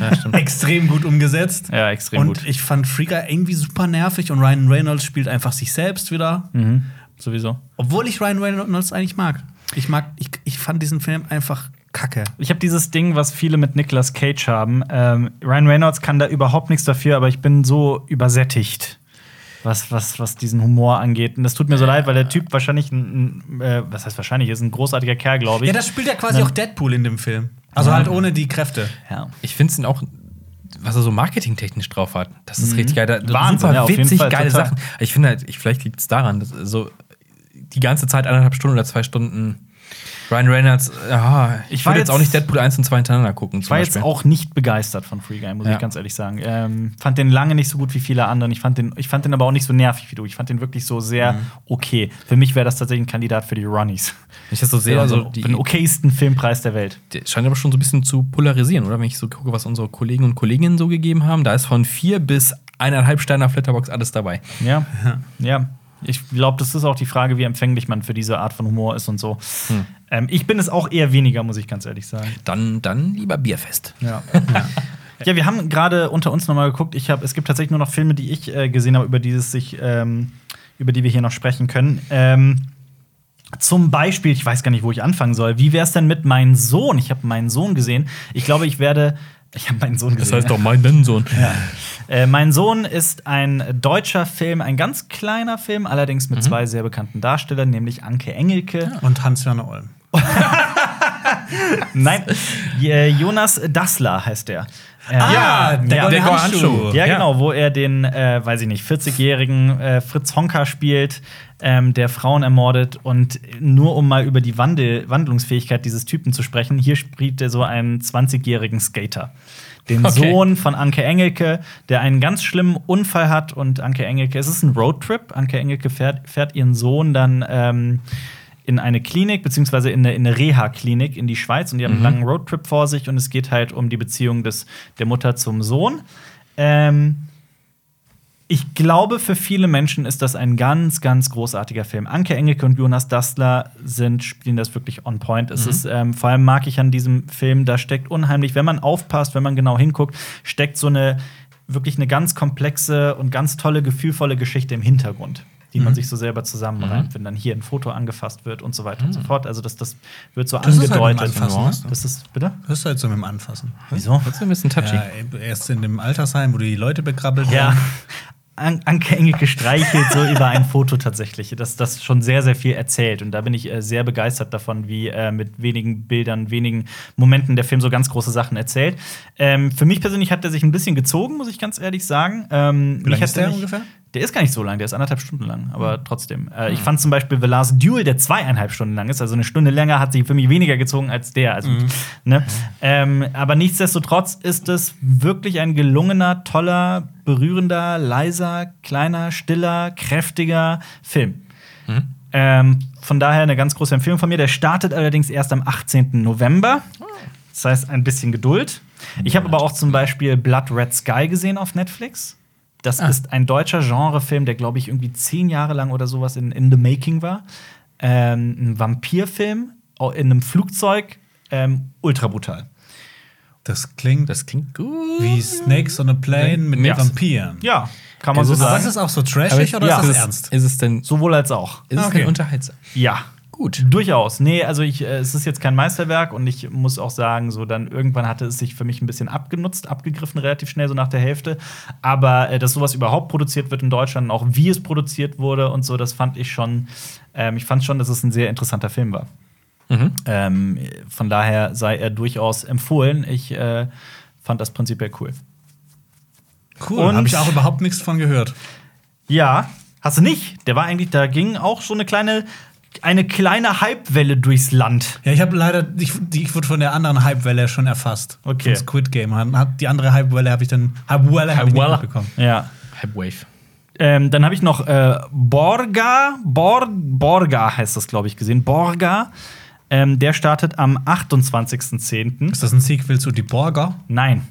S3: ja, stimmt.
S2: extrem gut umgesetzt.
S1: ja, extrem
S2: und ich fand Freaker irgendwie super nervig und Ryan Reynolds spielt einfach sich selbst wieder.
S1: Mhm. Sowieso.
S2: Obwohl ich Ryan Reynolds eigentlich mag. Ich mag, ich, ich fand diesen Film einfach kacke.
S1: Ich habe dieses Ding, was viele mit Nicolas Cage haben. Ähm, Ryan Reynolds kann da überhaupt nichts dafür, aber ich bin so übersättigt, was, was, was diesen Humor angeht. Und das tut mir so leid, weil der Typ wahrscheinlich ein, ein äh, was heißt wahrscheinlich, ist ein großartiger Kerl, glaube ich.
S2: Ja, das spielt ja quasi auch Deadpool in dem Film. Also
S1: Ja.
S2: halt ohne die Kräfte.
S1: Ja.
S3: Ich finde es auch, was er so marketingtechnisch drauf hat. Das ist richtig geil. Da,
S1: Wahnsinn,
S3: super
S1: ja, auf jeden
S3: witzig,
S1: Fall,
S3: geile
S1: total.
S3: Sachen. Ich finde halt, ich, vielleicht liegt es daran, dass so die ganze Zeit eineinhalb Stunden oder zwei Stunden Ryan Reynolds, ja, ich,
S1: Ich war
S3: würde jetzt
S1: jetzt-
S3: auch nicht Deadpool 1 und 2 hintereinander gucken.
S1: Ich war jetzt auch nicht begeistert von Free Guy, muss
S3: Ja.
S1: ich ganz ehrlich sagen. Ähm, fand den lange nicht so gut wie viele anderen. Ich fand den, ich fand den aber auch nicht so nervig wie du. Ich fand den wirklich so sehr
S3: Mhm.
S1: okay. Für mich wäre das tatsächlich ein Kandidat für die Runnies.
S3: Wenn ich das so sehe,
S1: Der
S3: also
S1: so
S3: die,
S1: den okaysten Filmpreis der Welt.
S3: der scheint aber schon so ein bisschen zu polarisieren, oder? Wenn ich so gucke, was unsere Kollegen und Kolleginnen so gegeben haben, da ist von vier bis eineinhalb Sterne auf Letterbox alles dabei.
S1: Ja, ja. Ich glaube, das ist auch die Frage, wie empfänglich man für diese Art von Humor ist und so. Ähm, ich bin es auch eher weniger, muss ich ganz ehrlich sagen.
S3: Dann, dann lieber Bierfest.
S1: Ja. ja, wir haben gerade unter uns nochmal geguckt. Ich habe, es gibt tatsächlich nur noch Filme, die ich äh, gesehen habe, über die es sich, ähm, über die wir hier noch sprechen können. Ähm, zum Beispiel, ich weiß gar nicht, wo ich anfangen soll. Wie wäre es denn mit meinem Sohn? Ich habe meinen Sohn gesehen. Ich glaube, ich werde. Ich habe meinen Sohn gesehen.
S3: doch mein Sohn.
S1: Äh, mein Sohn ist ein deutscher Film, ein ganz kleiner Film, allerdings
S2: Mhm.
S1: mit zwei sehr bekannten Darstellern, nämlich Anke Engelke.
S2: Und Hans-Werner Olm.
S1: Nein, äh, Jonas Dassler heißt der. Ähm,
S2: Ah, der
S1: ja.
S2: goldene
S3: der goldene
S2: Handschuh.
S3: Handschuh.
S1: Ja,
S3: Ja.
S1: genau, wo er den, äh, weiß ich nicht, 40-jährigen äh, Fritz Honka spielt, ähm, der Frauen ermordet. Und nur um mal über die Wandel Wandlungsfähigkeit dieses Typen zu sprechen, hier spielt er so einen 20-jährigen Skater. Den
S3: Okay.
S1: Sohn von Anke Engelke, der einen ganz schlimmen Unfall hat. Und Anke Engelke, es ist ein Roadtrip. Anke Engelke fährt, fährt ihren Sohn dann. Ähm, in eine Klinik, beziehungsweise in eine, in eine Reha-Klinik in die Schweiz und die haben einen langen Roadtrip vor sich und es geht halt um die Beziehung des, der Mutter zum Sohn. Ähm, ich glaube, für viele Menschen ist das ein ganz, ganz großartiger Film. Anke Engelke und Jonas Dastler sind, spielen das wirklich on point.
S2: Mhm.
S1: Es ist, ähm, vor allem mag ich an diesem Film, da steckt unheimlich, wenn man aufpasst, wenn man genau hinguckt, steckt so eine wirklich eine ganz komplexe und ganz tolle, gefühlvolle Geschichte im Hintergrund, die
S2: Mhm.
S1: man sich so selber zusammenreimt, wenn dann hier ein Foto angefasst wird und so weiter und so fort. Also, das, das wird so
S2: Mhm. Das ist halt
S1: angedeutet.
S2: im Anfassen, weißt du?
S1: das ist, bitte?
S2: Das ist halt so mit dem Anfassen.
S1: Wieso?
S3: Das ist ein bisschen touchy.
S2: Ja, erst in dem Altersheim, wo die Leute bekrabbelt
S1: Ja.
S2: werden.
S1: An Anke Engelke streichelt so über ein Foto tatsächlich. Das, das schon sehr, sehr viel erzählt. Und da bin ich äh, sehr begeistert davon, wie äh, mit wenigen Bildern, wenigen Momenten der Film so ganz große Sachen erzählt. Ähm, für mich persönlich hat er sich ein bisschen gezogen, muss ich ganz ehrlich sagen. Ähm, mich
S2: Wie lange
S1: hat
S2: ist
S1: er
S2: der
S1: nicht-
S2: ungefähr? Hm.
S1: Der ist gar nicht so lang, der ist anderthalb Stunden lang, aber trotzdem. Äh, ich fand zum Beispiel The Last Duel, der zweieinhalb Stunden lang ist, also eine Stunde länger, hat sich für mich weniger gezogen als der.
S2: Hm.
S1: Also, ne? ähm, aber nichtsdestotrotz ist es wirklich ein gelungener, toller, berührender, leiser, kleiner, stiller, kräftiger Film.
S2: Hm.
S1: Ähm, von daher eine ganz große Empfehlung von mir. Der startet allerdings erst am 18. November. Das heißt, ein bisschen Geduld. Ich habe aber auch zum Beispiel Blood Red Sky gesehen auf Netflix. Das ist ein deutscher Genrefilm, der, glaube ich, irgendwie zehn Jahre lang oder sowas in, in the making war. Ähm, ein Vampirfilm au- in einem Flugzeug. Ähm, ultra brutal.
S2: Das klingt
S3: Das klingt gut.
S2: wie Snakes on a Plane mit
S3: Ja.
S2: Vampiren.
S1: Ja, kann man so
S2: Aber das
S1: sagen.
S2: ist auch so trashig oder
S1: ja.
S2: ist das
S1: Es
S2: ernst?
S3: Ist es denn,
S1: Sowohl als auch.
S3: ist es
S2: Okay.
S3: denn unterhaltsam?
S1: Ja.
S3: gut.
S1: Durchaus. Nee, also ich, äh, es ist jetzt kein Meisterwerk und ich muss auch sagen, so dann irgendwann hatte es sich für mich ein bisschen abgenutzt, abgegriffen, relativ schnell, so nach der Hälfte. Aber äh, dass sowas überhaupt produziert wird in Deutschland und auch wie es produziert wurde und so, das fand ich schon, ähm, ich fand schon, dass es ein sehr interessanter Film war.
S3: Mhm.
S1: Ähm, von daher sei er durchaus empfohlen. Ich äh, fand das prinzipiell cool.
S2: Cool.
S1: Und-
S2: Habe ich auch überhaupt nichts von gehört.
S1: Ja, hast du nicht? Der war eigentlich, da ging auch so eine kleine, eine kleine Hypewelle durchs Land.
S2: Ja, ich habe leider, ich, die- ich wurde von der anderen Hypewelle schon erfasst.
S1: Okay.
S2: Von Squid Game. Hat, hat, die andere Hypewelle habe ich dann, Hypewelle habe ich nicht
S3: Hypewelle.
S2: mitbekommen.
S1: Ja.
S3: Hypewave.
S1: Ähm, dann habe ich noch äh, Borga, Bor Borga heißt das, glaube ich, gesehen. Borga. Ähm, der startet am 28.10.
S2: Ist das ein Sequel zu Die Borger?
S1: Nein.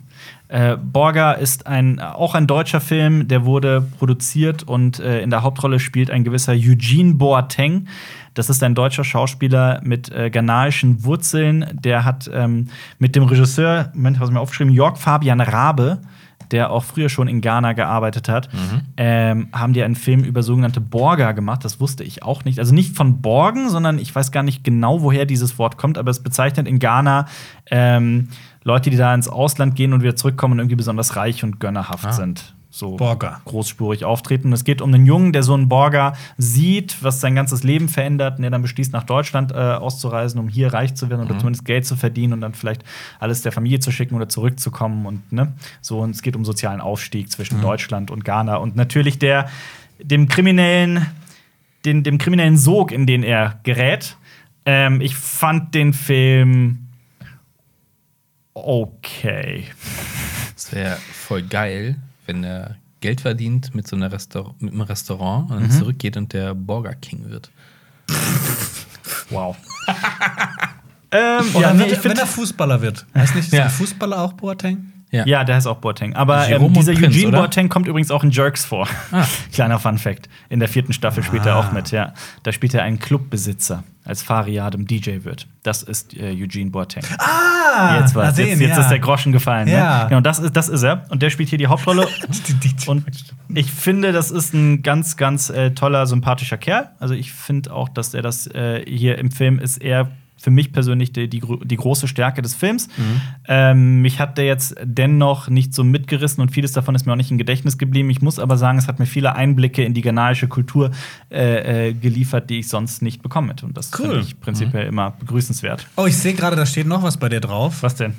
S1: Äh, Borga ist ein, auch ein deutscher Film, der wurde produziert und äh, in der Hauptrolle spielt ein gewisser Eugene Boateng. Das ist ein deutscher Schauspieler mit äh, ghanaischen Wurzeln. Der hat ähm, mit dem Regisseur, Moment, was mir aufgeschrieben, Jörg Fabian Rabe, der auch früher schon in Ghana gearbeitet hat, ähm, haben die einen Film über sogenannte Borger gemacht. Das wusste ich auch nicht. Also nicht von Borgen, sondern ich weiß gar nicht genau, woher dieses Wort kommt, aber es bezeichnet in Ghana ähm, Leute, die da ins Ausland gehen und wieder zurückkommen und irgendwie besonders reich und gönnerhaft sind. So
S2: Borger.
S1: großspurig auftreten. Es geht um einen Jungen, der so einen Borger sieht, was sein ganzes Leben verändert und der dann beschließt, nach Deutschland äh, auszureisen, um hier reich zu werden oder zumindest Geld zu verdienen und dann vielleicht alles der Familie zu schicken oder zurückzukommen und ne, so. Und es geht um sozialen Aufstieg zwischen Deutschland und Ghana und natürlich der dem kriminellen den, dem kriminellen Sog, in den er gerät. Ähm, ich fand den Film okay.
S3: Das wäre voll geil, wenn er Geld verdient mit so einer Restaur mit einem Restaurant und dann zurückgeht und der Burger King wird.
S1: Wow. ähm,
S2: Oder
S1: ja, nee, ich
S2: wird, wenn
S1: find,
S2: er Fußballer wird. Heißt nicht, ist
S3: Ja.
S2: ein Fußballer auch Boateng?
S1: ja, der heißt auch Boateng. Aber ähm,
S3: Jerome
S1: dieser
S3: und Prinz,
S1: Eugene
S3: oder?
S1: Boateng kommt übrigens auch in Jerks vor.
S3: Ah.
S1: Kleiner Fun Fact. In der vierten Staffel spielt er auch mit, ja. Da spielt er einen Clubbesitzer, als Fariadem DJ wird. Das ist äh, Eugene Boateng.
S2: Ah!
S1: jetzt war's.
S2: na
S1: Jetzt,
S2: sehen,
S1: jetzt
S2: ja.
S1: ist der Groschen gefallen.
S2: Ja.
S1: Ne? Genau, das ist, das ist er. Und der spielt hier die Hauptrolle. Und ich finde, das ist ein ganz, ganz äh, toller, sympathischer Kerl. Also ich finde auch, dass er das äh, hier im Film ist eher für mich persönlich die, die, gro- die große Stärke des Films. Ähm, mich hat der jetzt dennoch nicht so mitgerissen und vieles davon ist mir auch nicht im Gedächtnis geblieben. Ich muss aber sagen, es hat mir viele Einblicke in die ghanaische Kultur äh, äh, geliefert, die ich sonst nicht bekommen hätte. Und das
S2: Cool.
S1: finde ich prinzipiell immer begrüßenswert.
S2: Oh, ich sehe gerade, da steht noch was bei dir drauf.
S1: Was denn?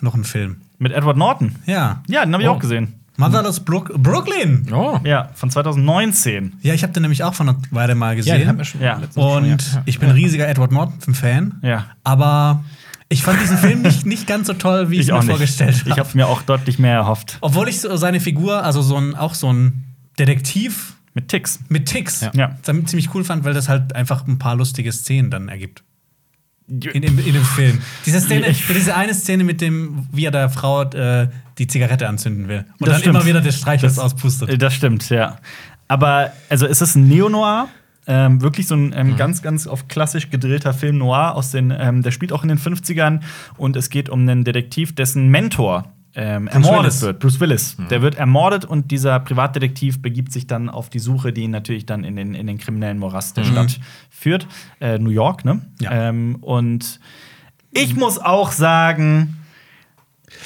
S2: Noch ein Film.
S1: Mit Edward Norton?
S2: Ja.
S1: Ja, den habe ich
S3: Oh.
S1: auch gesehen.
S2: Motherless Brook Brooklyn.
S3: Oh.
S1: Ja, von 2019.
S2: Ja, ich habe den nämlich auch von einer Weile mal
S3: Ja, den haben wir schon
S2: gesehen.
S1: Ja.
S3: letztens schon, ja.
S2: und ich bin ein riesiger Edward Norton-Fan.
S1: Ja.
S2: Aber ich fand diesen Film nicht, nicht ganz so toll, wie ich, mir vorgestellt
S1: Ich
S2: habe.
S1: habe mir auch deutlich mehr erhofft.
S2: Obwohl ich so seine Figur, also so ein, auch so ein Detektiv
S1: Mit Ticks.
S2: mit Ticks,
S3: Ja.
S1: Ja.
S2: damit ziemlich cool fand, weil das halt einfach ein paar lustige Szenen dann ergibt. In, in, in dem Film. Diese, Szene, diese eine Szene mit dem, wie er der Frau äh, die Zigarette anzünden will. Und
S1: Das
S2: dann
S1: stimmt.
S2: immer wieder das Streichholz
S1: Das-
S2: auspustet.
S1: Äh, Das stimmt, ja. Aber also es ist ein Neo-Noir. Ähm, wirklich so ein ähm, ganz, ganz auf klassisch gedrillter Film Noir aus den, ähm, der spielt auch in den 50ern und es geht um einen Detektiv, dessen Mentor ähm, ermordet
S2: Willis.
S1: wird. Bruce Willis. Der wird ermordet und dieser Privatdetektiv begibt sich dann auf die Suche, die ihn natürlich dann in den, in den kriminellen Morast der Stadt führt. Äh, New York, ne?
S2: Ja.
S1: Ähm, und ich muss auch sagen,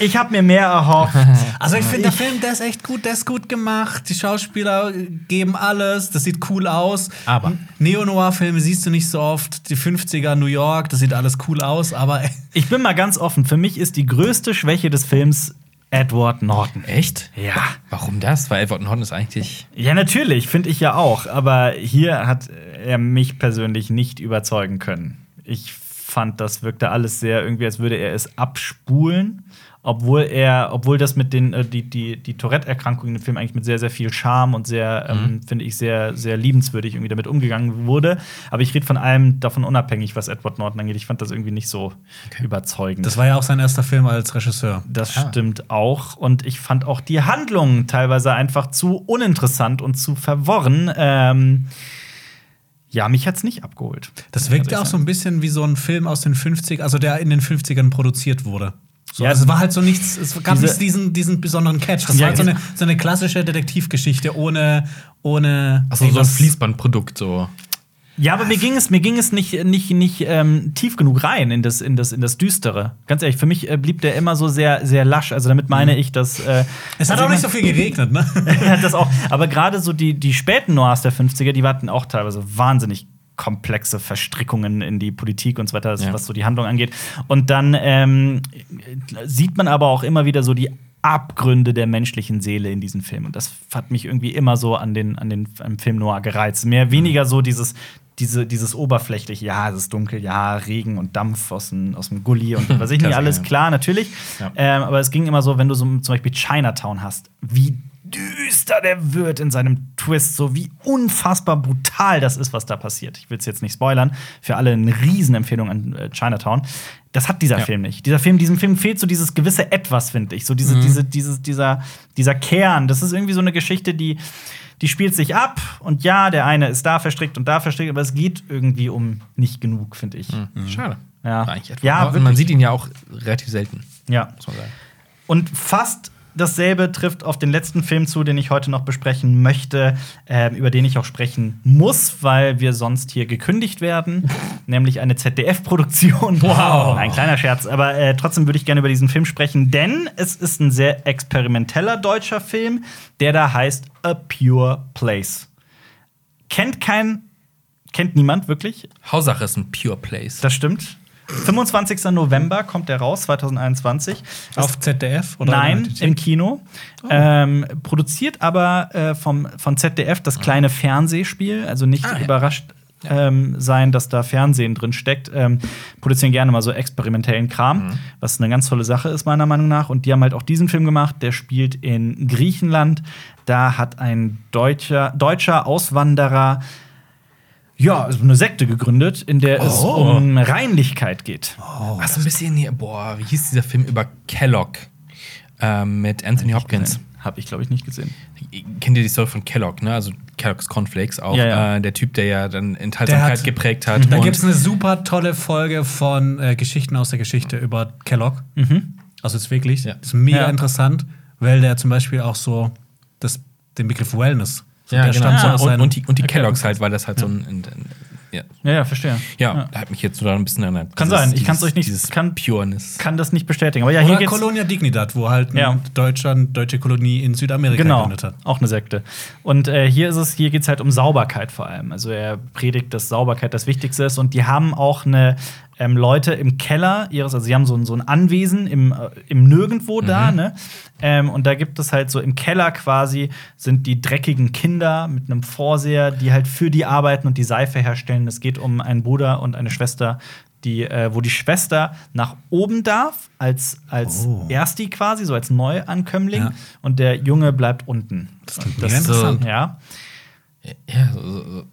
S1: ich habe mir mehr erhofft.
S2: Also ich finde, der Film, der ist echt gut, der ist gut gemacht. Die Schauspieler geben alles, das sieht cool aus.
S3: Aber.
S2: Neo-Noir-Filme siehst du nicht so oft. Die 50er New York, das sieht alles cool aus, aber
S1: Ich bin mal ganz offen. Für mich ist die größte Schwäche des Films Edward Norton.
S3: Echt?
S1: Ja.
S3: Warum das? Weil Edward Norton ist eigentlich.
S1: Ja, natürlich, finde ich ja auch. Aber hier hat er mich persönlich nicht überzeugen können. Ich fand, das wirkte alles sehr irgendwie, als würde er es abspulen. Obwohl er, obwohl das mit den, äh, die, die, die Tourette-Erkrankung in dem Film eigentlich mit sehr, sehr viel Charme und sehr, ähm, finde ich, sehr, sehr liebenswürdig irgendwie damit umgegangen wurde. Aber ich rede von allem davon unabhängig, was Edward Norton angeht. Ich fand das irgendwie nicht so überzeugend.
S2: das war ja auch sein erster Film als Regisseur.
S1: Das
S3: Ah.
S1: stimmt auch. Und ich fand auch die Handlungen teilweise einfach zu uninteressant und zu verworren. Ähm, ja, mich hat's nicht abgeholt.
S2: Das wirkt ja auch so ein bisschen wie so ein Film aus den 50 also der in den 50ern produziert wurde. So,
S1: Ja,
S2: also es war halt so nichts, es gab
S1: diese-
S2: nicht diesen, diesen besonderen Catch. Das
S1: Ja,
S2: war halt so
S1: ja.
S2: eine, so eine klassische Detektivgeschichte ohne. ohne
S3: Achso, so ein
S2: irgendwas-
S3: Fließbandprodukt, so.
S1: Ja, aber
S2: Ah.
S1: mir ging es, mir ging es nicht, nicht, nicht ähm, tief genug rein in das, in, das, in das Düstere. Ganz ehrlich, für mich äh, blieb der immer so sehr, sehr lasch. Also damit meine ich, dass. Äh,
S2: Mhm. Es hat
S1: also
S2: auch nicht so viel geregnet, ne?
S1: Ja, das auch. Aber gerade so die, die späten Noirs der 50er, die hatten auch teilweise wahnsinnig komplexe Verstrickungen in die Politik und so weiter,
S3: Ja.
S1: was so die Handlung angeht. Und dann ähm, sieht man aber auch immer wieder so die Abgründe der menschlichen Seele in diesen Filmen. Und das hat mich irgendwie immer so an den, an den am Film Noir gereizt.
S3: Mhm.
S1: Mehr weniger so dieses. Diese, dieses oberflächliche, ja, es ist dunkel, ja, Regen und Dampf aus dem, aus dem Gully und was ich nicht
S3: Klassiker,
S1: alles,
S3: ja.
S1: klar, natürlich.
S3: Ja.
S1: Ähm, aber es ging immer so, wenn du so zum Beispiel Chinatown hast, wie düster der wird in seinem Twist, so wie unfassbar brutal das ist, was da passiert. Ich will es jetzt nicht spoilern. Für alle eine Riesenempfehlung an äh, Chinatown. Das hat dieser
S3: Ja.
S1: Film nicht. Dieser Film, diesem Film fehlt so dieses gewisse Etwas, finde ich. So
S3: Mhm.
S1: diese, diese, dieses, dieser, dieser Kern. Das ist irgendwie so eine Geschichte, die, die spielt sich ab und ja, der eine ist da verstrickt und da verstrickt, aber es geht irgendwie um nicht genug, finde ich.
S3: Mhm. Schade.
S1: Ja.
S3: Eigentlich etwa.
S1: Ja,
S3: Aber man
S1: wirklich.
S3: sieht ihn ja auch relativ selten,
S1: Ja.
S3: muss man sagen.
S1: Und fast dasselbe trifft auf den letzten Film zu, den ich heute noch besprechen möchte, ähm, über den ich auch sprechen muss, weil wir sonst hier gekündigt werden, nämlich eine ZDF-Produktion.
S3: Wow.
S1: Ein kleiner Scherz, aber äh, trotzdem würde ich gerne über diesen Film sprechen, denn es ist ein sehr experimenteller deutscher Film, der da heißt A Pure Place. Kennt kein, kennt niemand wirklich,
S3: Haussache ist ein Pure Place.
S1: das stimmt. 25. November kommt der raus, 2021.
S2: Auf ZDF oder?
S1: Nein, im Kino. Ähm, produziert aber äh, vom, von ZDF das kleine Fernsehspiel. Also nicht
S3: Ah, ja.
S1: überrascht ähm, sein, dass da Fernsehen drin steckt. Ähm, produzieren gerne mal so experimentellen Kram, was eine ganz tolle Sache ist, meiner Meinung nach. Und die haben halt auch diesen Film gemacht. Der spielt in Griechenland. Da hat ein deutscher, deutscher Auswanderer. Ja, also eine Sekte gegründet, in der es
S3: Oh.
S1: um Reinlichkeit geht.
S3: Oh, Was ein bisschen hier, boah, wie hieß dieser Film über Kellogg ähm, mit Anthony Hopkins?
S1: Habe ich, glaube ich, nicht gesehen.
S3: Kennt ihr die Story von Kellogg, ne? Also Kellogg's Cornflakes auch.
S1: Ja, ja. Mhm.
S3: Äh, der Typ, der ja dann
S2: Der
S3: Enthaltsamkeit
S2: hat-
S3: geprägt hat.
S2: Da
S3: und-
S2: gibt es eine super tolle Folge von äh, Geschichten aus der Geschichte über Kellogg. Also ist wirklich,
S3: Mhm. Ja.
S2: ist mega
S1: Ja.
S2: interessant, weil der zum Beispiel auch so das, den Begriff Wellness. So
S3: ja,
S2: der
S3: genau.
S2: stammt so aus
S3: und,
S2: seinem-
S3: und die, und die Kelloggs halt, weil das halt so ein. ein, ein ja.
S1: Ja, ja, verstehe.
S3: Ja, hat mich jetzt so ein bisschen erinnert.
S1: Kann sein, ich kann's euch nicht-
S3: Dieses
S1: kann-
S3: Pureness.
S1: kann das nicht bestätigen. Aber ja, hier
S2: Oder
S1: geht's
S2: Colonia Dignidad, wo halt ein
S1: Ja.
S2: deutscher, eine deutsche Kolonie in Südamerika
S1: genau,
S2: gegründet hat.
S1: auch eine Sekte. Und äh, hier ist es, hier geht's halt um Sauberkeit vor allem. Also er predigt, dass Sauberkeit das Wichtigste ist. Und die haben auch eine ähm, Leute im Keller ihres, also sie haben so ein, so ein Anwesen im, äh, im Nirgendwo
S2: Mhm.
S1: da, ne? Ähm, und da gibt es halt so im Keller quasi sind die dreckigen Kinder mit einem Vorseher, die halt für die arbeiten und die Seife herstellen. Es geht um einen Bruder und eine Schwester, die, äh, wo die Schwester nach oben darf, als, als
S2: Oh.
S1: Ersti quasi, so als Neuankömmling,
S2: Ja.
S1: und der Junge bleibt unten.
S2: Das klingt
S1: Das
S2: mega
S1: ist
S2: interessant.
S1: Ja.
S3: Ja, so, so,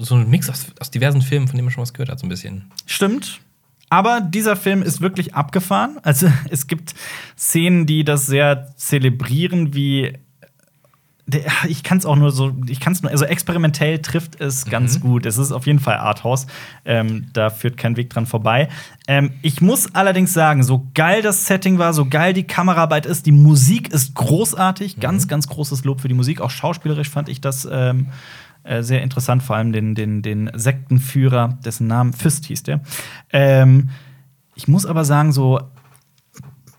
S3: so ein Mix aus, aus diversen Filmen, von dem man schon was gehört hat, so ein bisschen.
S1: Stimmt. Aber dieser Film ist wirklich abgefahren. Also es gibt Szenen, die das sehr zelebrieren, wie der- ich kann es auch nur so, ich kann es nur, also experimentell trifft es ganz gut. Es ist auf jeden Fall Arthouse. Ähm, da führt kein Weg dran vorbei. Ähm, ich muss allerdings sagen, so geil das Setting war, so geil die Kameraarbeit ist, die Musik ist großartig. Ganz, ganz großes Lob für die Musik. Auch schauspielerisch fand ich das ähm, äh, sehr interessant. Vor allem den, den, den Sektenführer, dessen Namen Fist hieß der. Ähm, ich muss aber sagen, so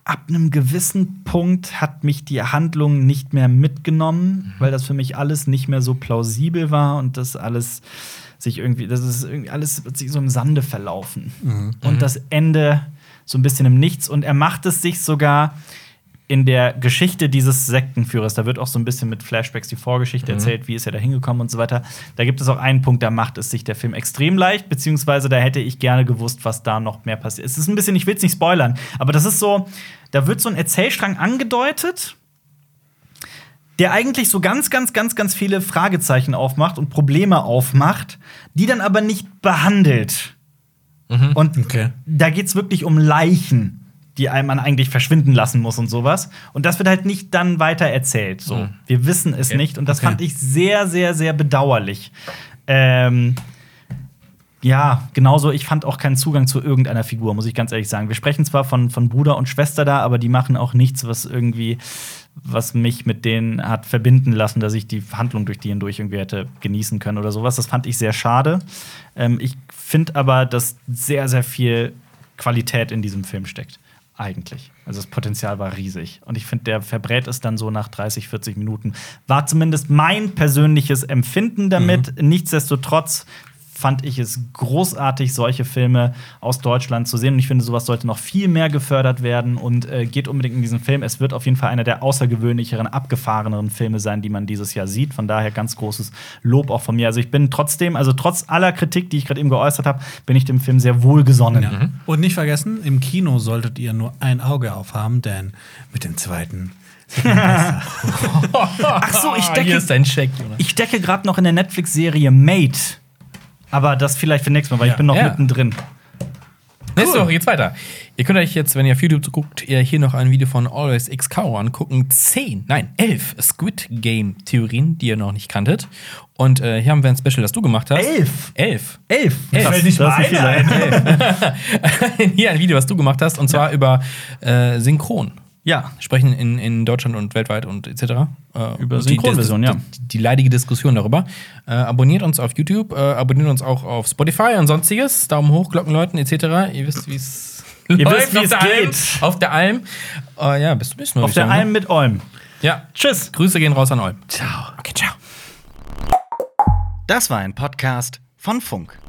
S1: ab einem gewissen Punkt hat mich die Handlung nicht mehr mitgenommen, weil das für mich alles nicht mehr so plausibel war und das alles sich irgendwie, das ist irgendwie alles wird sich so im Sande verlaufen. Und das Ende so ein bisschen im Nichts. Und er macht es sich sogar in der Geschichte dieses Sektenführers, da wird auch so ein bisschen mit Flashbacks die Vorgeschichte erzählt, wie ist er da hingekommen und so weiter. Da gibt es auch einen Punkt, da macht es sich der Film extrem leicht, beziehungsweise da hätte ich gerne gewusst, was da noch mehr passiert. Es ist ein bisschen, ich will es nicht spoilern, aber das ist so, da wird so ein Erzählstrang angedeutet, der eigentlich so ganz, ganz, ganz, ganz viele Fragezeichen aufmacht und Probleme aufmacht, die dann aber nicht behandelt. Und
S2: Okay.
S1: da geht es wirklich um Leichen, die einem man eigentlich verschwinden lassen muss und sowas. Und das wird halt nicht dann weiter erzählt. So. Wir wissen es nicht. Und das
S2: Okay.
S1: fand ich sehr, sehr, sehr bedauerlich. Ähm, ja, genauso, ich fand auch keinen Zugang zu irgendeiner Figur, muss ich ganz ehrlich sagen. Wir sprechen zwar von, von Bruder und Schwester da, aber die machen auch nichts, was irgendwie, was mich mit denen hat verbinden lassen, dass ich die Handlung durch die hindurch irgendwie hätte genießen können oder sowas. Das fand ich sehr schade. Ähm, ich finde aber, dass sehr, sehr viel Qualität in diesem Film steckt. Eigentlich. Also das Potenzial war riesig. Und ich finde, der verbrät es dann so nach 30, 40 Minuten. War zumindest mein persönliches Empfinden damit. Nichtsdestotrotz fand ich es großartig, solche Filme aus Deutschland zu sehen. Und ich finde, sowas sollte noch viel mehr gefördert werden und äh, geht unbedingt in diesen Film. Es wird auf jeden Fall einer der außergewöhnlicheren, abgefahreneren Filme sein, die man dieses Jahr sieht. Von daher ganz großes Lob auch von mir. Also ich bin trotzdem, also trotz aller Kritik, die ich gerade eben geäußert habe, bin ich dem Film sehr wohlgesonnen.
S3: Mhm.
S2: Und nicht vergessen, im Kino solltet ihr nur ein Auge aufhaben, denn mit dem zweiten.
S1: Ach so, ich
S3: Ah, Hier
S1: decke,
S3: ist dein Scheck, Jonas.
S1: ich decke gerade noch in der Netflix-Serie Mate. Aber das vielleicht für nächstes Mal, weil ich bin noch
S3: Ja.
S1: mittendrin.
S3: Cool. Nächste Woche geht's weiter. Ihr könnt euch jetzt, wenn ihr auf YouTube guckt, ihr hier noch ein Video von Always X Cow angucken. Zehn, nein, elf Squid Game Theorien, die ihr noch nicht kanntet. Und äh, hier haben wir ein Special, das du gemacht hast.
S1: Elf?
S3: Elf.
S1: Elf.
S3: Elf.
S1: Das, nicht das ist nicht viel.
S3: hier ein Video, was du gemacht hast, und zwar über äh, Synchron.
S1: Ja,
S3: Sprechen in, in Deutschland und weltweit und etc. Äh,
S1: Über
S3: und die-
S1: Synchronversion,
S3: die-
S1: ja.
S3: Die, die leidige Diskussion darüber. Äh, abonniert uns auf YouTube, äh, abonniert uns auch auf Spotify und sonstiges. Daumen hoch, Glockenläuten etc. Ihr wisst, wie es
S1: Ihr wisst,
S3: läuft
S1: wie
S3: auf
S1: es
S3: der Alm.
S1: geht.
S3: Auf der Alm. Äh, ja, bis zum nächsten Mal.
S1: auf
S3: würd ich
S1: der
S3: sagen,
S1: Alm mit Olm.
S3: ne? Ja.
S1: Tschüss.
S3: Grüße gehen raus an euch. Ciao. Okay, ciao.
S1: Das war ein Podcast von Funk.